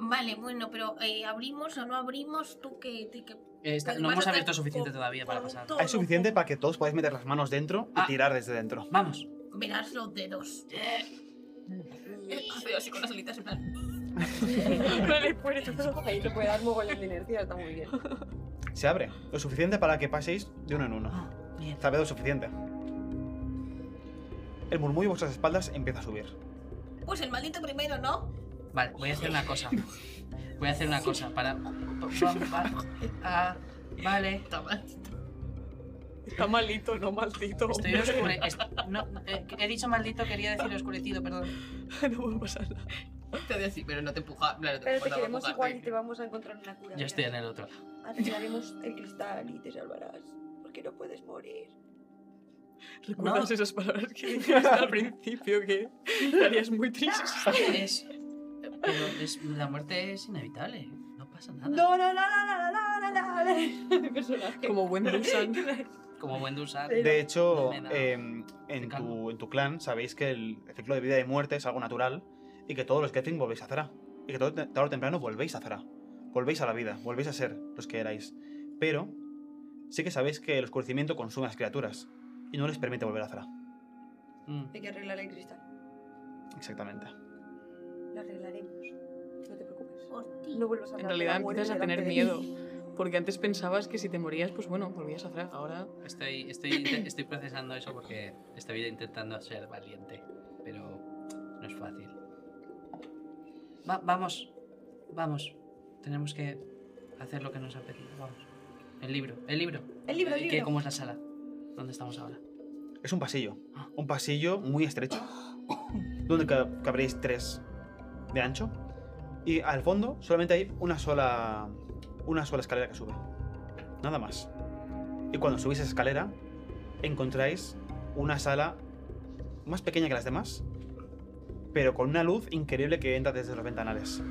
S9: Vale, bueno, pero eh, ¿abrimos o no abrimos? ¿Tú que Te, que...
S5: Eh, está-
S9: Pues
S5: no
S9: vas
S5: hemos
S9: a
S5: abierto
S9: hacer
S5: suficiente
S9: po-
S5: todavía para
S9: po-
S5: pasar.
S9: todo.
S2: Hay suficiente para que todos podáis meter las manos dentro y
S5: Oh, Ah.
S2: tirar desde dentro.
S5: Vamos.
S9: Verás los dedos.
S6: Hace Eh, así con las alitas en plan.
S3: Vale, pues,
S4: Ahí te puede dar mogollón de inercia, está muy bien.
S2: Se abre. Lo suficiente para que paséis de uno en uno.
S5: Ah, bien.
S2: Sabed lo suficiente. El murmullo a vuestras espaldas empieza a subir.
S9: Pues el maldito primero, ¿no?
S5: Vale, voy a hacer una cosa. Voy a hacer una cosa para. va- va- ah, vale.
S3: Está malito, no maldito.
S5: Estoy oscure. est- no, eh, he dicho maldito, quería decir oscurecido, perdón.
S3: no puede pasar nada.
S6: Te voy a decir, pero no te empuja. en plan, no te
S4: Pero te
S6: empuja, no va a
S4: queremos
S6: empujarte.
S4: igual y te vamos a encontrar una cura.
S5: Yo estoy en el otro.
S4: Arreglaremos el cristal y te salvarás. Porque no puedes morir.
S3: ¿Recuerdas esas palabras que dijiste al principio que estarías muy triste?
S5: Es. Pero es, la muerte es inevitable. No pasa nada.
S4: No, no, no, no, no, no, no, no, no. El personaje.
S3: Como buen Dusan.
S5: Como buen Dusan.
S2: De
S5: no
S2: hecho,
S5: me da-
S2: eh,
S5: te
S2: en,
S5: calmo.
S2: tu, en tu clan sabéis que el ciclo de vida y de muerte es algo natural y que todos los Getting volvéis a Zara. Y que todo- tarde o temprano volvéis a Zara. Volvéis a la vida, volvéis a ser los que erais. Pero sí que sabéis que el oscurecimiento consume a las criaturas y no les permite volver a Zara.
S5: Mm.
S4: Hay que arreglar el cristal.
S2: Exactamente.
S4: Lo arreglaremos. No te preocupes.
S9: Por ti.
S4: No vuelvas a hablar
S3: En
S4: de la
S3: realidad
S4: muerte
S3: empiezas a
S4: delante
S3: tener miedo.
S4: de mí.
S3: Porque antes pensabas que si te morías, pues bueno, volvías a Zrag. Ahora
S5: Estoy, estoy, inte- estoy procesando eso porque estoy intentando ser valiente, pero no es fácil. Va- vamos, vamos. Tenemos que hacer lo que nos han pedido. Vamos. El libro, el libro.
S4: El libro, el
S5: ¿Qué-
S4: libro.
S5: ¿Cómo es la sala? ¿Dónde estamos ahora?
S2: Es un pasillo.
S5: Ah.
S2: Un pasillo muy estrecho. Donde ca- cabréis tres de ancho. Y al fondo solamente hay una sola. Una sola escalera que sube. Nada más. Y cuando subís esa escalera, encontráis una sala más pequeña que las demás. Pero con una luz increíble que entra desde los ventanales.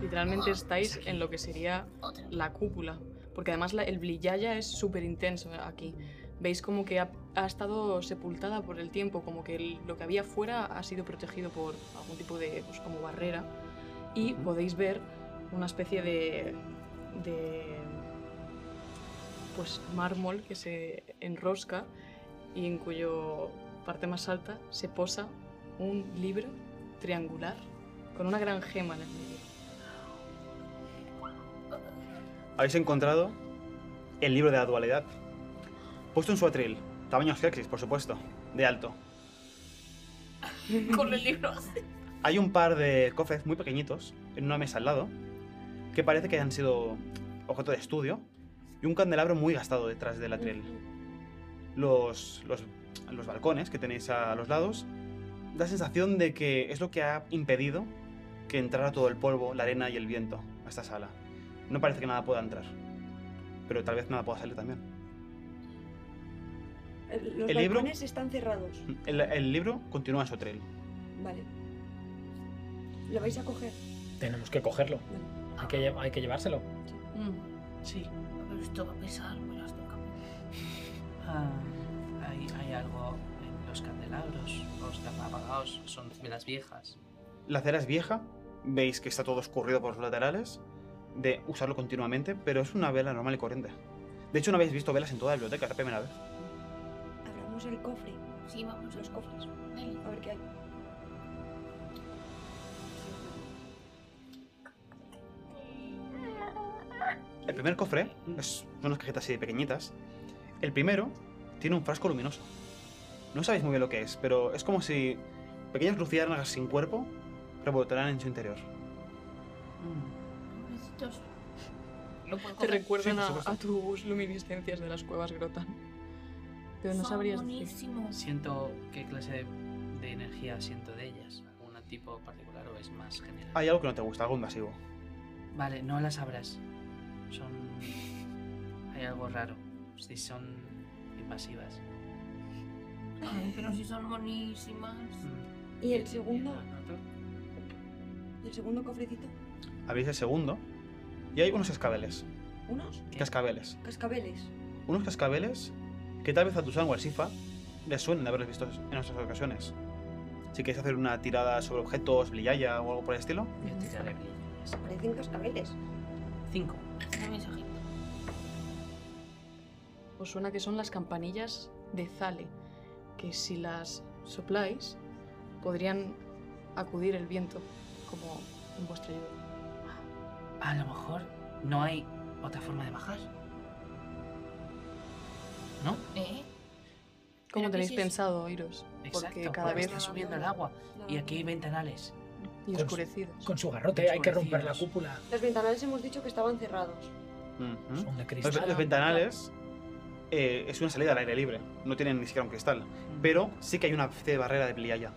S3: literalmente
S9: Ah,
S3: estáis
S9: es aquí.
S3: en lo que sería
S9: Otra.
S3: la cúpula. Porque además la- el brillalla es súper intenso aquí. Veis como que ha, ha estado sepultada por el tiempo, como que el- lo que había fuera ha sido protegido por algún tipo de pues, como barrera. Y podéis ver una especie de, de pues mármol que se enrosca y en cuyo parte más alta se posa un libro triangular con una gran gema en el medio.
S2: habéis encontrado el libro de la dualidad. Puesto en su atril, tamaño Skeksis, por supuesto, de alto.
S9: Con el libro.
S2: Hay un par de cofres muy pequeñitos en una mesa al lado que parece que han sido objeto de estudio y un candelabro muy gastado detrás del atril. Los, los, los balcones que tenéis a los lados da sensación de que es lo que ha impedido que entrara todo el polvo, la arena y el viento a esta sala. No parece que nada pueda entrar, pero tal vez nada pueda salir también.
S4: El- Eh, Los
S2: ¿El libro?
S4: balcones están cerrados.
S2: El, el libro continúa en su trail.
S3: Mm.
S4: Vale. ¿Lo vais a coger?
S7: Tenemos que cogerlo. Hay que, lle- hay que llevárselo.
S5: Mm, sí.
S9: Pero esto va a pesar, me las toca.
S5: Ah, hay, hay algo en los candelabros. Los están apagados. Son velas viejas.
S2: La acera es vieja, veis que está todo escurrido por los laterales, de usarlo continuamente, pero es una vela normal y corriente. De hecho, no habéis visto velas en toda la biblioteca, es la primera vez.
S4: Abramos el cofre.
S9: Sí, vamos a
S4: Los
S9: los
S4: cofres.
S9: Dale.
S4: A ver qué hay.
S2: El primer cofre es son unas cajetas así de pequeñitas. El primero tiene un frasco luminoso. No sabéis muy bien lo que es, pero es como si pequeñas luciérnagas sin cuerpo revolotaran en su interior.
S5: Mm.
S9: Pobrecitos.
S6: No
S3: Te
S6: puedo coger.
S3: recuerdan
S2: Sí, por
S3: a-
S2: supuesto.
S3: a, tus luminiscencias de las cuevas Grotan. Pero no
S9: Son
S3: sabrías decir.
S9: buenísimos.
S5: Siento qué clase de, de energía siento de ellas. ¿Algún tipo particular o es más general?
S2: Hay algo que no te gusta, algo invasivo.
S5: Vale, no las sabrás. Son. Hay algo raro. Si son invasivas.
S9: Ay, pero si son buenísimas.
S5: Mm.
S4: ¿Y el segundo?
S5: ¿Otro?
S4: ¿Y el segundo cofrecito?
S2: Abrís el segundo y hay unos cascabeles.
S4: ¿Unos?
S5: ¿Qué?
S2: Cascabeles.
S4: Cascabeles.
S2: unos cascabeles que tal vez a tu o al Sifa les suelen haberlos visto en otras ocasiones. Si queréis hacer una tirada sobre objetos, blillaya o algo por el estilo,
S5: Yo tiraré brillo.
S8: Parecen cascabeles.
S5: Cinco.
S10: Un mensaje.
S3: Os suena que son las campanillas de Zale, que si las sopláis podrían acudir el viento como en vuestra ayuda.
S5: A lo mejor no hay otra forma de bajar. ¿No?
S10: ¿Eh?
S3: ¿Cómo
S10: Pero
S3: tenéis
S10: ¿qué es eso?
S3: pensado iros?
S5: Exacto.
S3: porque cada vez
S5: está subiendo el agua y aquí hay ventanales.
S3: y
S7: Con-
S3: oscurecidos.
S7: Con su garrote hay que romper la
S5: Oscurecidos.
S7: cúpula.
S8: Los ventanales hemos dicho que estaban cerrados.
S6: ¿Mm?
S2: Ujú.
S7: Son de
S2: Los, los
S7: cristal.
S2: ventanales eh, es una salida al aire libre, no tienen ni siquiera un cristal, pero sí que hay una especie de barrera de plialla.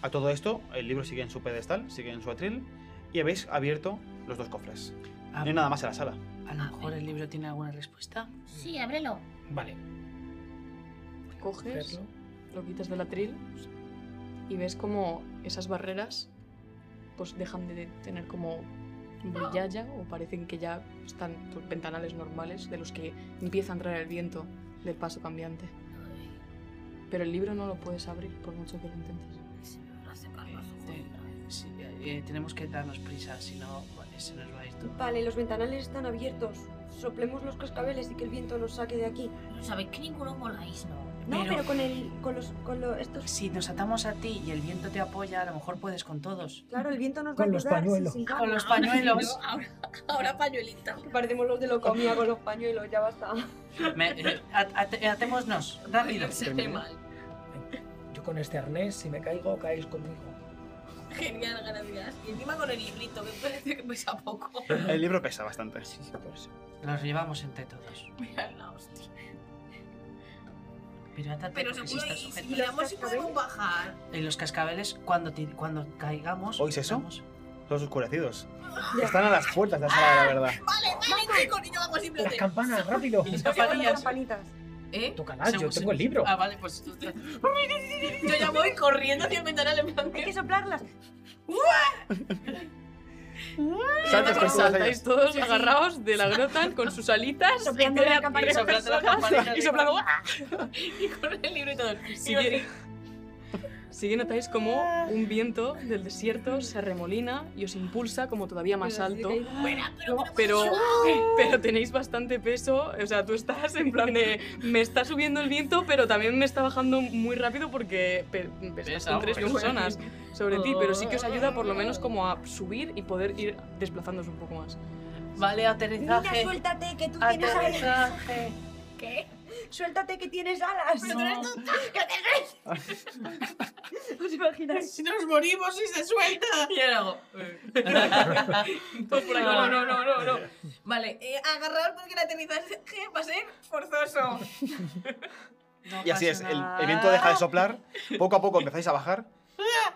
S2: A todo esto, el libro sigue en su pedestal, sigue en su atril, y habéis abierto los dos cofres.
S5: Ah,
S2: No hay nada más en la sala. Ah,
S5: A lo mejor el libro tiene alguna respuesta.
S10: Sí, ábrelo.
S7: Vale.
S3: Coges,
S7: Verlo.
S3: lo quitas del atril y ves como esas barreras pues dejan de tener como brillalla o parecen que ya están tus ventanales normales de los que empieza a entrar el viento del paso cambiante. Pero el libro no lo puedes abrir por mucho que lo intentes.
S6: Se me van a secar
S5: Eh,
S6: los ojos.
S5: te- sí, eh, eh, tenemos que darnos prisa, si no, vale, se nos va esto.
S8: Vale, los ventanales están abiertos. Soplemos los cascabeles y que el viento nos saque de aquí.
S10: No sabéis que ninguno voláis, ¿no?
S8: No,
S5: Pero-
S8: pero, con el, con los, con lo- estos.
S5: Si nos atamos a ti y el viento te apoya, a lo mejor puedes con todos.
S8: Claro, el viento nos
S7: Con
S8: va a
S7: los
S8: ayudar si
S7: pañuelos.
S8: silbamos.
S5: Con los
S6: Ah,
S5: pañuelos.
S6: Ahora, ahora pañuelito.
S8: Que Parecemos los de Locomía con los pañuelos, ya basta.
S5: Me- eh, at- at- atémonos, rápido.
S6: Se ve mal.
S7: Yo con este arnés, si me caigo, caéis conmigo.
S6: Genial, gracias. Y encima con el librito, que parece que pesa poco.
S2: El libro pesa bastante.
S7: Sí, sí, por eso.
S5: Los llevamos entre todos.
S6: Mira la hostia.
S5: Pero atate
S6: Pero
S5: porque
S6: seguro,
S5: si
S6: y
S5: estás
S6: si
S5: sujeto-
S6: miramos si podemos bajar.
S5: En los cascabeles, cuando, ti- cuando caigamos.
S2: ¿Oís eso?
S5: estamos-
S2: Todos oscurecidos. Están a las puertas de la sala, la verdad.
S6: Vale, vale, chicos, y yo hago
S7: Las
S6: simplemente.
S7: campanas, rápido.
S5: Las
S8: Con las
S5: campanillas.
S8: campanitas.
S6: ¿Eh?
S7: Tócalas, yo
S5: Según-
S7: tengo el libro.
S5: Ah, vale, pues tú estás-
S6: Yo ya voy corriendo hacia el ventanal en plan
S8: Hay
S6: que
S8: que soplarlas.
S2: Saltas con todas ellas.
S3: Saltáis todos agarrados de la grota con sus alitas
S8: Soplando
S3: y
S8: la
S3: crean-
S8: campanita.
S3: y soplando la campanita y soplando ¡ah!
S6: y con el libro y todo.
S3: Sí que, sí que notáis como un viento del desierto se remolina y os impulsa como todavía más alto.
S6: Buena, pero bueno,
S3: Pero, pero tenéis bastante peso, o sea, tú estás en plan de me está subiendo el viento, pero también me está bajando muy rápido porque pe- pesas
S5: Pesa,
S3: con tres
S5: pues.
S3: personas sobre ti, pero sí que os ayuda por lo
S6: Oh.
S3: menos como a subir y poder ir desplazándose un poco más.
S5: Vale,
S8: Mira,
S5: aterrizaje.
S8: suéltate, que tú tienes alas.
S5: Aterrizaje.
S8: ¿Qué? Suéltate, que tienes alas.
S5: No.
S8: ¿Os imagináis?
S6: Si nos morimos y se suelta. Y ahora hago.
S3: por ahí.
S6: Ah. no, no, no, no, no. Vale, eh, agarrar porque el aterrizaje va a ser forzoso.
S5: No
S2: Y así es,
S5: pasa
S2: el,
S5: nada.
S2: el viento deja de soplar, poco a poco empezáis a bajar.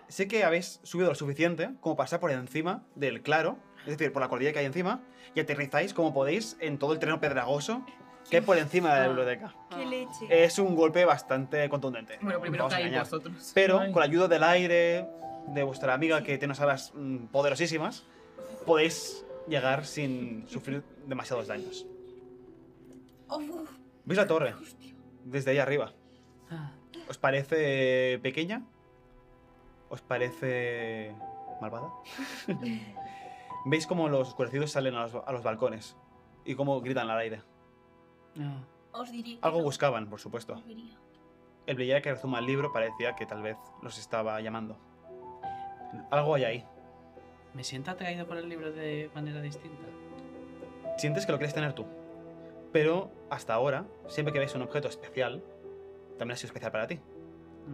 S2: Sé que habéis subido lo suficiente como para pasar por encima del claro, es decir, por la cordillera que hay encima, y aterrizáis como podéis en todo el terreno pedragoso que hay por encima
S6: Ah.
S2: de la biblioteca.
S8: ¡Qué leche!
S2: Es un golpe bastante contundente.
S6: Bueno, primero
S2: no os
S6: caí
S2: engañar.
S6: vosotros.
S2: Pero
S7: Ay.
S2: con la ayuda del aire, de vuestra amiga que tiene unas alas mm, poderosísimas, podéis llegar sin sufrir demasiados daños.
S6: Uf,
S2: ¿Veis la torre? Desde ahí arriba.
S5: Ah,
S2: ¿Os parece pequeña? ¿Os parece malvada? ¿Veis cómo los oscurecidos salen a los, a los balcones? Y cómo gritan al aire.
S5: no.
S10: Os diré. que
S2: Algo
S10: no
S2: buscaban, por supuesto.
S10: volvería.
S2: El brillar que rezuma el libro parecía que tal vez los estaba llamando. Algo hay ahí.
S5: Me siento atraído por el libro de manera distinta.
S2: Sientes que lo quieres tener tú. Pero hasta ahora, siempre que veis un objeto especial, también ha sido especial para ti.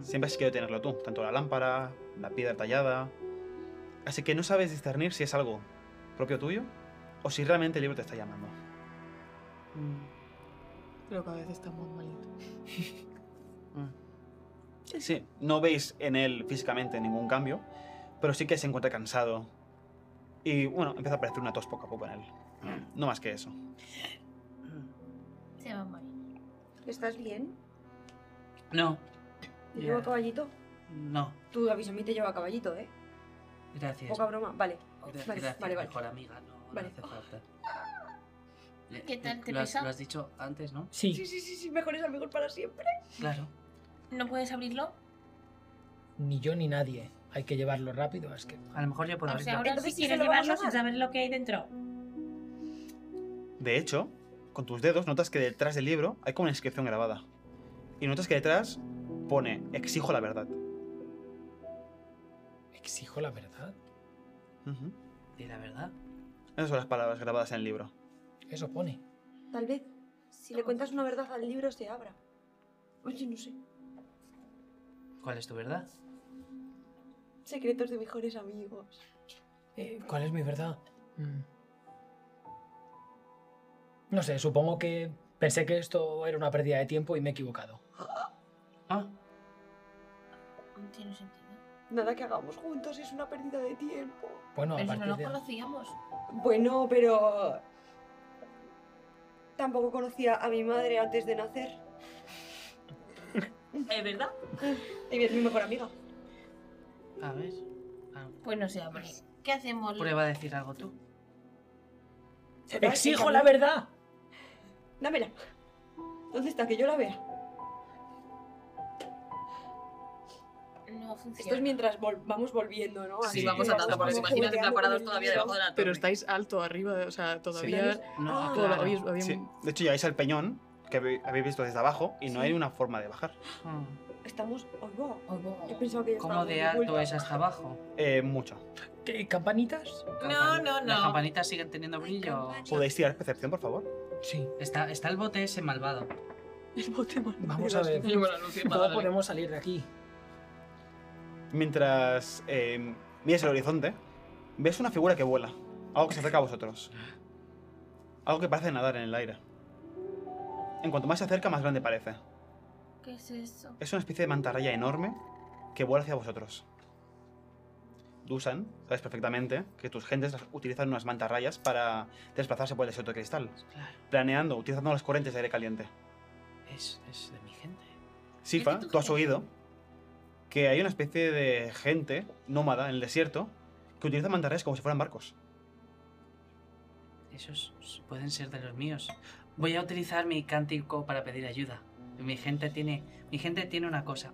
S2: Siempre has querido tenerlo tú, tanto la lámpara, la piedra tallada. Así que no sabes discernir si es algo propio tuyo o si realmente el libro te está llamando.
S5: Mm,
S3: Pero cada vez está más malito.
S5: mm.
S2: Sí, no veis en él físicamente ningún cambio, pero sí que se encuentra cansado. Y bueno, empieza a aparecer una tos poco a poco en él. No más que eso.
S5: mm.
S10: Se va a morir.
S8: ¿Estás bien?
S5: No,
S8: ¿Te
S5: Ya.
S8: llevo a caballito?
S5: no.
S8: Tú, aviso, a mí te llevo a caballito, ¿eh?
S5: Gracias.
S8: Poca broma. Vale.
S5: Gra-
S8: Vale,
S5: gracias,
S8: vale, vale.
S5: mejor amiga. No, no
S8: Vale.
S5: hace falta. Le-
S10: ¿Qué tal te
S5: lo has,
S10: pesa?
S5: lo has dicho antes, ¿no?
S7: Sí,
S8: Sí, sí, sí, sí, mejores amigos para siempre.
S5: Claro.
S10: ¿No puedes abrirlo?
S7: ni yo ni nadie. Hay que llevarlo rápido, es que...
S5: A lo mejor yo puedo
S9: O sea,
S5: abrirlo.
S9: ahora
S8: Entonces,
S9: si
S8: ¿sí se
S9: quieres
S8: lo vamos a
S9: llevarlo sin
S8: dar?
S9: saber lo que hay dentro.
S2: De hecho, con tus dedos notas que detrás del libro hay como una inscripción grabada. Y notas que detrás pone, exijo la verdad.
S7: Exijo la verdad.
S2: Ujú.
S5: Y la verdad.
S2: Esas son las palabras grabadas en el libro.
S7: Eso pone.
S4: Tal vez, si le cuentas una verdad al libro, se abra. Oye, no sé.
S5: ¿Cuál es tu verdad?
S4: Secretos de mejores amigos.
S7: Eh, ¿Cuál es mi verdad? Mm. No sé, supongo que pensé que esto era una pérdida de tiempo y me he equivocado.
S5: Ah,
S9: No tiene sentido.
S4: Nada que hagamos juntos es una pérdida de tiempo.
S7: Bueno, a
S9: Pero si no
S7: partir
S9: nos
S7: de...
S9: conocíamos.
S4: Bueno, pero... Tampoco conocía a mi madre antes de nacer.
S6: ¿Es verdad?
S4: Y es mi mejor amiga.
S5: a ver. Ah,
S9: Pues no sé, hombre. ¿Qué hacemos?
S5: prueba a decir algo tú.
S7: ¡Exijo la verdad!
S4: Dámela. ¿Dónde está? Que yo la vea.
S9: No funciona.
S4: Esto es mientras vol- vamos volviendo, ¿no?
S6: Sí,
S4: Así
S6: vamos
S4: que
S6: andando, porque
S4: vamos
S6: imagínate estar
S4: jugueteando
S6: parados
S4: con el
S6: todavía
S4: libro.
S6: debajo de la torre.
S3: Pero estáis alto arriba, o sea, todavía.
S5: No,
S4: Ah,
S3: todo lo-
S5: claro.
S3: habéis- habéis-
S2: Sí. De hecho, llegáis al peñón que habe- habéis visto desde abajo y no hay una forma de bajar.
S5: Ah,
S4: Estamos... oigo,
S9: Oigo.
S4: Yo pensaba que ya
S5: ¿Cómo
S4: estábamos
S5: de
S4: de
S5: alto
S4: vuelta.
S5: es hasta abajo?
S2: Eh, mucho.
S7: ¿Qué, ¿Campanitas?
S5: Campan-
S6: no, no.
S5: Las campanitas siguen teniendo brillo.
S2: ¿Podéis tirar percepción, por favor?
S7: Sí.
S5: Está, está el bote ese malvado.
S3: El bote mal-
S7: Vamos a ver.
S6: Yo me lo anuncio,
S7: ¿Cómo
S6: madre.
S7: podemos salir de aquí?
S2: Mientras eh, miras el horizonte, ves una figura que vuela. Algo que se acerca a vosotros. Algo que parece nadar en el aire. En cuanto más se acerca, más grande parece.
S9: ¿Qué es eso?
S2: Es una especie de mantarraya enorme que vuela hacia vosotros. Dusan, sabes perfectamente que tus gentes las- utilizan unas mantarrayas para desplazarse por el desierto de cristal,
S5: Claro.
S2: planeando, utilizando las corrientes de aire caliente.
S5: Es, es de mi gente.
S2: Sifa,
S9: ¿Es de tu
S2: tú has
S9: gente?
S2: oído que hay una especie de gente nómada en el desierto que utiliza mantarrayas como si fueran barcos.
S5: Esos pueden ser de los míos. Voy a utilizar mi cántico para pedir ayuda. Mi gente tiene, mi gente tiene una cosa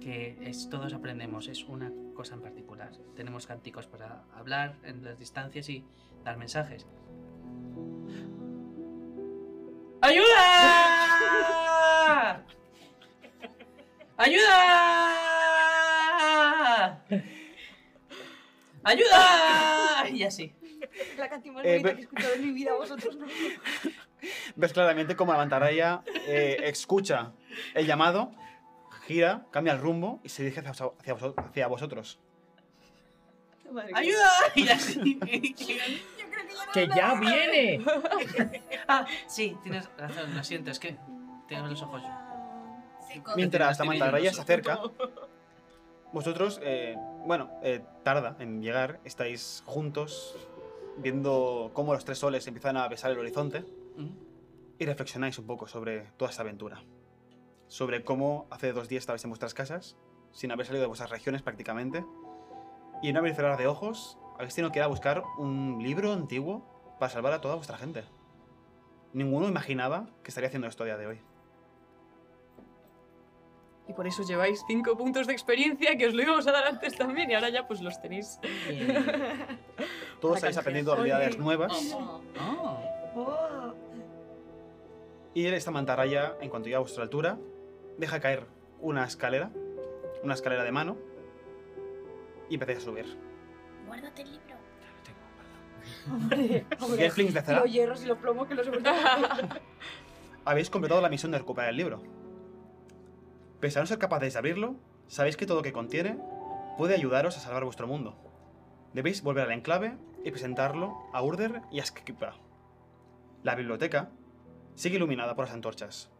S5: que es, todos aprendemos, es una cosa en particular. Tenemos cánticos para hablar en las distancias y dar mensajes. ¡Ayuda! ¡Ayuda! ¡Ayuda! Y así.
S4: La canción más
S2: Eh,
S4: bonita
S2: ve-
S4: que he escuchado en mi vida, vosotros no.
S2: Ves claramente cómo la mantarraya eh, escucha el llamado, gira, cambia el rumbo y se dirige hacia, vos- hacia vos- hacia vosotros.
S4: Madre mía.
S5: ¡Ayuda! Y así.
S7: ¡Que ya viene!
S5: Ah, sí, tienes razón, lo siento, es que tengo los ojos.
S2: Mientras la
S5: Estoy viendo
S2: mantarraya
S5: los
S2: se acerca, vosotros, eh, bueno, eh, tarda en llegar, estáis juntos viendo cómo los tres soles empiezan a besar el horizonte.
S5: Mm.
S2: y reflexionáis un poco sobre toda esta aventura. Sobre cómo hace dos días estabais en vuestras casas, sin haber salido de vuestras regiones prácticamente, y en abrir y cerrar de ojos, habéis tenido que ir a buscar un libro antiguo para salvar a toda vuestra gente. Ninguno imaginaba que estaría haciendo esto a día de hoy.
S3: Y por eso lleváis 5 puntos de experiencia que os lo íbamos a dar antes también y ahora ya pues los tenéis.
S5: Bien.
S2: Todos
S3: Para
S2: habéis
S3: canjear.
S2: aprendido habilidades
S4: Ole.
S2: nuevas,
S6: Oh, oh.
S5: Oh,
S4: Oh,
S2: y esta mantarraya, en cuanto llega a vuestra altura, deja caer una escalera, una escalera de mano, y empezáis a subir.
S8: Guárdate el libro.
S4: hombre, hombre.
S2: Gelflings de
S4: Y
S2: Zera,
S4: los hierros y los plomos que los hemos dejado.
S2: habéis completado la misión de recuperar el libro. Pese a no ser capaces de abrirlo, sabéis que todo lo que contiene puede ayudaros a salvar vuestro mundo. Debéis volver al enclave y presentarlo a Urder y a Skipra. La biblioteca sigue iluminada por las antorchas.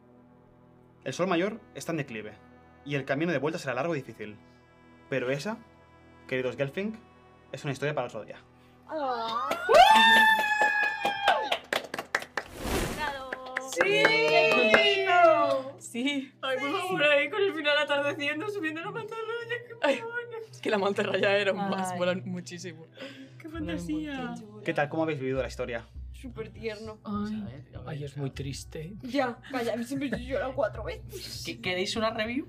S2: El sol mayor está en declive, y el camino de vuelta será largo y difícil. Pero esa, queridos Gelfling, es una historia para otro día.
S6: ¡Sí!
S3: Sí,
S6: Ay, por favor, ahí con el final atardeciendo, subiendo la mantarraya.
S3: Ay, es que la mantarraya era más,
S6: Ay.
S3: molan muchísimo.
S6: ¡Qué fantasía!
S2: ¿Qué tal? ¿Cómo habéis vivido la historia?
S4: Súper tierno.
S5: vamos a ver, a ver.
S7: Ay, es muy triste.
S4: Ya, calla, siempre he llorado cuatro veces.
S5: ¿Qué- ¿Queréis una review?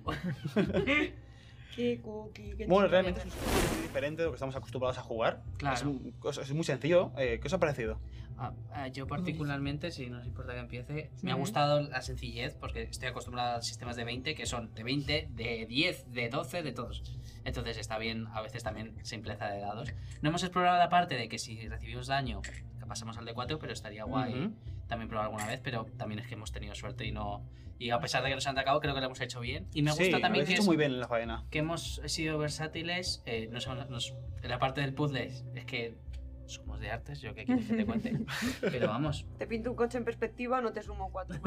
S4: Qué cookie, qué
S2: Bueno,
S4: chulo.
S2: realmente es un juego muy diferente de lo que estamos acostumbrados a jugar.
S5: Claro.
S2: Es, un- es- es muy sencillo. Eh, ¿Qué os ha parecido?
S5: Ah, ah, yo particularmente, si no os importa que empiece, me ha
S6: Ujú.
S5: gustado la sencillez porque estoy acostumbrado a sistemas de 20 que son de 20, de 10, de 12, de todos. Entonces está bien a veces también simpleza de dados. No hemos explorado la parte de que si recibimos daño, que pasamos al de 4, pero estaría guay
S2: Ujú.
S5: también probar alguna vez, pero también es que hemos tenido suerte y no... Y a pesar de que nos han atacado, creo que lo hemos hecho bien. Y me
S2: Sí,
S5: gusta
S2: habéis
S5: también que
S2: hecho
S5: es-
S2: muy bien en la faena.
S5: que hemos sido versátiles, eh, no somos- nos- en la parte del puzzle es es que somos de artes, yo qué quieres que te cuente. Pero vamos,
S4: Te pinto un coche en perspectiva, no te sumo cuatro.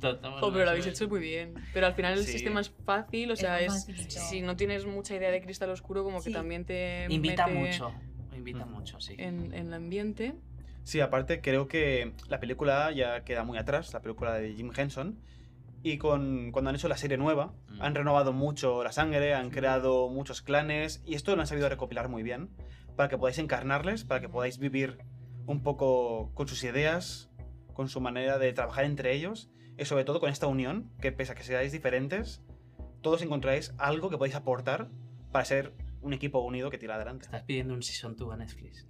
S5: to- to-
S3: Jo, Oh, pero lo habéis hecho muy bien. Pero al final el
S2: Sí.
S3: sistema es fácil, o sea, es... Si no tienes mucha idea de cristal oscuro, como que
S4: Sí.
S3: también te
S5: Invita
S3: mete
S5: mucho, invita
S2: Mm.
S5: mucho, sí.
S3: En, en el ambiente.
S2: Sí, aparte creo que la película ya queda muy atrás, la película de Jim Henson. Y con, cuando han hecho la serie nueva,
S5: Mm.
S2: han renovado mucho la sangre, han creado muchos clanes y esto lo han sabido recopilar muy bien para que podáis encarnarles, para que podáis vivir un poco con sus ideas, con su manera de trabajar entre ellos y sobre todo con esta unión, que pese a que seáis diferentes, todos encontráis algo que podéis aportar para ser un equipo unido que tira adelante.
S5: Estás pidiendo un Season 2 a Netflix.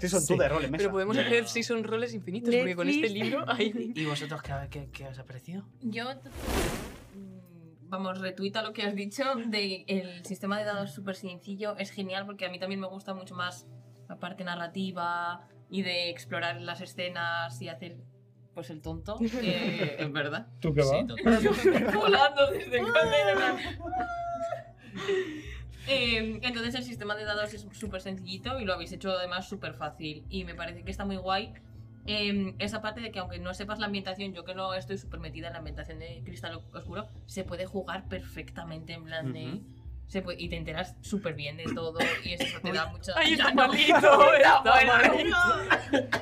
S2: Sí, son tú de rol en mesa.
S3: Pero podemos
S5: No.
S3: hacer season roles infinitos, porque con este
S4: Netflix.
S3: libro hay...
S5: ¿Y vosotros qué, qué- qué os ha parecido?
S6: Yo. mm, Vamos, retuita lo que has dicho de el sistema de dados súper sencillo. Es genial porque a mí también me gusta mucho más la parte narrativa y de explorar las escenas y hacer pues el tonto. eh, es verdad.
S11: ¿Tú qué vas?
S5: Sí, total.
S6: Yo volando desde Caldera. Eh, entonces el sistema de dados es súper sencillito y lo habéis hecho además súper fácil y me parece que está muy guay eh, esa parte de que aunque no sepas la ambientación, yo que no estoy súper metida en la ambientación de Cristal Oscuro, se puede jugar perfectamente en plan de...
S2: Ujú.
S6: se puede- y te enteras súper bien de todo y eso te da mucha...
S3: ¡Ay,
S6: ¡Ya
S3: está
S6: no!
S3: malito!
S6: ¡Está
S3: ¡Está
S6: bueno!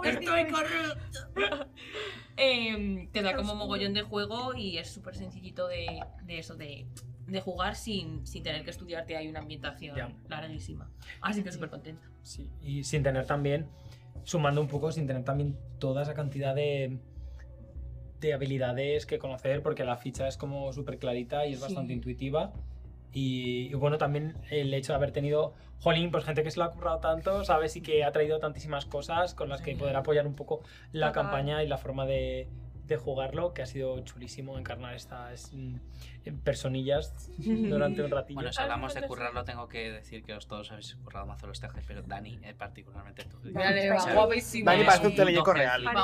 S3: malito!
S6: Estoy corrupto. Em, te da como mogollón de juego y es súper sencillito de, de eso, de, de jugar sin, sin tener que estudiarte. Hay una ambientación
S7: Ya.
S6: larguísima. Así que súper contenta.
S7: Sí, y sin tener también, sumando un poco, sin tener también toda esa cantidad de, de habilidades que conocer, porque la ficha es como súper clarita y es
S6: Sí.
S7: bastante intuitiva. Y, y bueno, también el hecho de haber tenido, jolín, pues gente que se lo ha currado tanto, ¿sabes? Y que ha traído tantísimas cosas con las que
S6: Genial.
S7: poder apoyar un poco la
S4: Total.
S7: campaña y la forma de, de jugarlo, que ha sido chulísimo encarnar estas mm, personillas durante un ratillo.
S5: Bueno, si
S6: Ah,
S5: hablamos
S6: sí,
S5: de
S6: cuando
S5: currarlo, tengo que decir que os todos habéis currado mazo los tejes, pero Dani, eh, particularmente tú.
S4: Dale,
S5: O sea,
S4: guapo.
S2: Dani
S5: es
S2: parece un
S5: un
S2: teleñeco
S5: toque.
S2: real.
S6: Va,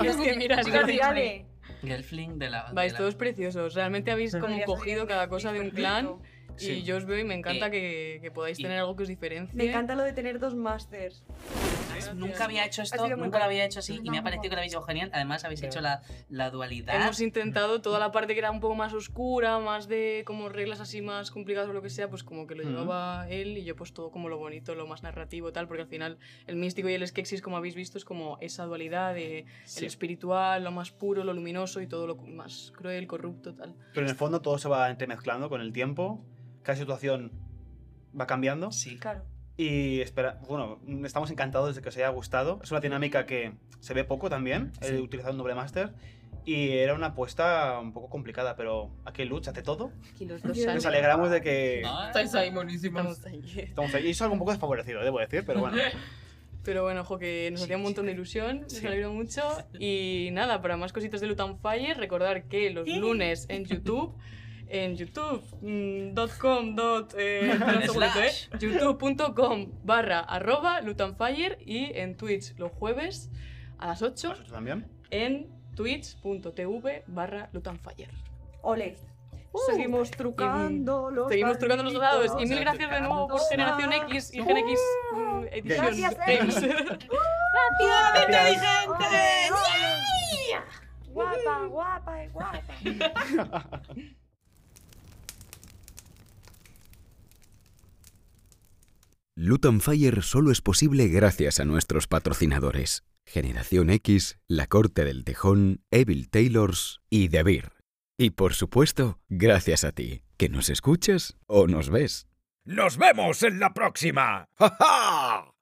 S3: Es que mira, es
S6: Chicas,
S3: que-
S6: dale.
S5: Gelfling de la... de
S3: Vais
S5: la-
S3: todos preciosos. Realmente habéis como
S4: Podría
S3: cogido
S4: salir
S3: cada cosa de un clan
S2: Sí.
S3: y yo os veo y me encanta
S5: Eh,
S3: que, que podáis
S5: y-
S3: tener algo que os diferencie.
S4: Me encanta lo de tener dos masters.
S5: ¿Sabes? Nunca había hecho esto,
S4: sido muy
S5: nunca
S4: bueno.
S5: lo había hecho así y
S4: No,
S5: me ha
S4: no,
S5: parecido
S4: no.
S5: que lo habéis hecho genial. Además, habéis
S7: Claro.
S5: hecho la, la dualidad.
S3: Hemos intentado toda la parte que era un poco más oscura, más de como reglas así más complicadas o lo que sea, pues como que lo
S2: Ujú.
S3: llevaba él y yo pues todo como lo bonito, lo más narrativo tal, porque al final el místico y el skexis, como habéis visto, es como esa dualidad de
S2: Sí.
S3: el espiritual, lo más puro, lo luminoso y todo lo cu- más cruel, corrupto tal.
S2: Pero en el fondo todo se va entremezclando con el tiempo, cada situación va cambiando
S5: Sí.
S4: Claro.
S2: y espera, bueno, estamos encantados de que os haya gustado. Es una dinámica que se ve poco también,
S5: Sí.
S2: el utilizar un doble máster y era una apuesta un poco complicada, pero aquí Luch hace todo.
S3: Aquí los dos
S2: Nos
S3: salen.
S2: alegramos de que
S5: Ah.
S6: Estáis ahí buenísimos.
S3: Estamos ahí.
S2: estamos ahí. Y eso algo un poco desfavorecido, debo decir, pero bueno.
S3: Pero bueno, ojo, que nos
S5: Sí,
S3: hacía un
S5: sí.
S3: montón de ilusión, nos
S5: Sí.
S3: alegró mucho. Y nada, para más cositas de Lutan Fire, recordar que los lunes en YouTube, en youtube.com, dot, eh, espera un segundito, eh,
S5: Slash.
S3: youtube.com barra arroba lutanfire y en Twitch los jueves a las 8
S2: Vosotros también.
S3: en twitch.tv barra lutanfire.
S4: Ole. Seguimos trucando los
S3: Uh. Seguimos trucando los
S4: darditos.
S3: dados y mil gracias de nuevo por Generación X y Gen X mm, Edition.
S4: Gracias,
S3: Games.
S4: Guapa, guapa, guapa.
S1: Luton Fire solo es posible gracias a nuestros patrocinadores. Generación X, La Corte del Tejón, Evil Taylors y The Beer. Y por supuesto, gracias a ti, que nos escuchas o nos ves.
S11: Nos vemos en la próxima. ¡Ja, ja!